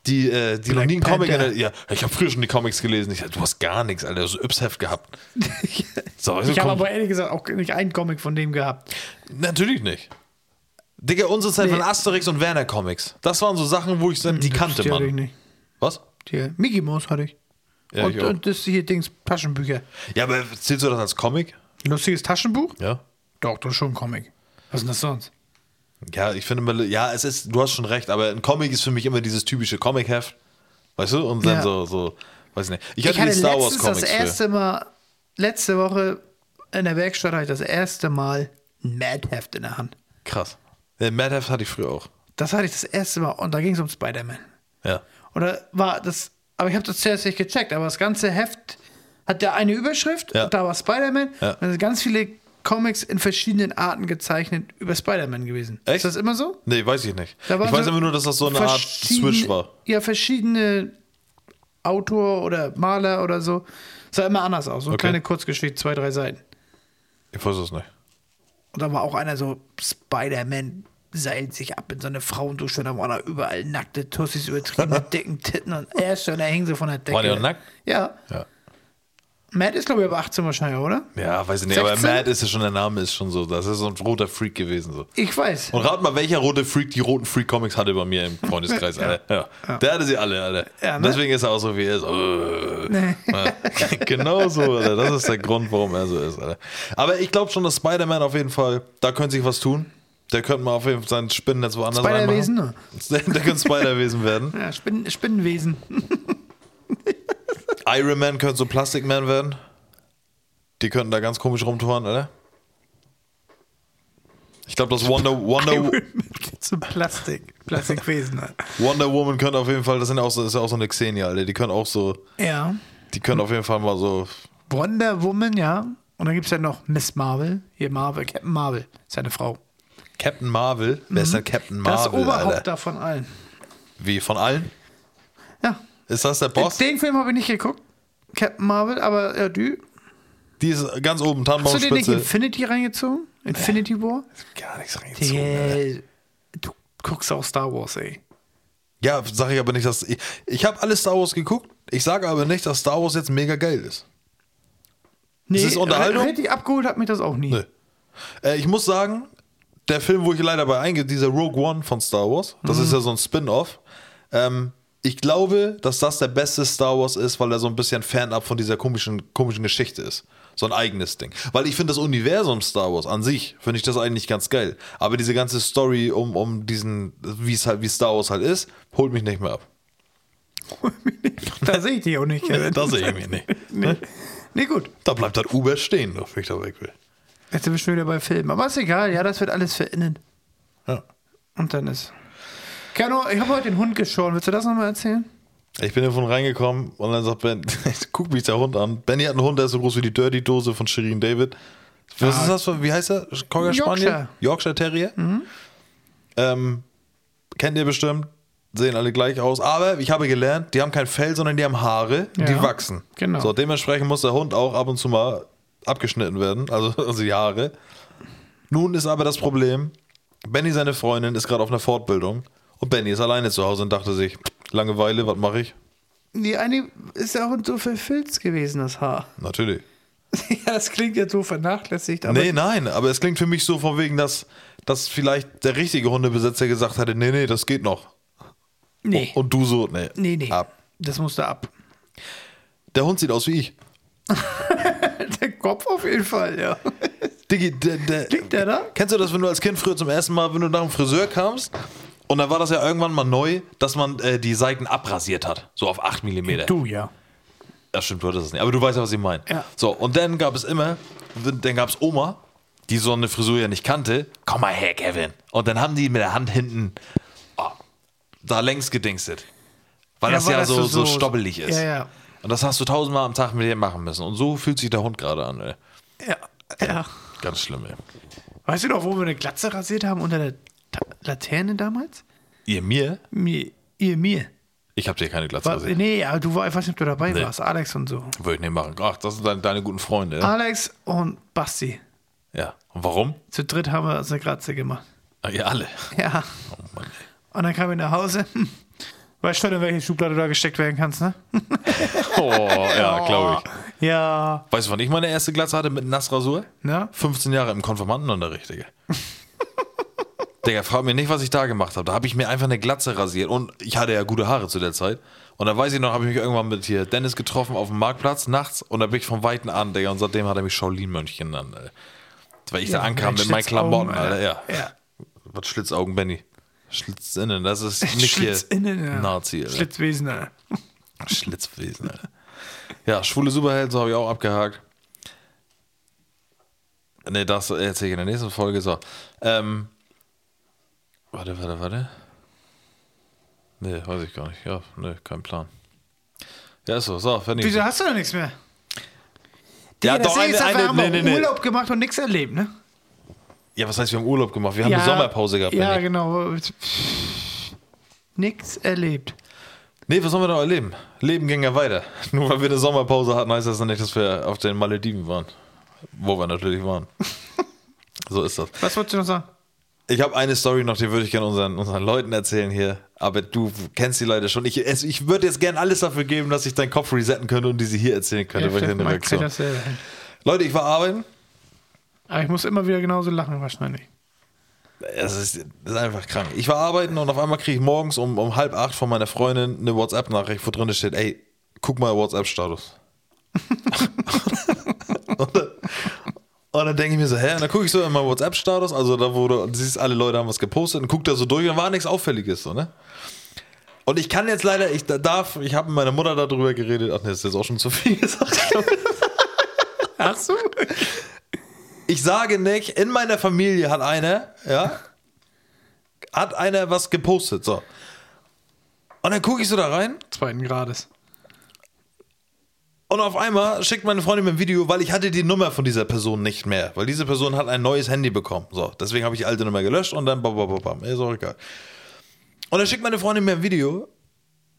A: die, äh, die noch
B: Black
A: nie einen Comic. In
B: Panther.
A: der, ja, ich habe früher schon die Comics gelesen. Ich dachte, du hast gar nichts, Alter. Du hast so Yps-Heft gehabt. So, also
B: Ich habe
A: komm-
B: aber ehrlich gesagt auch nicht einen Comic von dem gehabt.
A: Natürlich nicht. Digga, unsere Zeit
B: Nee.
A: waren Asterix und Werner Comics. Das waren so Sachen, wo ich dann, die kannte
B: Die hatte ich
A: man.
B: nicht.
A: Was?
B: Die Mickey Mouse hatte ich.
A: Ja,
B: und,
A: ich auch.
B: und das hier Dings Taschenbücher.
A: ja, aber zählst du das als Comic?
B: Lustiges Taschenbuch?
A: Ja.
B: Doch, das ist schon ein Comic. Was ist denn das sonst?
A: Ja, ich finde mal, ja, es ist, du hast schon recht, aber ein Comic ist für mich immer dieses typische Comic-Heft. Weißt du? Und dann
B: Ja.
A: so, so, weiß nicht. Ich
B: Ich
A: hatte,
B: hatte
A: die Star Wars
B: letztens
A: Comics.
B: das
A: früher.
B: erste Mal, letzte Woche in der Werkstatt hatte ich das erste Mal ein Mad-Heft in der Hand.
A: Krass. Äh, Mad Heft hatte ich früher auch.
B: Das hatte ich das erste Mal und da ging es um Spider-Man.
A: Ja.
B: Oder war das, aber ich habe das zuerst nicht gecheckt, aber das ganze Heft hat ja eine Überschrift,
A: Ja.
B: und da war Spider-Man.
A: Ja.
B: Und da sind ganz viele Comics in verschiedenen Arten gezeichnet über Spider-Man gewesen.
A: Echt?
B: Ist das immer so?
A: Nee, weiß ich nicht. Ich
B: Da waren
A: weiß
B: so
A: immer nur, dass das so eine Art
B: verschiedene-
A: Switch war.
B: Ja, verschiedene Autor oder Maler oder so. Sah immer anders aus. So eine
A: Okay.
B: kleine Kurzgeschichte, zwei, drei Seiten.
A: Ich weiß es nicht.
B: Und da war auch einer so, Spider-Man seilt sich ab in so eine Frauendusche, und da waren da überall nackte Tussis, übertriebene dicken Titten und Ärsche und da hingen sie von der Decke.
A: Waren die auch nackt?
B: Ja.
A: Ja.
B: Matt ist, glaube ich, ab 18 wahrscheinlich, oder?
A: Ja, weiß ich nicht. Aber
B: 16?
A: Mad ist ja schon, der Name ist schon so. Das ist so ein roter Freak gewesen. So.
B: Ich weiß.
A: Und rat mal, welcher rote Freak die roten Freak-Comics hatte bei mir im Freundeskreis, Alter. Ja. Der hatte sie alle, Alter.
B: Ja,
A: Und
B: ne?
A: Deswegen ist er auch so, wie er ist. Ja. genau so, Alter. Das ist der Grund, warum er so ist, Alter. Aber ich glaube schon, dass Spider-Man auf jeden Fall, da könnte sich was tun. Der könnte mal auf jeden Fall sein Spinnennetz woanders
B: Spiderwesen, ne?
A: reinmachen. Der könnte Spider-Wesen werden.
B: Ja, Spinnen, Spinnenwesen.
A: Iron Man könnte so Plastic Man werden. Die könnten da ganz komisch rumtouren, Alter. Ich glaube, das Wonder, Wonder,
B: Zu Plastik. Plastikwesen.
A: Wonder Woman könnte auf jeden Fall, das sind ja auch so, das ist ja auch so eine Xenia, Alter. Die können auch so,
B: ja.
A: die können auf jeden Fall mal so.
B: Wonder Woman, ja. Und dann gibt es ja noch Miss Marvel. Hier Marvel, Captain Marvel. Ist ja eine Frau.
A: Captain Marvel, wer ist denn Captain
B: Mhm. Das
A: Marvel,
B: Oberhaupt
A: Alter?
B: da von allen.
A: Wie, von allen?
B: Ja.
A: Ist das der Boss?
B: Den Film habe ich nicht geguckt. Captain Marvel, aber ja, du.
A: Die ist ganz oben,
B: Hast du dir nicht
A: Tannenbaumspitze.
B: Infinity reingezogen? Infinity War?
A: Gar nichts reingezogen, Alter.
B: Yeah. Du guckst auch Star Wars, ey.
A: Ja, sage ich aber nicht, dass. Ich, ich habe alles Star Wars geguckt. Ich sage aber nicht, dass Star Wars jetzt mega geil ist. Nee, ist es Unterhaltung?
B: Richtig abgeholt hat mich das auch nie.
A: Nö. Äh, ich muss sagen, der Film, wo ich leider bei eingehe, dieser Rogue One von Star Wars, das ist ja so ein Spin-off. Ähm, ich glaube, dass das der beste Star Wars ist, weil er so ein bisschen Fan-up von dieser komischen, komischen Geschichte ist. So ein eigenes Ding. Weil ich finde das Universum Star Wars an sich, finde ich das eigentlich ganz geil. Aber diese ganze Story um, um diesen, wie es halt, wie Star Wars halt ist, holt mich nicht mehr ab.
B: Da sehe ich dich auch nicht.
A: Nee, da sehe ich mich nicht.
B: Nee. nee, gut.
A: Da bleibt halt Uber stehen, wenn ich da weg will.
B: Jetzt sind wir schon wieder bei Filmen. Aber ist egal, ja, das wird alles verinnert.
A: Ja.
B: Und dann ist. Kano, ich habe heute den Hund geschoren. Willst du das nochmal erzählen?
A: Ich bin davon reingekommen und dann sagt Ben, guck mich der Hund an. Benny hat einen Hund, der ist so groß wie die Dirty Dose von Shirin David. Was ist das für, wie heißt er? Cocker Spaniel?
B: Yorkshire. Mhm.
A: Yorkshire Terrier. Ähm, kennt ihr bestimmt, sehen alle gleich aus. Aber ich habe gelernt, die haben kein Fell, sondern die haben Haare,
B: Ja.
A: die wachsen.
B: Genau.
A: So, dementsprechend muss der Hund auch ab und zu mal abgeschnitten werden, also, also die Haare. Nun ist aber das Problem, Benny, seine Freundin, ist gerade auf einer Fortbildung und Benny ist alleine zu Hause und dachte sich, Langeweile, was mache ich?
B: Die eine ist der Hund so verfilzt gewesen, das Haar.
A: Natürlich.
B: ja, das klingt jetzt so vernachlässigt, aber.
A: nee, nein, aber es klingt für mich so von wegen, dass, dass vielleicht der richtige Hundebesitzer gesagt hatte, nee, nee, das geht noch.
B: nee.
A: Und du so, nee.
B: nee, nee.
A: Ab.
B: Das musste ab.
A: Der Hund sieht aus wie ich.
B: Der Kopf auf jeden Fall, ja.
A: Diggi, der, der,
B: Liegt der da?
A: Kennst du das, wenn du als Kind früher zum ersten Mal, wenn du nach dem Friseur kamst und dann war das ja irgendwann mal neu, dass man äh, die Seiten abrasiert hat, so auf 8 mm.
B: Du ja.
A: Ja, stimmt, du hattest es nicht. Aber du weißt ja, was ich meine.
B: Ja.
A: So, und dann gab es immer, dann gab es Oma, die so eine Frisur ja nicht kannte. Komm mal her, Kevin. Und dann haben die mit der Hand hinten oh, da längs gedingstet. Weil
B: Ja,
A: das
B: weil
A: ja
B: das
A: so,
B: so-
A: so
B: so-
A: stoppelig ist.
B: Ja, ja.
A: Und das hast du tausendmal am Tag mit dir machen müssen. Und so fühlt sich der Hund gerade an, ey.
B: Ja. Ja.
A: Ganz schlimm, ey.
B: Weißt du noch, wo wir eine Glatze rasiert haben unter der Ta Laterne damals?
A: Ihr mir?
B: Mir, ihr mir.
A: Ich hab dir keine Glatze
B: War,
A: gesehen.
B: nee, aber du warst, ich weiß nicht, ob du dabei
A: Nee.
B: warst, Alex und so.
A: Würde ich nicht machen. Ach, das sind deine, deine guten Freunde. ja?
B: Alex und Basti.
A: Ja. Und warum?
B: Zu dritt haben wir uns eine Glatze gemacht.
A: Ah, Ihr alle.
B: Ja.
A: Oh Mann, ey.
B: Und dann kam ich nach Hause. Hm. Weißt schon, in welche Schublade du da gesteckt werden kannst, ne?
A: Oh, ja, glaube ich.
B: Ja.
A: Weißt du, wann ich meine erste Glatze hatte mit Nassrasur?
B: Na?
A: 15 Jahre im Konfirmandenunterricht, Digga. Digga, frag mir nicht, was ich da gemacht habe. Da habe ich mir einfach eine Glatze rasiert und ich hatte ja gute Haare zu der Zeit. Und da weiß ich noch, habe ich mich irgendwann mit hier Dennis getroffen auf dem Marktplatz nachts und da bin ich von Weitem an, Digga. Und seitdem hat er mich Shaolin-Mönch genannt, ey. Weil ich da ankam mit meinen Klamotten, Alter, ja.
B: um, ja.
A: Was Schlitzaugen, Benny? Schlitzinnen, das ist nicht hier
B: Schlitzinnen, ja.
A: Nazi, Alter.
B: Schlitzwesen, Alter.
A: Schlitzwesen, Alter. Ja, schwule Superhelden, so habe ich auch abgehakt. Ne, das erzähle ich in der nächsten Folge. So. Ähm, warte, warte, warte. Ne, weiß ich gar nicht. Ja, ne, kein Plan. Ja, ist so. So, Fanny.
B: Wieso hast du da nichts mehr?
A: Ja,
B: das
A: doch,
B: Ding
A: eine,
B: ist, dass
A: eine,
B: wir
A: nee,
B: haben
A: nee, nee.
B: Urlaub gemacht und nichts erlebt, ne?
A: Ja, was heißt, wir haben Urlaub gemacht? Wir haben eine Sommerpause gehabt.
B: Ja,
A: Benny.
B: genau. Nix erlebt.
A: Nee, was sollen wir noch erleben? Leben ging ja weiter. Nur weil wir eine Sommerpause hatten, heißt das ja nicht, dass wir auf den Malediven waren. Wo wir natürlich waren. so ist das.
B: Was wolltest du noch sagen?
A: Ich habe eine Story noch, die würde ich gerne unseren, unseren Leuten erzählen hier. Aber du kennst die leider schon. Ich, es, ich würde jetzt gerne alles dafür geben, dass ich deinen Kopf resetten könnte und die sie hier erzählen könnte. weil ich
B: Steffen,
A: eine
B: man kriegt
A: Reaktion.
B: das selber hin.
A: Leute, ich war arbeiten.
B: Aber ich muss immer wieder genauso lachen wahrscheinlich.
A: Es ist, das ist einfach krank. Ich war arbeiten und auf einmal kriege ich morgens um, um halb acht von meiner Freundin eine WhatsApp-Nachricht, wo drin steht, ey, guck mal WhatsApp-Status. und dann, und dann denke ich mir so, hä? Und dann gucke ich so in meinen WhatsApp-Status, also da wurde, du siehst, alle Leute haben was gepostet und guck da so durch und war nichts Auffälliges, so, ne? Und ich kann jetzt leider, ich da- darf, ich habe mit meiner Mutter darüber geredet, ach ne, ist jetzt auch schon zu viel gesagt.
B: Ach so.
A: Ich sage nicht, in meiner Familie hat einer, ja, hat einer was gepostet, so. Und dann gucke ich so da rein
B: Zweiten Grades.
A: und auf einmal schickt meine Freundin mir ein Video, weil ich hatte die Nummer von dieser Person nicht mehr, weil diese Person hat ein neues Handy bekommen, so. Deswegen habe ich die alte Nummer gelöscht und dann bam, bam, bam, bam, ist auch egal. Und dann schickt meine Freundin mir ein Video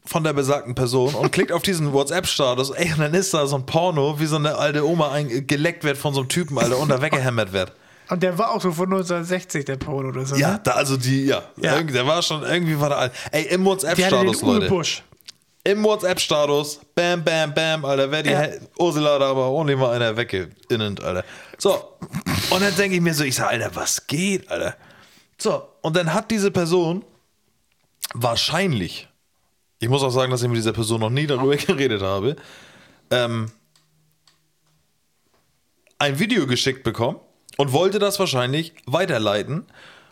A: von der besagten Person und klickt auf diesen WhatsApp-Status, ey, und dann ist da so ein Porno, wie so eine alte Oma ein, geleckt wird von so einem Typen, Alter, und da weggehämmert wird.
B: Und der war auch so von 1960, der Paul oder so.
A: Ja,
B: ne?
A: da, also die, ja.
B: Ja.
A: Irgendwie, der war schon, irgendwie war da. Ey, im
B: Der hatte den
A: WhatsApp-Status,
B: Uwe
A: Leute.
B: Busch.
A: Im WhatsApp-Status. Bam, bam, bam, Alter. Wer die
B: Ja.
A: Hel- Ursula da aber ordentlich mal einer weggeinnend, Alter. So. Und dann denke ich mir so, ich sag, Alter, was geht, Alter? So. Und dann hat diese Person wahrscheinlich, ich muss auch sagen, dass ich mit dieser Person noch nie darüber geredet habe, ähm, ein Video geschickt bekommen und wollte das wahrscheinlich weiterleiten,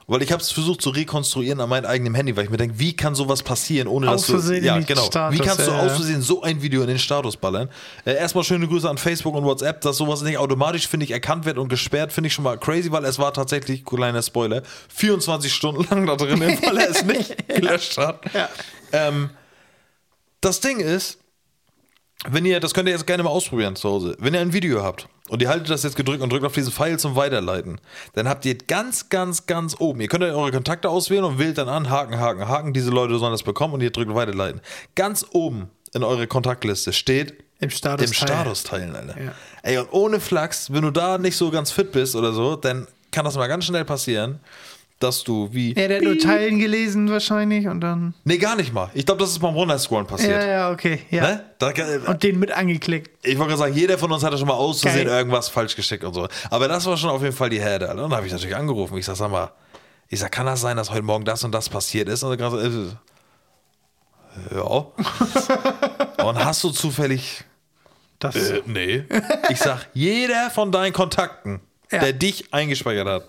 A: weil ich habe es versucht zu rekonstruieren an meinem eigenen Handy, weil ich mir denke, wie kann sowas passieren, ohne dass
B: Aus
A: du
B: Versehen
A: ja
B: in den
A: genau,
B: Status,
A: wie kannst du
B: ja,
A: aus
B: ja.
A: Versehen so ein Video in den Status ballern? Äh, erstmal schöne Grüße an Facebook und WhatsApp, dass sowas nicht automatisch finde ich erkannt wird und gesperrt, finde ich schon mal crazy, weil es war tatsächlich kleiner Spoiler 24 Stunden lang da drin, weil er es nicht gelöscht hat.
B: Ja.
A: Ähm, das Ding ist, wenn ihr, das könnt ihr jetzt gerne mal ausprobieren zu Hause, wenn ihr ein Video habt und ihr haltet das jetzt gedrückt und drückt auf diesen Pfeil zum Weiterleiten, dann habt ihr ganz, ganz, ganz oben, ihr könnt dann eure Kontakte auswählen und wählt dann an, Haken, Haken, Haken, diese Leute sollen das bekommen und ihr drückt Weiterleiten. Ganz oben in eure Kontaktliste steht
B: Im Status.
A: im Status teilen, Alter.
B: Ja.
A: Ey, und ohne Flachs, wenn du da nicht so ganz fit bist oder so, dann kann das mal ganz schnell passieren, dass du wie.
B: Ja, der hat nur Teilen gelesen wahrscheinlich und dann.
A: Nee, gar nicht mal. Ich glaube, das ist beim Runterscrollen passiert.
B: Ja, ja, okay. Ja.
A: Ne? Da, kann-
B: Und den mit angeklickt.
A: ich wollte gerade sagen, jeder von uns hatte schon mal auszusehen
B: Geil.
A: irgendwas falsch geschickt und so. Aber das war schon auf jeden Fall die Herde. Alter. Und dann habe ich natürlich angerufen. Ich sag, sag mal, ich sag, kann das sein, dass heute Morgen das und das passiert ist? Und dann gerade so, äh, ja. und hast du zufällig
B: Das
A: Äh, nee. Ich sag, jeder von deinen Kontakten,
B: Ja.
A: der dich eingespeichert hat,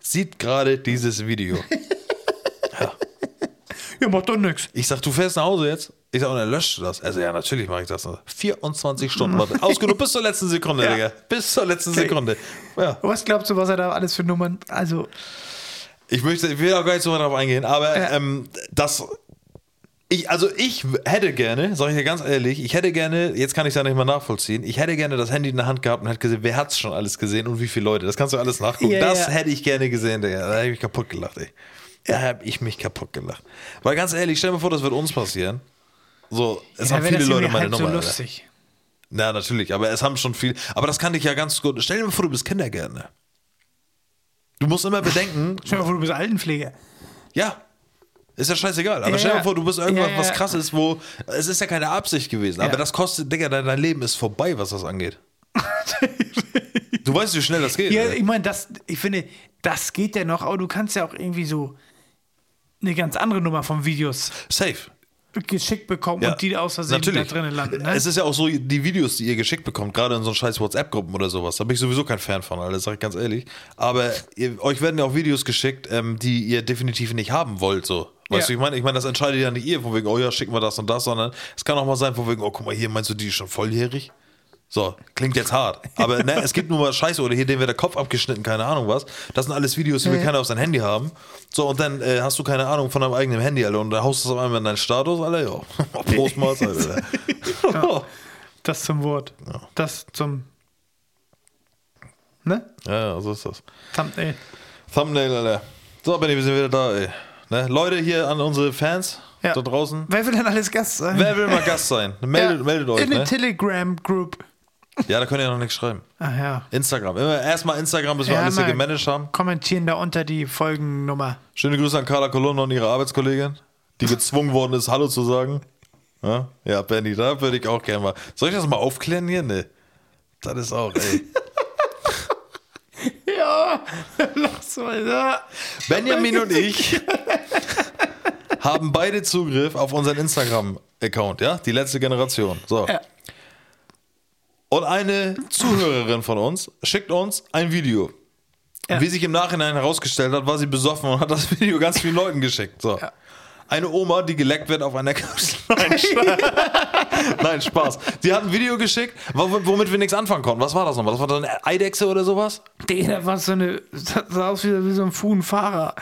A: sieht gerade dieses Video.
B: ja, macht doch nix.
A: Ich sag, du fährst nach Hause jetzt? Ich sag, und dann löscht du das. Also ja, natürlich mache ich das. 24 Stunden, warte. Ausgenutzt bis zur letzten Sekunde,
B: Ja.
A: Digga. Bis zur letzten
B: Okay.
A: Sekunde. Ja.
B: Was glaubst du, was er da alles für Nummern? Also,
A: Ich möchte, ich will auch gar nicht so weit darauf eingehen, aber
B: Ja.
A: ähm, das. Ich, also ich w- hätte gerne, sage ich dir ganz ehrlich, ich hätte gerne, jetzt kann ich es ja nicht mal nachvollziehen, ich hätte gerne das Handy in der Hand gehabt und hätte gesehen, wer hat es schon alles gesehen und wie viele Leute. Das kannst du alles nachgucken.
B: Ja,
A: das
B: ja.
A: hätte ich gerne gesehen, Digga. Da habe ich mich kaputt gelacht, ey. Da habe ich mich kaputt gelacht. Weil ganz ehrlich, stell dir mal vor, das wird uns passieren. So, es
B: da
A: haben
B: wär
A: viele
B: das
A: Leute
B: irgendwie
A: meine
B: halb
A: Nummer.
B: So
A: Alter.
B: lustig.
A: Na, natürlich, aber es haben schon viel. Aber das kann ich ja ganz gut. Stell dir mal vor, du bist Kindergärtner. Du musst immer bedenken,
B: Stell dir mal vor, du bist Altenpfleger.
A: ja. Ist ja scheißegal. Aber
B: Ja,
A: stell dir
B: ja.
A: mal vor, du bist irgendwas
B: Ja, ja.
A: was krasses, wo. Es ist ja keine Absicht gewesen. Aber
B: Ja.
A: das kostet, Digga, dein, dein Leben ist vorbei, was das angeht. Du weißt, wie schnell das geht.
B: Ja,
A: ne?
B: ich meine, das, ich finde, das geht ja noch, aber du kannst ja auch irgendwie so eine ganz andere Nummer von Videos
A: Safe.
B: geschickt bekommen
A: Ja,
B: und die aus Versehen
A: natürlich.
B: da drinnen landen. Ne?
A: Es ist ja auch so, die Videos, die ihr geschickt bekommt, gerade in so scheiß WhatsApp-Gruppen oder sowas, da bin ich sowieso kein Fan von, Alter, sag ich ganz ehrlich. Aber ihr, euch werden ja auch Videos geschickt, ähm, die ihr definitiv nicht haben wollt, so. Weißt du,
B: Ja.
A: ich meine, ich meine, das entscheidet ja nicht ihr, von wegen, oh ja, schicken wir das und das, sondern es kann auch mal sein, von wegen, oh, guck mal, hier meinst du, die ist schon volljährig? So, klingt jetzt hart. Aber ne, es gibt nur mal Scheiße oder hier, dem wird der Kopf abgeschnitten, keine Ahnung was. Das sind alles Videos, die will keiner auf sein Handy haben. So, und dann äh, hast du keine Ahnung von deinem eigenen Handy, Alter. Und dann haust du es auf einmal in deinen Status, Alter. Ja, Prost, Mahlzeit, Alter.
B: das zum Wort. Das zum. Ne?
A: Ja, ja, so ist das.
B: Thumbnail.
A: Thumbnail, Alter. So, Benny, wir sind wieder da, ey. Ne? Leute hier an unsere Fans
B: Ja.
A: da draußen.
B: Wer will denn alles Gast sein?
A: Wer will mal Gast sein? Meldet,
B: Ja,
A: meldet euch,
B: In den
A: ne?
B: Telegram-Group.
A: Ja, da könnt ihr noch nichts schreiben.
B: Ach ja.
A: Instagram. Immer erstmal Instagram, bis wir
B: Ja,
A: alles hier
B: mal-
A: gemanagt haben.
B: Kommentieren da unter die Folgennummer.
A: Schöne Grüße an Carla Colonna und ihre Arbeitskollegin, die gezwungen worden ist, Hallo zu sagen. Ja, ja Benny, da würde ich auch gerne mal. Soll ich das mal aufklären hier? Ne. Das ist auch, ey.
B: Ja, lass mal da.
A: Benjamin und ich haben beide Zugriff auf unseren Instagram-Account, ja? Die letzte Generation. So.
B: Ja.
A: Und eine Zuhörerin von uns schickt uns ein Video.
B: Ja.
A: Wie sich im Nachhinein herausgestellt hat, war sie besoffen und hat das Video ganz vielen Leuten geschickt. So. Eine Oma, die geleckt wird auf einer Couch. Nein, Spaß. Nein, Spaß. Sie hat ein Video geschickt, wo- womit wir nichts anfangen konnten. Was war das nochmal? Das war dann eine Eidechse oder sowas?
B: Der war so eine. Das sah aus wie, wie so ein Fuhrenfahrer.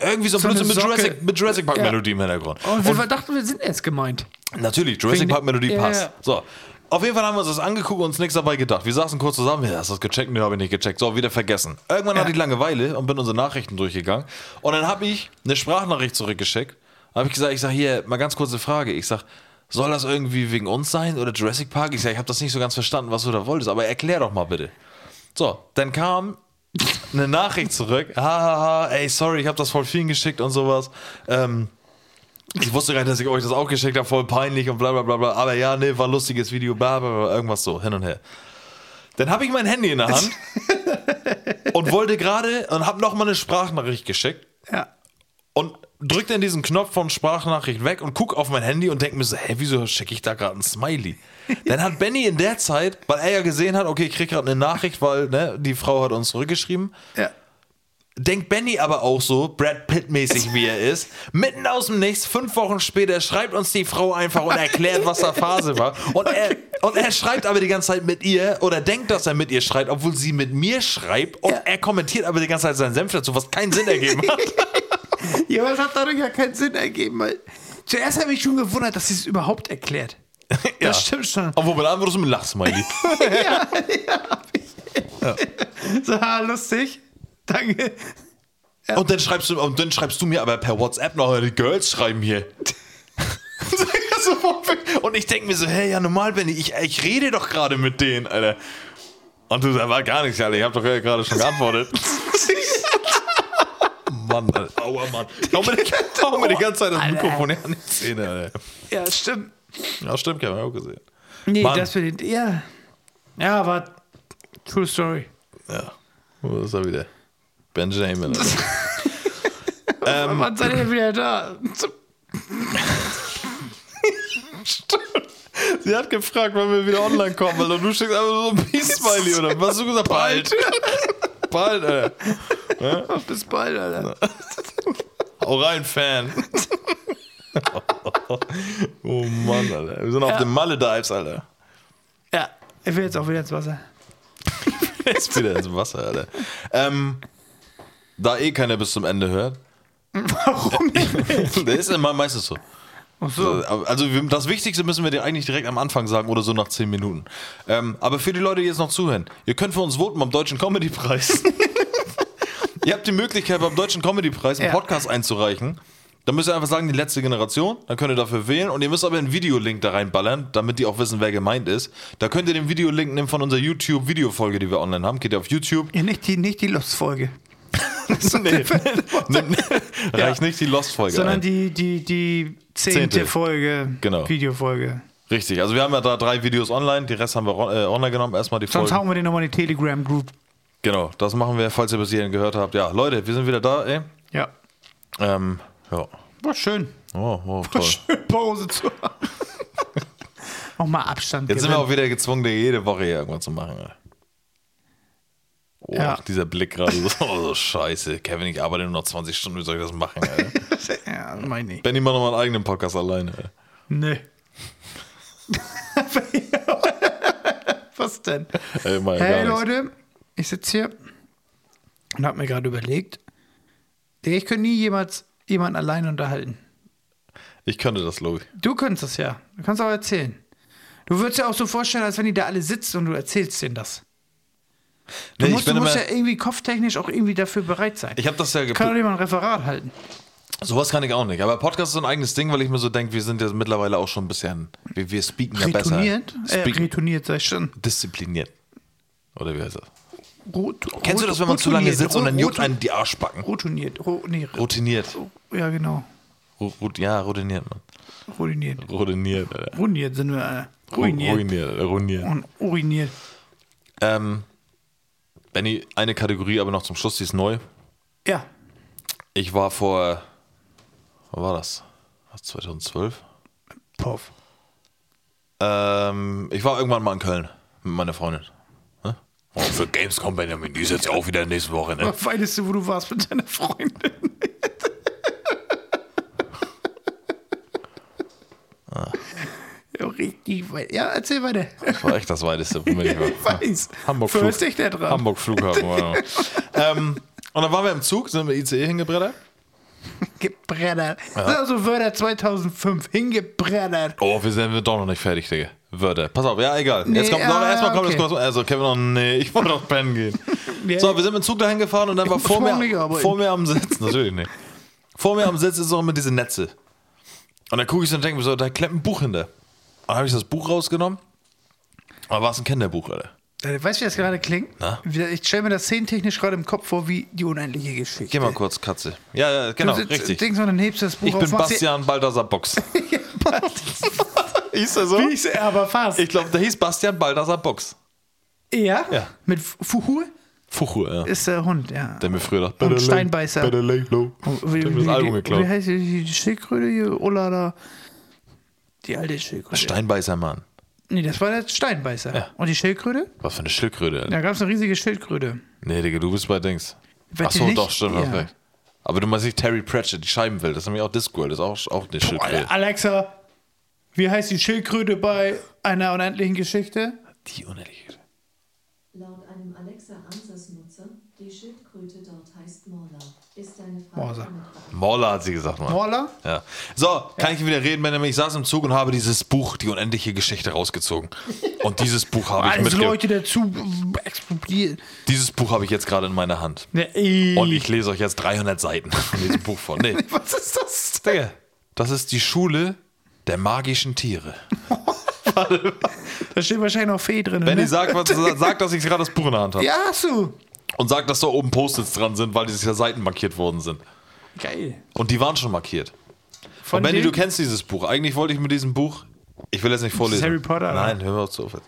A: Irgendwie so, ein
B: So eine
A: Blödsinn mit
B: Socke.
A: Jurassic, mit Jurassic Park
B: Ja.
A: Melodie im Hintergrund.
B: Und wir dachten, wir sind erst gemeint.
A: Natürlich, Jurassic
B: Wegen-
A: Park Melodie
B: Ja,
A: passt.
B: ja.
A: So. Auf jeden Fall haben wir uns das angeguckt und uns nichts dabei gedacht. Wir saßen kurz zusammen, ja, hast du das gecheckt? Nee, habe ich nicht gecheckt. So, wieder vergessen. Irgendwann hatte ich Langeweile und bin unsere Nachrichten durchgegangen. Und dann habe ich eine Sprachnachricht zurückgeschickt. Habe ich gesagt, ich sage hier, mal ganz kurze Frage. Ich sage, soll das irgendwie wegen uns sein oder Jurassic Park? Ich sage, ich habe das nicht so ganz verstanden, was du da wolltest, aber erklär doch mal bitte. So, dann kam eine Nachricht zurück. Hahaha, ey, sorry, ich habe das voll vielen geschickt und sowas. Ähm, Ich wusste gar nicht, dass ich euch das auch geschickt habe, voll peinlich und bla bla bla bla. Aber ja, nee, war ein lustiges Video, bla bla bla, irgendwas so, hin und her. Dann habe ich mein Handy in der Hand und wollte gerade und habe nochmal eine Sprachnachricht geschickt
B: Ja.
A: und drück dann diesen Knopf von Sprachnachricht weg und guck auf mein Handy und denk mir so, hä, wieso schicke ich da gerade ein Smiley? dann hat Benny in der Zeit, weil er ja gesehen hat, okay, ich krieg gerade eine Nachricht, weil ne, die Frau hat uns zurückgeschrieben,
B: Ja.
A: denkt Benny aber auch so, Brad Pitt-mäßig wie er ist, mitten aus dem Nichts, fünf Wochen später, schreibt uns die Frau einfach und erklärt, was da Phase war. Und er, und er schreibt aber die ganze Zeit mit ihr oder denkt, dass er mit ihr schreibt, obwohl sie mit mir schreibt und
B: Ja.
A: er kommentiert aber die ganze Zeit seinen Senf dazu, was keinen Sinn ergeben hat.
B: Ja, aber es hat dadurch ja keinen Sinn ergeben, weil zuerst habe ich schon gewundert, dass sie es überhaupt erklärt.
A: Ja.
B: Das stimmt schon.
A: Obwohl man antwortet mit Lachsmiley.
B: So, ah, lustig. Danke.
A: Und dann schreibst du, und dann schreibst du mir aber per WhatsApp noch, die Girls schreiben hier. So, und ich denke mir so, hey, ja normal, Benny, ich, ich rede doch gerade mit denen, Alter. Und du sagst, war gar nichts, Alter, ich hab doch ja gerade schon geantwortet. Mann, Alter. Aua, Mann. Ich hau mir, die- ich hau mir die ganze Zeit das
B: Alter.
A: Mikrofon ja an die Zähne, Alter.
B: Ja, stimmt.
A: Ja, stimmt, Kevin, hab ich auch gesehen.
B: Nee,
A: Mann.
B: das für den. Ja. Ja, war. True Story.
A: Ja. Wo ist er wieder? Benjamin, Alter.
B: Ähm. Wann seid ihr wieder da? So,
A: Sie hat gefragt, wann wir wieder online kommen, weil du schickst einfach so ein Peace-Smiley oder was hast du gesagt? Bald. Bald, Alter.
B: Bis bald, Alter.
A: Hau rein, Fan. Oh Mann, Alter. Wir sind auf den Maledives, Alter.
B: Ja. Ich will jetzt auch wieder ins Wasser.
A: Jetzt wieder ins Wasser, Alter. Ähm, da eh keiner bis zum Ende hört.
B: Warum nicht?
A: Der ist immer meistens so.
B: Ach so.
A: Also wir- das Wichtigste müssen wir dir eigentlich direkt am Anfang sagen oder so nach 10 Minuten. Ähm, aber für die Leute, die jetzt noch zuhören, ihr könnt für uns voten beim Deutschen Comedy-Preis. ihr habt die Möglichkeit, beim Deutschen Comedy-Preis einen
B: Ja.
A: Podcast einzureichen. Dann müsst ihr einfach sagen, die letzte Generation. Dann könnt ihr dafür wählen. Und ihr müsst aber einen Videolink da reinballern, damit die auch wissen, wer gemeint ist. Da könnt ihr den Videolink nehmen von unserer YouTube-Videofolge, die wir online haben. Geht ihr auf YouTube.
B: Ja, nicht die, nicht die Lustfolge.
A: nee, nimm, reicht nicht die Lost-Folge
B: Sondern
A: ein.
B: die, die, die zehnte,
A: Zehnte.
B: Folge.
A: Genau.
B: Videofolge.
A: Richtig, also wir haben ja da drei Videos online, die Rest haben wir on- äh, online genommen. Erstmal die
B: Sonst
A: Folgen.
B: hauen wir den nochmal in die Telegram-Group.
A: Genau, das machen wir, falls ihr bis hierhin gehört habt. Ja, Leute, wir sind wieder da, ey.
B: Ja.
A: Ähm, ja.
B: War schön.
A: Oh, oh, toll.
B: Schön Pause zu haben. Nochmal Abstand.
A: Jetzt sind wir
B: gewinnen.
A: auch wieder gezwungen, dir jede Woche hier irgendwas zu machen. ey. Oh,
B: Ja.
A: dieser Blick gerade so, oh, so scheiße. Kevin, ich arbeite nur noch 20 Stunden, wie soll ich das machen, ey?
B: Ja, meine ich.
A: Benny, mach noch mal einen eigenen Podcast alleine, ey.
B: Nee. Was denn?
A: Ey, mach ja Äh, gar
B: Hey
A: nichts.
B: Leute, ich sitze hier und habe mir gerade überlegt, Digga, ich könnte nie jemals jemanden allein unterhalten.
A: Ich könnte das, Logik.
B: Du könntest das ja. Du kannst auch erzählen. Du würdest ja auch so vorstellen, als wenn die da alle sitzen und du erzählst denen das. Du
A: Nee, ich
B: musst,
A: bin
B: du musst
A: immer,
B: ja irgendwie kopftechnisch auch irgendwie dafür bereit sein.
A: ich habe das ja
B: Ich kann doch
A: geplant.
B: jemand ein Referat halten.
A: Sowas kann ich auch nicht. Aber Podcast ist so ein eigenes Ding, weil ich mir so denke, wir sind jetzt mittlerweile auch schon ein bisschen, wir, wir speaken ja besser.
B: Retoniert? Äh,
A: Speak-
B: retoniert sei schon.
A: diszipliniert. Oder wie heißt das?
B: Rot,
A: Kennst du
B: rot-
A: das, wenn man zu lange
B: rotoniert,
A: sitzt und dann
B: rot-
A: juckt einen die Arschbacken?
B: Rotoniert. Ro nee, rot
A: Routiniert.
B: ja, genau.
A: Ru rut ja, routiniert, man.
B: Ruiniert.
A: Routiniert, Alter.
B: Ruiniert sind wir. Äh,
A: Ru-
B: ruiniert.
A: Ruiniert, Alter, ruiniert.
B: Und uriniert.
A: Ähm, Benny, eine Kategorie aber noch zum Schluss, die ist neu.
B: Ja.
A: Ich war vor, was war das? Was, 2012?
B: Puff.
A: Ähm, ich war irgendwann mal in Köln mit meiner Freundin. Ne? Oh, für Gamescom, Benjamin, die ist jetzt ja auch wieder nächste Woche, ne?
B: Weißt du, wo du warst mit deiner Freundin? Ja, richtig weit. Ja, erzähl weiter.
A: Das war echt das Weiteste, womit ich war.
B: Ich weiß.
A: Hamburg
B: Verhörst
A: Flug-
B: dich da dran.
A: Hamburg Flughafen. Wow. ähm, und dann waren wir im Zug, sind wir ICE hingebrettert.
B: Gebreddert. Ja. So Wörter 2005. Hingebreddert.
A: Oh, wir sind wir doch noch nicht fertig, Digga. Würde. Pass auf, ja, egal.
B: Nee,
A: jetzt kommt noch,
B: ja,
A: erstmal kommt
B: okay.
A: das kurz. Also, Kevin, noch, nee, ich wollte doch pennen gehen.
B: Ja,
A: so, wir sind mit dem Zug dahin gefahren und dann war vor mir,
B: Morgen nicht arbeiten.
A: vor mir am Sitz, natürlich nicht. Vor mir am Sitz ist auch immer diese Netze. Und dann gucke ich so und denke mir so, da klemmt ein Buch hinter. Und dann habe ich das Buch rausgenommen. Aber war es ein Kinderbuch, Alter.
B: Äh, Weißt du, wie das gerade klingt?
A: Na?
B: Wie- Ich stelle mir das szenentechnisch gerade im Kopf vor, wie die unendliche Geschichte.
A: Geh mal kurz, Katze. Ja, ja genau,
B: du sitzt,
A: richtig.
B: Denkst, du, dann hebst du das Buch
A: Ich
B: auf,
A: bin
B: machst dir-
A: Bastian Baldassar Box. hieß er so?
B: Wie ich's, aber fast.
A: Ich glaube, der hieß Bastian Baldassar Box.
B: ja?
A: Ja.
B: Mit Fuhu
A: Fuchu, ja.
B: ist der Hund, ja.
A: Der mir früher dachte,
B: Und
A: better lay-
B: Steinbeißer.
A: Better lay low. Der
B: wie,
A: hat mir das Album
B: die,
A: geklaut.
B: Wie heißt die, die Schildkröte hier? Ulla da. Die alte Schildkröte.
A: Steinbeißer, Mann.
B: nee, das war der Steinbeißer.
A: Ja.
B: Und die Schildkröte?
A: Was für eine Schildkröte, Alter.
B: Da gab es eine riesige Schildkröte.
A: Nee, Digga, du bist bei Dings.
B: Wette
A: Achso,
B: nicht?
A: doch, stimmt, hast
B: Ja.
A: recht. Aber du meinst nicht Terry Pratchett, die Scheibenwelt. Das ist nämlich auch Discworld, das ist auch, auch eine Schildkröte.
B: Oh, Alexa, wie heißt die Schildkröte bei einer unendlichen Geschichte?
A: Die unehrliche.
C: Laut einem Alexa-Ansatz-Nutzer, die Schildkröte dort heißt Morla. Ist deine Frage
B: Morla.
C: damit beantwortet?
A: Morla hat sie gesagt, Mann.
B: Morla?
A: Ja. So, kann ich wieder reden, Benjamin? Ich saß im Zug und habe dieses Buch, die unendliche Geschichte, rausgezogen. Und dieses Buch habe ich
B: Alles
A: mitge
B: Leute dazu explodieren.
A: Dieses Buch habe ich jetzt gerade in meiner Hand.
B: Ne, ey.
A: Und ich lese euch jetzt 300 Seiten von diesem Buch vor. Nee.
B: Was ist das?
A: Digga, das ist die Schule der magischen Tiere.
B: Da steht wahrscheinlich noch Fee drin.
A: Benny
B: ne?
A: sagt, was, sagt, dass ich gerade das Buch in der Hand habe.
B: Ja, hast du.
A: Und sagt, dass da oben Post-its dran sind, weil die sich ja Seiten markiert worden sind.
B: Geil.
A: Und die waren schon markiert.
B: Von
A: und Benny,
B: dem-
A: du kennst dieses Buch. Eigentlich wollte ich mit diesem Buch. Ich will jetzt nicht vorlesen.
B: Harry Potter, oder?
A: Nein, hör mir auf zu auf jetzt.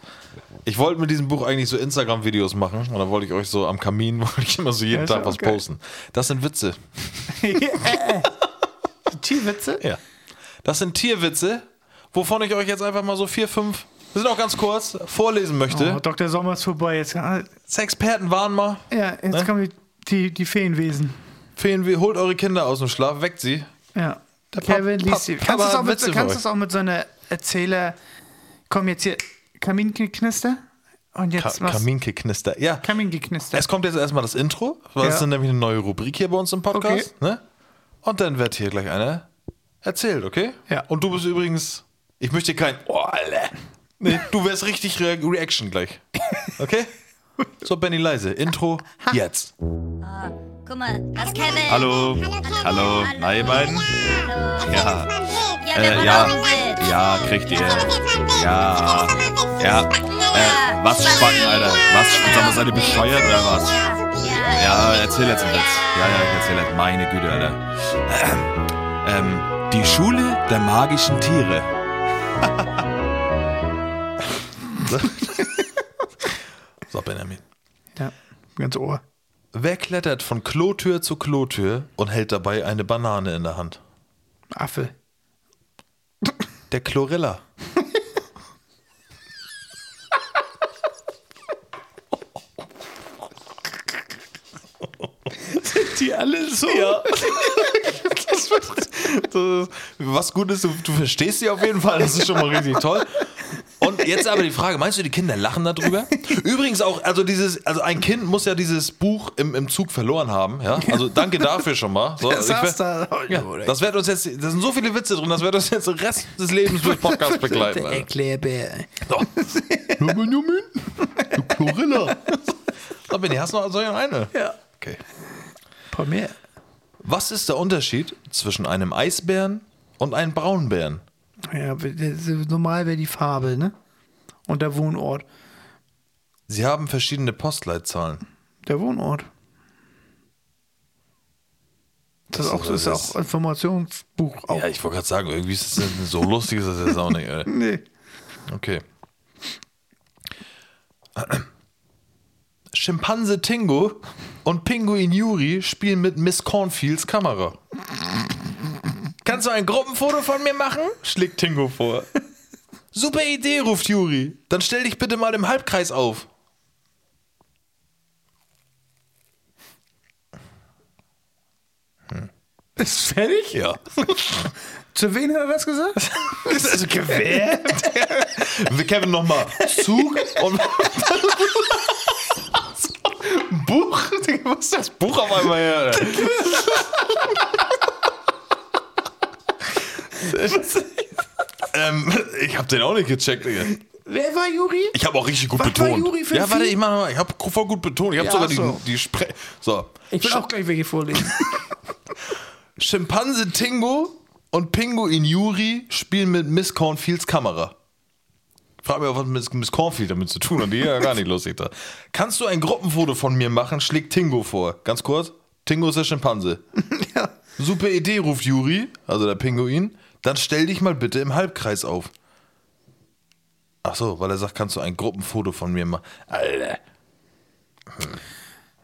A: Ich wollte mit diesem Buch eigentlich so Instagram-Videos machen und dann wollte ich euch so am Kamin, wollte ich immer so jeden
B: Das ist
A: Tag
B: ja
A: was
B: geil.
A: posten. Das sind Witze.
B: Tierwitze?
A: Ja. Das sind Tierwitze, wovon ich euch jetzt einfach mal so vier, fünf, das sind auch ganz kurz, vorlesen möchte.
B: Oh, Dr. Sommer ist vorbei. Jetzt, ja,
A: Das Experten waren mal.
B: jetzt
A: Ne?
B: kommen die, die, die Feenwesen.
A: Fehlen wir, holt eure Kinder aus dem Schlaf, weckt sie.
B: Ja.
A: Der Pap-
B: Kevin
A: Pap-
B: liest die.
A: Papa
B: Kannst du es auch,
A: hat
B: mit so-
A: Witze
B: kannst
A: für
B: du es auch mit so einer Erzähler. Komm jetzt hier, Kamingeknister. Und
A: Ka
B: jetzt machst
A: Kaminkeknister. Ja.
B: Kamingeknister.
A: Es kommt jetzt erstmal das Intro, weil
B: Ja.
A: es ist nämlich eine neue Rubrik hier bei uns im Podcast. Ne? Und dann wird hier gleich einer erzählt, okay?
B: Ja.
A: Und du bist übrigens, ich möchte kein, oh, Alter. Nee, du wärst richtig Re Reaction gleich. Okay? So, Benny leise. Intro jetzt.
D: Guck mal, das ist Kevin.
A: Hallo.
D: Hallo.
A: Na, ihr beiden?
D: Hallo.
A: Ja.
D: Ja, wir
A: Äh,
D: wollen
A: ja.
D: auch ein Bild.
A: Ja, kriegt ihr. Ja. Ja. Äh,
D: Ja.
A: was Spacken, Alter? Was? Sag mal, seid ihr bescheuert oder was?
D: Ja.
A: Ja, erzähl jetzt einen Witz. Ja, ja, ich erzähl jetzt. Meine Güte, Alter. Ähm, die Schule der magischen Tiere. so, Benjamin.
B: Ja, ganz Ohr.
A: Wer klettert von Klotür zu Klotür und hält dabei eine Banane in der Hand?
B: Affe.
A: Der Chlorilla.
B: Die alle so.
A: Das ist- Was gut ist, du, du verstehst sie auf jeden Fall, das ist schon mal richtig toll. Und jetzt aber die Frage, meinst du, die Kinder lachen darüber? Übrigens auch, also dieses, also ein Kind muss ja dieses Buch im, im Zug verloren haben, ja? Also danke dafür schon mal. So,
B: Der
A: ich
B: saß
A: wär-
B: da. Oh,
A: Ja, das wird uns jetzt, da sind so viele Witze drin, das wird uns jetzt den Rest des Lebens durch Podcast begleiten.
B: Der
A: Alter.
B: Erklärbär.
A: So. Nummel, nummel. Du Chlorilla. So, Benni, hast du noch so eine?
B: Ja.
A: Okay.
B: Ein paar mehr.
A: Was ist der Unterschied zwischen einem Eisbären und einem Braunbären?
B: Ja, aber das ist- normal wäre die Farbe, ne? Und der Wohnort.
A: Sie haben verschiedene Postleitzahlen.
B: Der Wohnort.
A: Das
B: Das, ist auch,
A: ist-
B: ist
A: das ist-
B: auch Informationsbuch. Auch.
A: Ja, ich wollte gerade sagen, irgendwie ist das so lustig, ist das jetzt auch nicht. äh, Alter.
B: Nee.
A: Okay. Schimpanse Tingo und Pinguin Yuri spielen mit Miss Cornfields Kamera. Kannst du ein Gruppenfoto von mir machen? schlägt Tingo vor. Super Idee, ruft Yuri. Dann stell dich bitte mal im Halbkreis auf.
B: Hm. Ist fertig?
A: Ja.
B: Zu wem hat er das gesagt?
A: Also gewählt. Kevin nochmal. Zug und. Buch? Digga, Was ist das Buch auf einmal her? Alter? ähm, ich hab den auch nicht gecheckt, Digga.
B: Wer war Juri?
A: Ich habe auch richtig gut
B: Was war
A: betont.
B: Juri für ein
A: ja, warte,
B: Vieh?
A: ich mach nochmal. Ich habe voll gut betont. Ich habe
B: Ja,
A: sogar
B: so.
A: die, die Spre So.
B: Ich will auch gleich welche vorlesen.
A: Schimpanse Tingo und Pinguin Yuri spielen mit Miss Cornfields Kamera. Frag mir, was Miss, Miss Cornfield damit zu tun hat. Die ist ja gar nicht lustig da. Kannst du ein Gruppenfoto von mir machen? Schlägt Tingo vor. Ganz kurz. Tingo ist der Schimpanse.
B: Ja.
A: Super Idee, ruft Juri, also der Pinguin. Dann stell dich mal bitte im Halbkreis auf. Ach so, weil er sagt, kannst du ein Gruppenfoto von mir machen? Alter.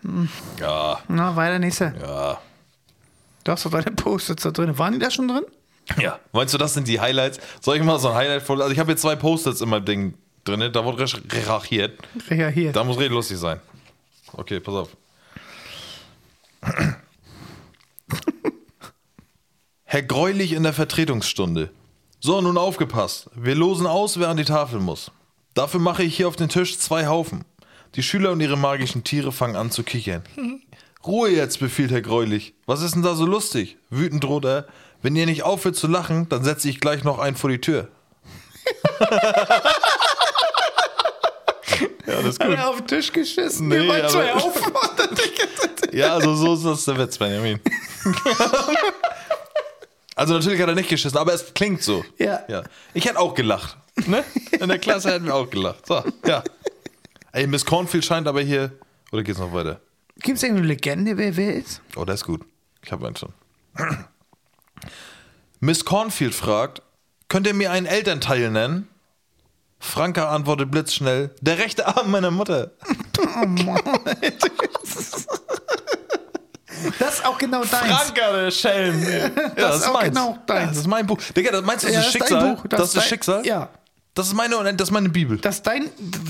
A: Hm. Ja,
B: Na, weiter, nächste.
A: ja.
B: Du hast doch deine Post-its da drin. Waren die da schon drin?
A: Ja, meinst du, das sind die Highlights? Soll ich mal so ein Highlight vor? Also ich habe jetzt zwei Post-its in meinem Ding drin, da wurde recherch- recherchiert.
B: Ja, hier.
A: Da muss richtig lustig sein. Okay, pass auf. Herr Greulich in der Vertretungsstunde. So, nun aufgepasst. Wir losen aus, wer an die Tafel muss. Dafür mache ich hier auf den Tisch zwei Haufen. Die Schüler und ihre magischen Tiere fangen an zu kichern. Ruhe jetzt, befiehlt Herr Greulich. Was ist denn da so lustig? Wütend droht er. Wenn ihr nicht aufhört zu lachen, dann setze ich gleich noch einen vor die Tür. ja, das ist
B: Hat
A: gut.
B: er auf den Tisch geschissen?
A: Nee,
B: Wir waren zwei
A: aber-
B: auf. und dann denkt er-
A: Ja, also so ist das der Witz, Benjamin. also natürlich hat er nicht geschissen, aber es klingt so.
B: Ja.
A: ja. Ich hätte auch gelacht. Ne? In der Klasse hätten wir auch gelacht. So, ja. Ey, Miss Cornfield scheint aber hier. Oder geht's noch weiter?
B: Gibt es irgendeine Legende, wer wer ist?
A: Oh, das ist gut. Ich habe einen schon. Miss Cornfield fragt, könnt ihr mir einen Elternteil nennen? Franka antwortet blitzschnell, der rechte Arm meiner Mutter.
B: Das ist auch genau deins.
A: Franka, der Schelm. Ja, das,
B: ist auch genau deins.
A: Ja, das ist mein Buch. Digga, das meinst du, das
B: Ja,
A: ist
B: das ist dein
A: Schicksal?
B: Buch.
A: Das,
B: Das
A: ist
B: ist
A: das
B: dein-
A: Schicksal?
B: ja.
A: Das ist meine, das ist meine Bibel.
B: Das ist dein.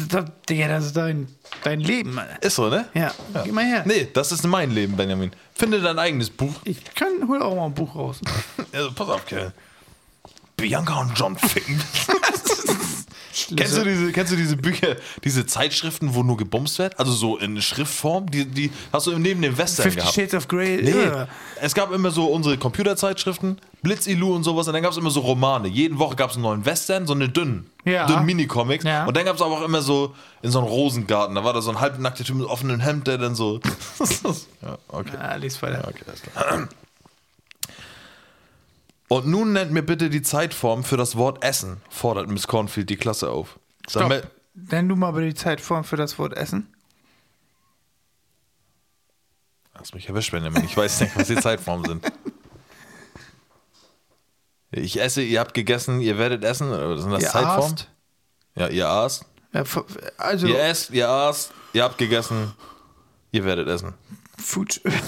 B: Das, Digga, das ist dein, dein Leben, Alter.
A: ist so, ne?
B: Ja, geh mal her.
A: Nee, das ist mein Leben, Benjamin. Finde dein eigenes Buch.
B: Ich kann, hol auch mal ein Buch raus.
A: Also, pass auf, Kerl. Bianca und John ficken. kennst, du diese, kennst du diese Bücher, diese Zeitschriften, wo nur gebumst wird? Also so in Schriftform? Die, die hast du neben dem Western
B: Fifty
A: gehabt.
B: Shades of Grey.
A: Nee.
B: äh.
A: Es gab immer so unsere Computerzeitschriften, Blitzilu und sowas, und dann gab es immer so Romane. Jeden Woche gab es einen neuen Western, so eine dünnen,
B: Ja.
A: dünnen Minicomics.
B: Ja.
A: Und dann gab es aber auch immer so in so einem Rosengarten, da war da so ein halbnackter Typ mit offenem Hemd, der dann so. ja, okay.
B: Ah, lies weiter.
A: Okay, alles klar. Und nun nennt mir bitte die Zeitform für das Wort Essen, fordert Miss Cornfield die Klasse auf. Damit-
B: Stopp. Nenn du mal bitte die Zeitform für das Wort Essen.
A: Lass mich erwischt, Benjamin. Ich weiß nicht, was die Zeitformen sind. Ich esse, ihr habt gegessen, ihr werdet essen. Oder Sind das
B: Ihr
A: Zeitformen?
B: aßt.
A: Ja, ihr aßt.
B: Ja, f- also,
A: Ihr esst, ihr aßt, ihr habt gegessen, ihr werdet essen.
B: Food. Present,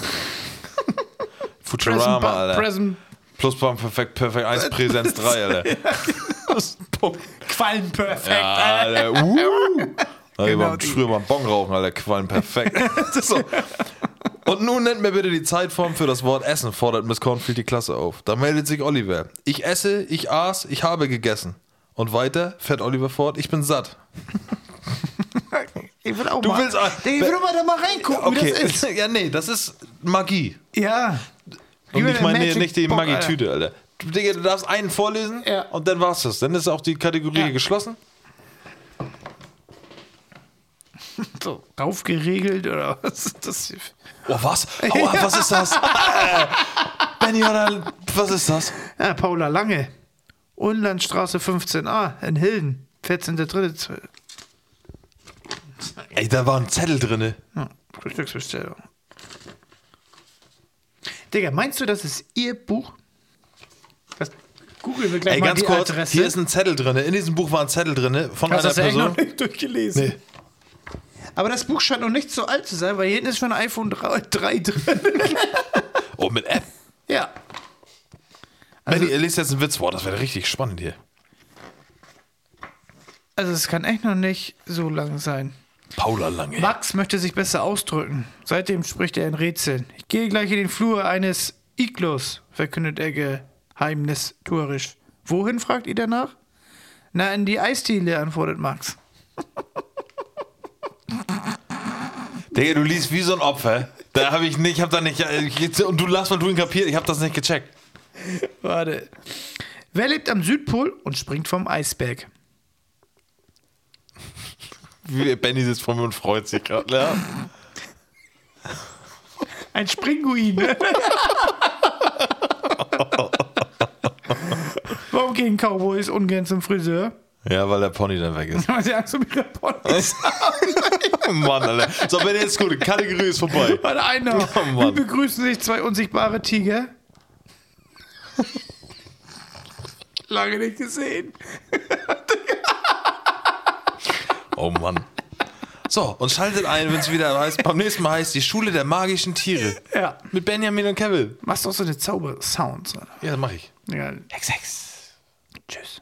A: Futurama,
B: ba-
A: Alter.
B: Present.
A: Plusbomb Perfekt, Perfekt 1, Präsenz 3, Alter.
B: Quallen perfekt.
A: Ja, Alter. Uh. Alter, wir
B: Genau
A: waren
B: die.
A: früher mal einen Bon rauchen, Alter. Quallen perfekt. Das ist so. Und nun nennt mir bitte die Zeitform für das Wort Essen, fordert Miss Cornfield die Klasse auf. Da meldet sich Oliver. Ich esse, ich aß, ich habe gegessen. Und weiter fährt Oliver fort, ich bin satt.
B: Ich will auch
A: Du
B: mal.
A: willst auch-
B: ich will doch mal da mal reingucken, wie das ist.
A: ja, nee, das ist Magie.
B: Ja.
A: Und
B: Über
A: nicht,
B: den
A: meine,
B: Magic
A: nicht die
B: Book,
A: Magitüte, Alter. Du, Digga, du darfst einen vorlesen
B: Ja.
A: und dann war's das. Dann ist auch die Kategorie
B: Ja.
A: geschlossen.
B: Alter. So, raufgeregelt oder was ist das hier?
A: Oh, was? Aua, was ist das? Benny, oder was ist das?
B: Ja, Paula Lange. Unlandstraße 15a in Hilden. 14.3.
A: Ey, da war ein Zettel drin.
B: Ja, Frühstücksbestellung. Digga, meinst du, das ist ihr Buch? Das googeln wir gleich
A: Ey,
B: mal
A: ganz
B: die
A: kurz,
B: Adresse.
A: hier ist ein Zettel drin. In diesem Buch war ein Zettel drin von
B: Hast
A: einer
B: du das ja echt
A: Person.
B: noch nicht durchgelesen?
A: Nee.
B: Aber das Buch scheint noch nicht so alt zu sein, weil hier hinten ist schon ein iPhone 3, 3 drin.
A: Oh, mit App.
B: ja.
A: Benny, ihr lest jetzt einen Witz. Boah, das wäre richtig spannend hier.
B: Also es kann echt noch nicht so lang sein.
A: Paula Lange.
B: Max möchte sich besser ausdrücken. Seitdem spricht er in Rätseln. Ich gehe gleich in den Flur eines Iglos, verkündet er geheimnistuerisch. Wohin, fragt ihr danach? Na, in die Eisdiele, antwortet Max.
A: Digga, du liest wie so ein Opfer. Da habe ich nicht, hab da nicht. äh, ich- Und du lachst, weil du ihn kapiert. Ich habe das nicht gecheckt.
B: Warte. Wer lebt am Südpol und springt vom Eisberg?
A: Wie- Benny sitzt vor mir und freut sich gerade. Ja.
B: Ein Springuin. Warum gehen Cowboys ungern zum Friseur?
A: Ja, weil der Pony dann weg ist.
B: Weil sie Angst um ihre Ponys
A: Mann, Alter. So, wenn jetzt gut, Kategorie ist vorbei.
B: Warte, einer.
A: Oh,
B: Wie
A: Mann.
B: begrüßen sich zwei unsichtbare Tiger? Lange nicht gesehen.
A: Oh Mann. So, und schaltet ein, wenn es wieder heißt, beim nächsten Mal heißt die Schule der magischen Tiere.
B: Ja.
A: Mit Benjamin und Kevin.
B: Machst du auch so eine Zauber-Sounds, oder?
A: Ja, mach ich.
B: Ja.
A: Hex, Hex.
B: Tschüss.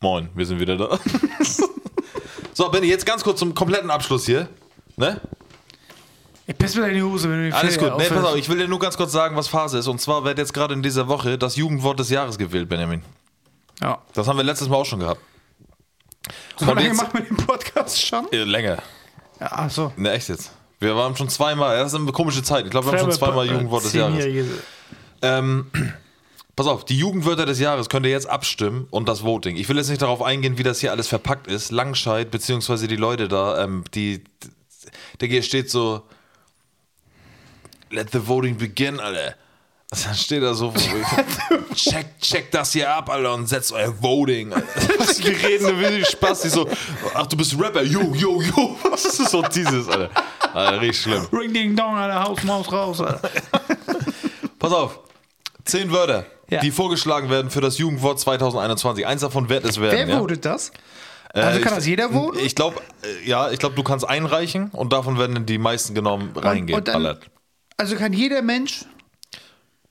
A: Moin, wir sind wieder da. so, Benny, jetzt ganz kurz zum kompletten Abschluss hier. Ne?
B: Ich piss mir deine Hose, wenn du die
A: Alles
B: Fälle
A: gut. Nee, pass
B: aufhörst.
A: auf, ich will dir nur ganz kurz sagen, was Phase ist. Und zwar wird jetzt gerade in dieser Woche das Jugendwort des Jahres gewählt, Benjamin.
B: Ja.
A: Das haben wir letztes Mal auch schon gehabt.
B: So
A: Und
B: lange
A: jetzt-
B: macht man den Podcast schon?
A: Äh, länger.
B: Ja, ach so.
A: Ne, echt jetzt. Wir waren schon zweimal, das ist eine komische Zeit. Ich glaube, wir haben schon zweimal
B: Äh,
A: Jugendwort des Jahres.
B: zehnjährige-
A: Ähm, pass auf, die Jugendwörter des Jahres könnt ihr jetzt abstimmen und das Voting. Ich will jetzt nicht darauf eingehen, wie das hier alles verpackt ist. Langscheid, beziehungsweise die Leute da, ähm, die. Der hier steht so. Let the voting begin, Alter. Dann steht da so, check, check das hier ab, Alter, und setzt euer Voting. Alter. Was die reden, wie die Spaß, die so, ach, du bist Rapper, yo, yo, yo. Was ist so dieses, Alter? Alter, richtig schlimm.
B: Ring ding dong, Alter, Haus, Maus, raus, Alter.
A: Pass auf. Zehn Wörter,
B: Ja.
A: die vorgeschlagen werden für das Jugendwort 2021. Eins davon wird es werden.
B: Wer
A: ja.
B: votet das?
A: Äh,
B: Also kann
A: ich-
B: das jeder voten?
A: Ich glaube, ja, ich glaube, du kannst einreichen und davon werden die meisten genommen reingehen.
B: und dann-
A: ballert.
B: Also kann jeder Mensch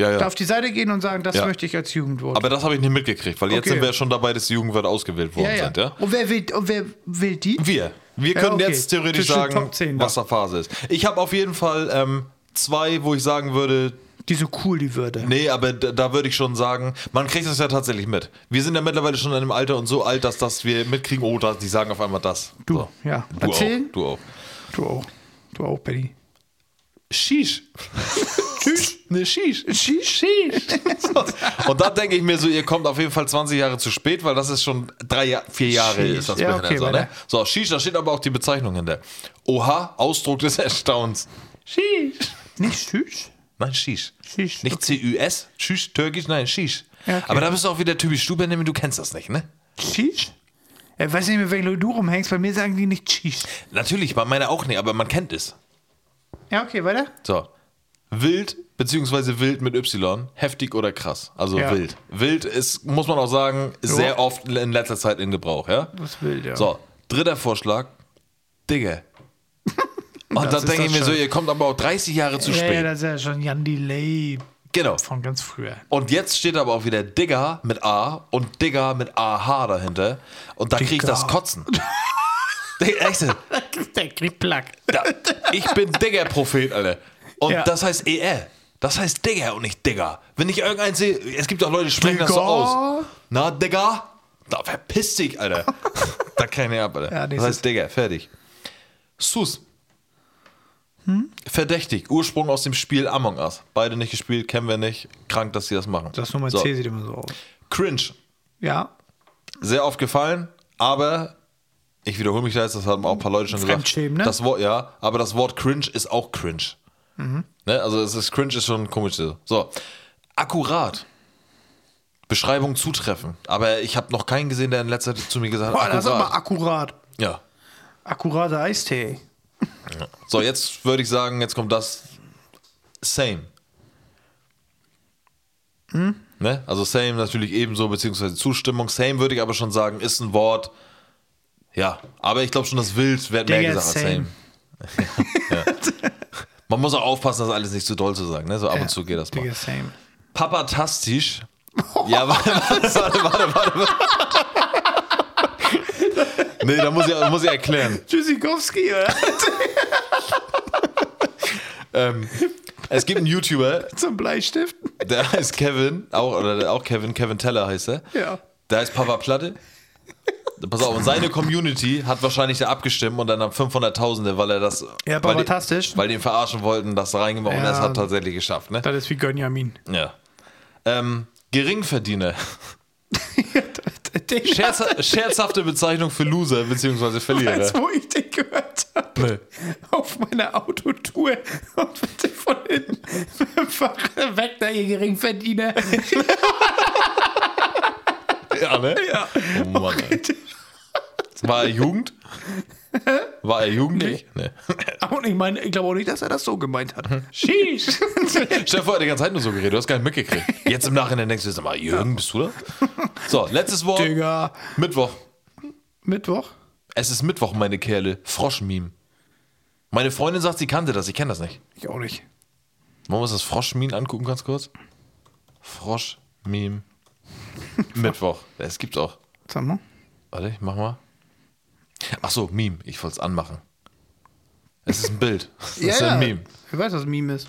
A: ja, ja.
B: auf die Seite gehen und sagen, das
A: Ja.
B: möchte ich als Jugendwort.
A: Aber das habe ich nicht mitgekriegt, weil jetzt
B: Okay.
A: sind wir schon dabei, dass die Jugendwörter ausgewählt worden
B: ja, ja.
A: sind. Ja?
B: Und wer wählt, und wer wählt die?
A: Wir. Wir
B: Ja,
A: können
B: okay.
A: jetzt theoretisch
B: Zwischen
A: sagen,
B: Top 10 da.
A: was da Phase ist. Ich habe auf jeden Fall ähm, zwei, wo ich sagen würde,
B: Die so cool, die Würde.
A: Nee, aber da, da würde ich schon sagen, man kriegt das ja tatsächlich mit. Wir sind ja mittlerweile schon in einem Alter und so alt, dass, dass wir mitkriegen, oh, da, die sagen auf einmal das.
B: Du,
A: so.
B: ja.
A: Du
B: Erzählen?
A: auch. Du auch.
B: Du auch. Du auch, Benny.
A: Shish.
B: Tschüss.
A: Ne, Shish.
B: Schieß, schieß.
A: Und da denke ich mir so, ihr kommt auf jeden Fall 20 Jahre zu spät, weil das ist schon drei, Ja- vier Jahre
B: Sheesh.
A: ist das
B: Ja,
A: Behinderte,
B: okay,
A: so, ne?
B: weiter.
A: So, Shish, da steht aber auch die Bezeichnung hinter. Oha, Ausdruck des Erstaunens.
B: Schieß. Nicht süß?
A: Nein, Shish.
B: Shish,
A: Nicht C-U-S, Shish, Türkisch, nein, Shish.
B: Ja, okay.
A: Aber da bist du auch wieder typisch du, Benjamin, du kennst das nicht, ne?
B: Schieß? Ich weiß nicht, mit welchen Leuten du rumhängst. Bei mir sagen die nicht schieß.
A: Natürlich, bei meiner auch nicht, aber man kennt es.
B: Ja, okay, weiter.
A: So. Wild, beziehungsweise wild mit Y, heftig oder krass. Also
B: Ja.
A: wild. Wild ist, muss man auch sagen, sehr oft in letzter Zeit in Gebrauch, ja?
B: Das ist wild, ja.
A: So, dritter Vorschlag, Digge. Und
B: Das
A: dann
B: ist
A: denke
B: doch
A: ich mir so,
B: schon-
A: ihr kommt aber auch 30 Jahre zu
B: ja,
A: spät.
B: ja, das ist ja schon Jan Delay
A: genau.
B: von ganz früher.
A: Und jetzt steht aber auch wieder Digger mit A und Digger mit AH dahinter. Und da kriege ich
B: Digger.
A: das Kotzen. Digga, Echt?
B: Der kriegt Plack.
A: Da, ich bin Digger-Prophet, Alter. Und
B: Ja.
A: das heißt ER. Das heißt Digger und nicht Digger. Wenn ich irgendeinen sehe, es gibt auch Leute, die sprechen das so
B: Digger.
A: aus. Na, Digger? Da verpiss dich, Alter. da kann ich ab, Alter.
B: Ja,
A: das
B: dieses-
A: heißt Digger, fertig. Sus.
B: Hm?
A: Verdächtig, Ursprung aus dem Spiel Among Us. Beide nicht gespielt, kennen wir nicht. Krank, dass sie das machen.
B: Das Nummer
A: so.
B: 10 sieht immer so aus.
A: Cringe,
B: Ja.
A: sehr oft gefallen, aber ich wiederhole mich da jetzt, das haben auch ein paar Leute schon gesagt.
B: Fremdschämen, ne?
A: Das Wort, ja, aber das Wort cringe ist auch cringe.
B: Mhm.
A: Ne? Also es ist cringe ist schon komisch. So. Akkurat. Beschreibung zutreffen. Aber ich habe noch keinen gesehen, der in letzter Zeit zu mir gesagt hat.
B: Boah, das ist
A: akkurat.
B: aber akkurat.
A: ja.
B: Akkurater Eistee.
A: So, jetzt würde ich sagen, jetzt kommt das same.
B: Hm?
A: Ne? Also same natürlich ebenso, beziehungsweise Zustimmung. Same würde ich aber schon sagen, ist ein Wort. Ja, aber ich glaube schon, das Wild wird mehr
B: Digga,
A: gesagt als same.
B: same.
A: Man muss auch aufpassen, das alles nicht zu doll zu sagen. Ne? So ab und zu geht das mal.
B: Digga, same.
A: Papatastisch. Ja, warte, warte, warte, warte. warte. nee, da muss ich, muss ich erklären.
B: Tschüssikowski, oder?
A: Ähm, es gibt einen YouTuber,
B: Zum Bleistift?
A: Der heißt Kevin, auch, oder auch Kevin, Kevin Teller heißt er.
B: Ja.
A: Der heißt Papa Platte. Pass auf, und seine Community hat wahrscheinlich da abgestimmt und dann haben 500.000, weil er das.
B: Ja,
A: weil die-
B: papatastisch.
A: Weil die ihn verarschen wollten, das da reingemacht und
B: Ja.
A: er es hat tatsächlich geschafft, ne?
B: Das ist wie Gönjamin.
A: Ja. Ähm, Geringverdiener.
B: Den
A: Scherz, scherzhafte Bezeichnung für Loser bzw. Verlierer.
B: Als wo ich den gehört habe.
A: Nee.
B: Auf meiner Autotour und bitte von hinten mit dem Fahrrad weg da, ihr Geringverdiener.
A: Ja, ne? Ja. Oh Mann, ey. War er Jugend? War er jugendlich? Nee.
B: Und ich meine, ich glaube auch nicht, dass er das so gemeint hat.
A: Hm.
B: Sheesh.
A: Stell dir vor, er hat die ganze Zeit nur so geredet, du hast gar nicht mitgekriegt. Jetzt im Nachhinein denkst du, sag mal, Jürgen, bist du da? So, letztes Wort.
B: Digga.
A: Mittwoch.
B: Mittwoch?
A: Es ist Mittwoch, meine Kerle. Froschmeme. Meine Freundin sagt, sie kannte das. Ich kenne das nicht.
B: Ich auch nicht.
A: Wollen wir uns das Froschmeme angucken, ganz kurz? Froschmeme. Mittwoch. Es gibt's auch.
B: Sag mal.
A: Warte, ich mach mal. Ach so, Meme. Ich wollte es anmachen. Es ist ein Bild. Es ist ein Meme.
B: Ich weiß, was ein Meme ist.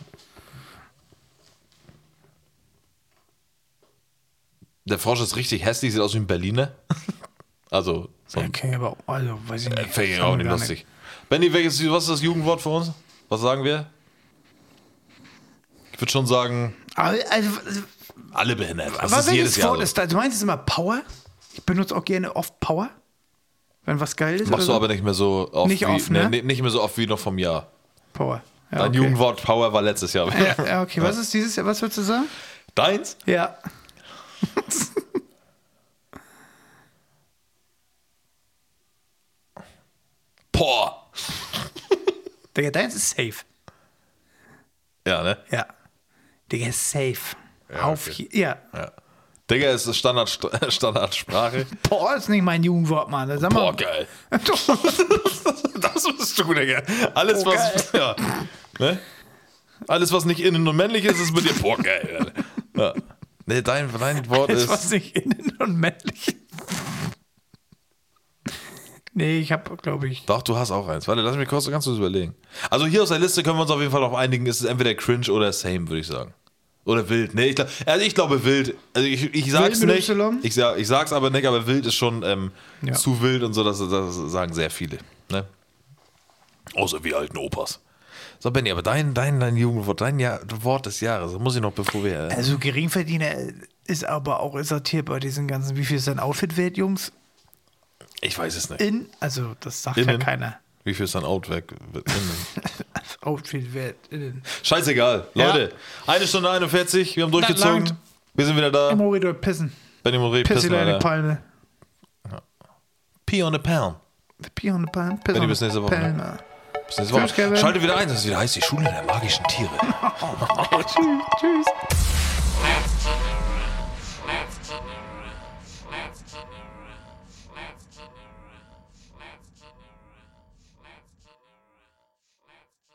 A: Der Frosch ist richtig hässlich, sieht aus wie ein Berliner. Also, so ein
B: Okay, aber also weiß ich
A: äh,
B: nicht.
A: fände ich
B: Das
A: auch
B: haben wir
A: nicht
B: gar
A: lustig. Benny, welches, was ist das Jugendwort für uns? Was sagen wir? Ich würde schon sagen,
B: Aber, also,
A: alle behindert. Das
B: was
A: ist jedes
B: welches
A: Jahr
B: Wort
A: so.
B: ist da? Du meinst es immer Power? Ich benutze auch gerne oft Power. Wenn was geil ist.
A: Machst du
B: oder so.
A: aber nicht mehr so oft
B: Nicht
A: wie,
B: oft, ne?
A: nee, nicht mehr so oft wie noch vom Jahr.
B: Power. Ja,
A: Dein
B: okay.
A: Jugendwort Power war letztes Jahr.
B: Ja, ja, okay, was ist dieses Jahr? Was würdest du sagen?
A: Deins?
B: Ja.
A: Boah.
B: Digga, deins ist safe.
A: Ja, ne?
B: Ja. Digga, safe.
A: Ja,
B: Auf
A: okay.
B: hier. Ja.
A: Ja. Digga, es ist Standard, Standardsprache.
B: Boah, ist nicht mein Jugendwort, Mann. Sag mal.
A: Boah, geil. Das bist du, Digga. Alles,
B: Boah,
A: was. Ja, ne? Alles, was nicht innen und männlich ist, ist mit dir. Boah, geil. Ja. Nee, dein, dein Wort
B: Alles,
A: ist.
B: was nicht innen und männlich ist. Nee, ich hab, glaube ich.
A: Doch, du hast auch eins. Warte, lass mich kurz ganz kurz überlegen. Also hier aus der Liste können wir uns auf jeden Fall noch einigen. Es ist entweder cringe oder same, würde ich sagen. Oder wild. Nee, ich, glaub, also ich glaube wild. Also ich, ich sag's
B: Wild mit
A: nicht.
B: Y?
A: Ich, sag, ich sag's aber nicht, aber wild ist schon ähm,
B: Ja.
A: zu wild und so, das, das sagen sehr viele. Ne? Außer wir alten Opas. So, Benny, aber dein, dein, dein Jugendwort, dein Jahr, Wort des Jahres, das muss ich noch bevor wir. Äh,
B: Also Geringverdiener ist aber auch sortiert bei diesen ganzen, wie viel ist dein Outfit wert, Jungs?
A: ich weiß es nicht.
B: In, also das sagt ja
A: Innen.
B: keiner. Also,
A: Wie viel ist dein Outback? Innen.
B: Outfit wert innen.
A: Scheißegal,
B: Ja.
A: Leute. Eine Stunde 41, wir haben durchgezogen.
B: langt.
A: Wir sind wieder da.
B: Mori dort pissen.
A: Benny Moré,
B: Pisse
A: pissen,
B: deine
A: Alter.
B: Palme.
A: Pee on a pound.
B: Pier und Palme. Piss
A: Benni,
B: on
A: bis nächste Woche, ne?
B: Palme.
A: Bis nächste Woche.
B: Tschüss, Kevin.
A: Schalte wieder ein, das ist wieder heiß, die Schule der magischen Tiere.
B: Tschüss, tschüss.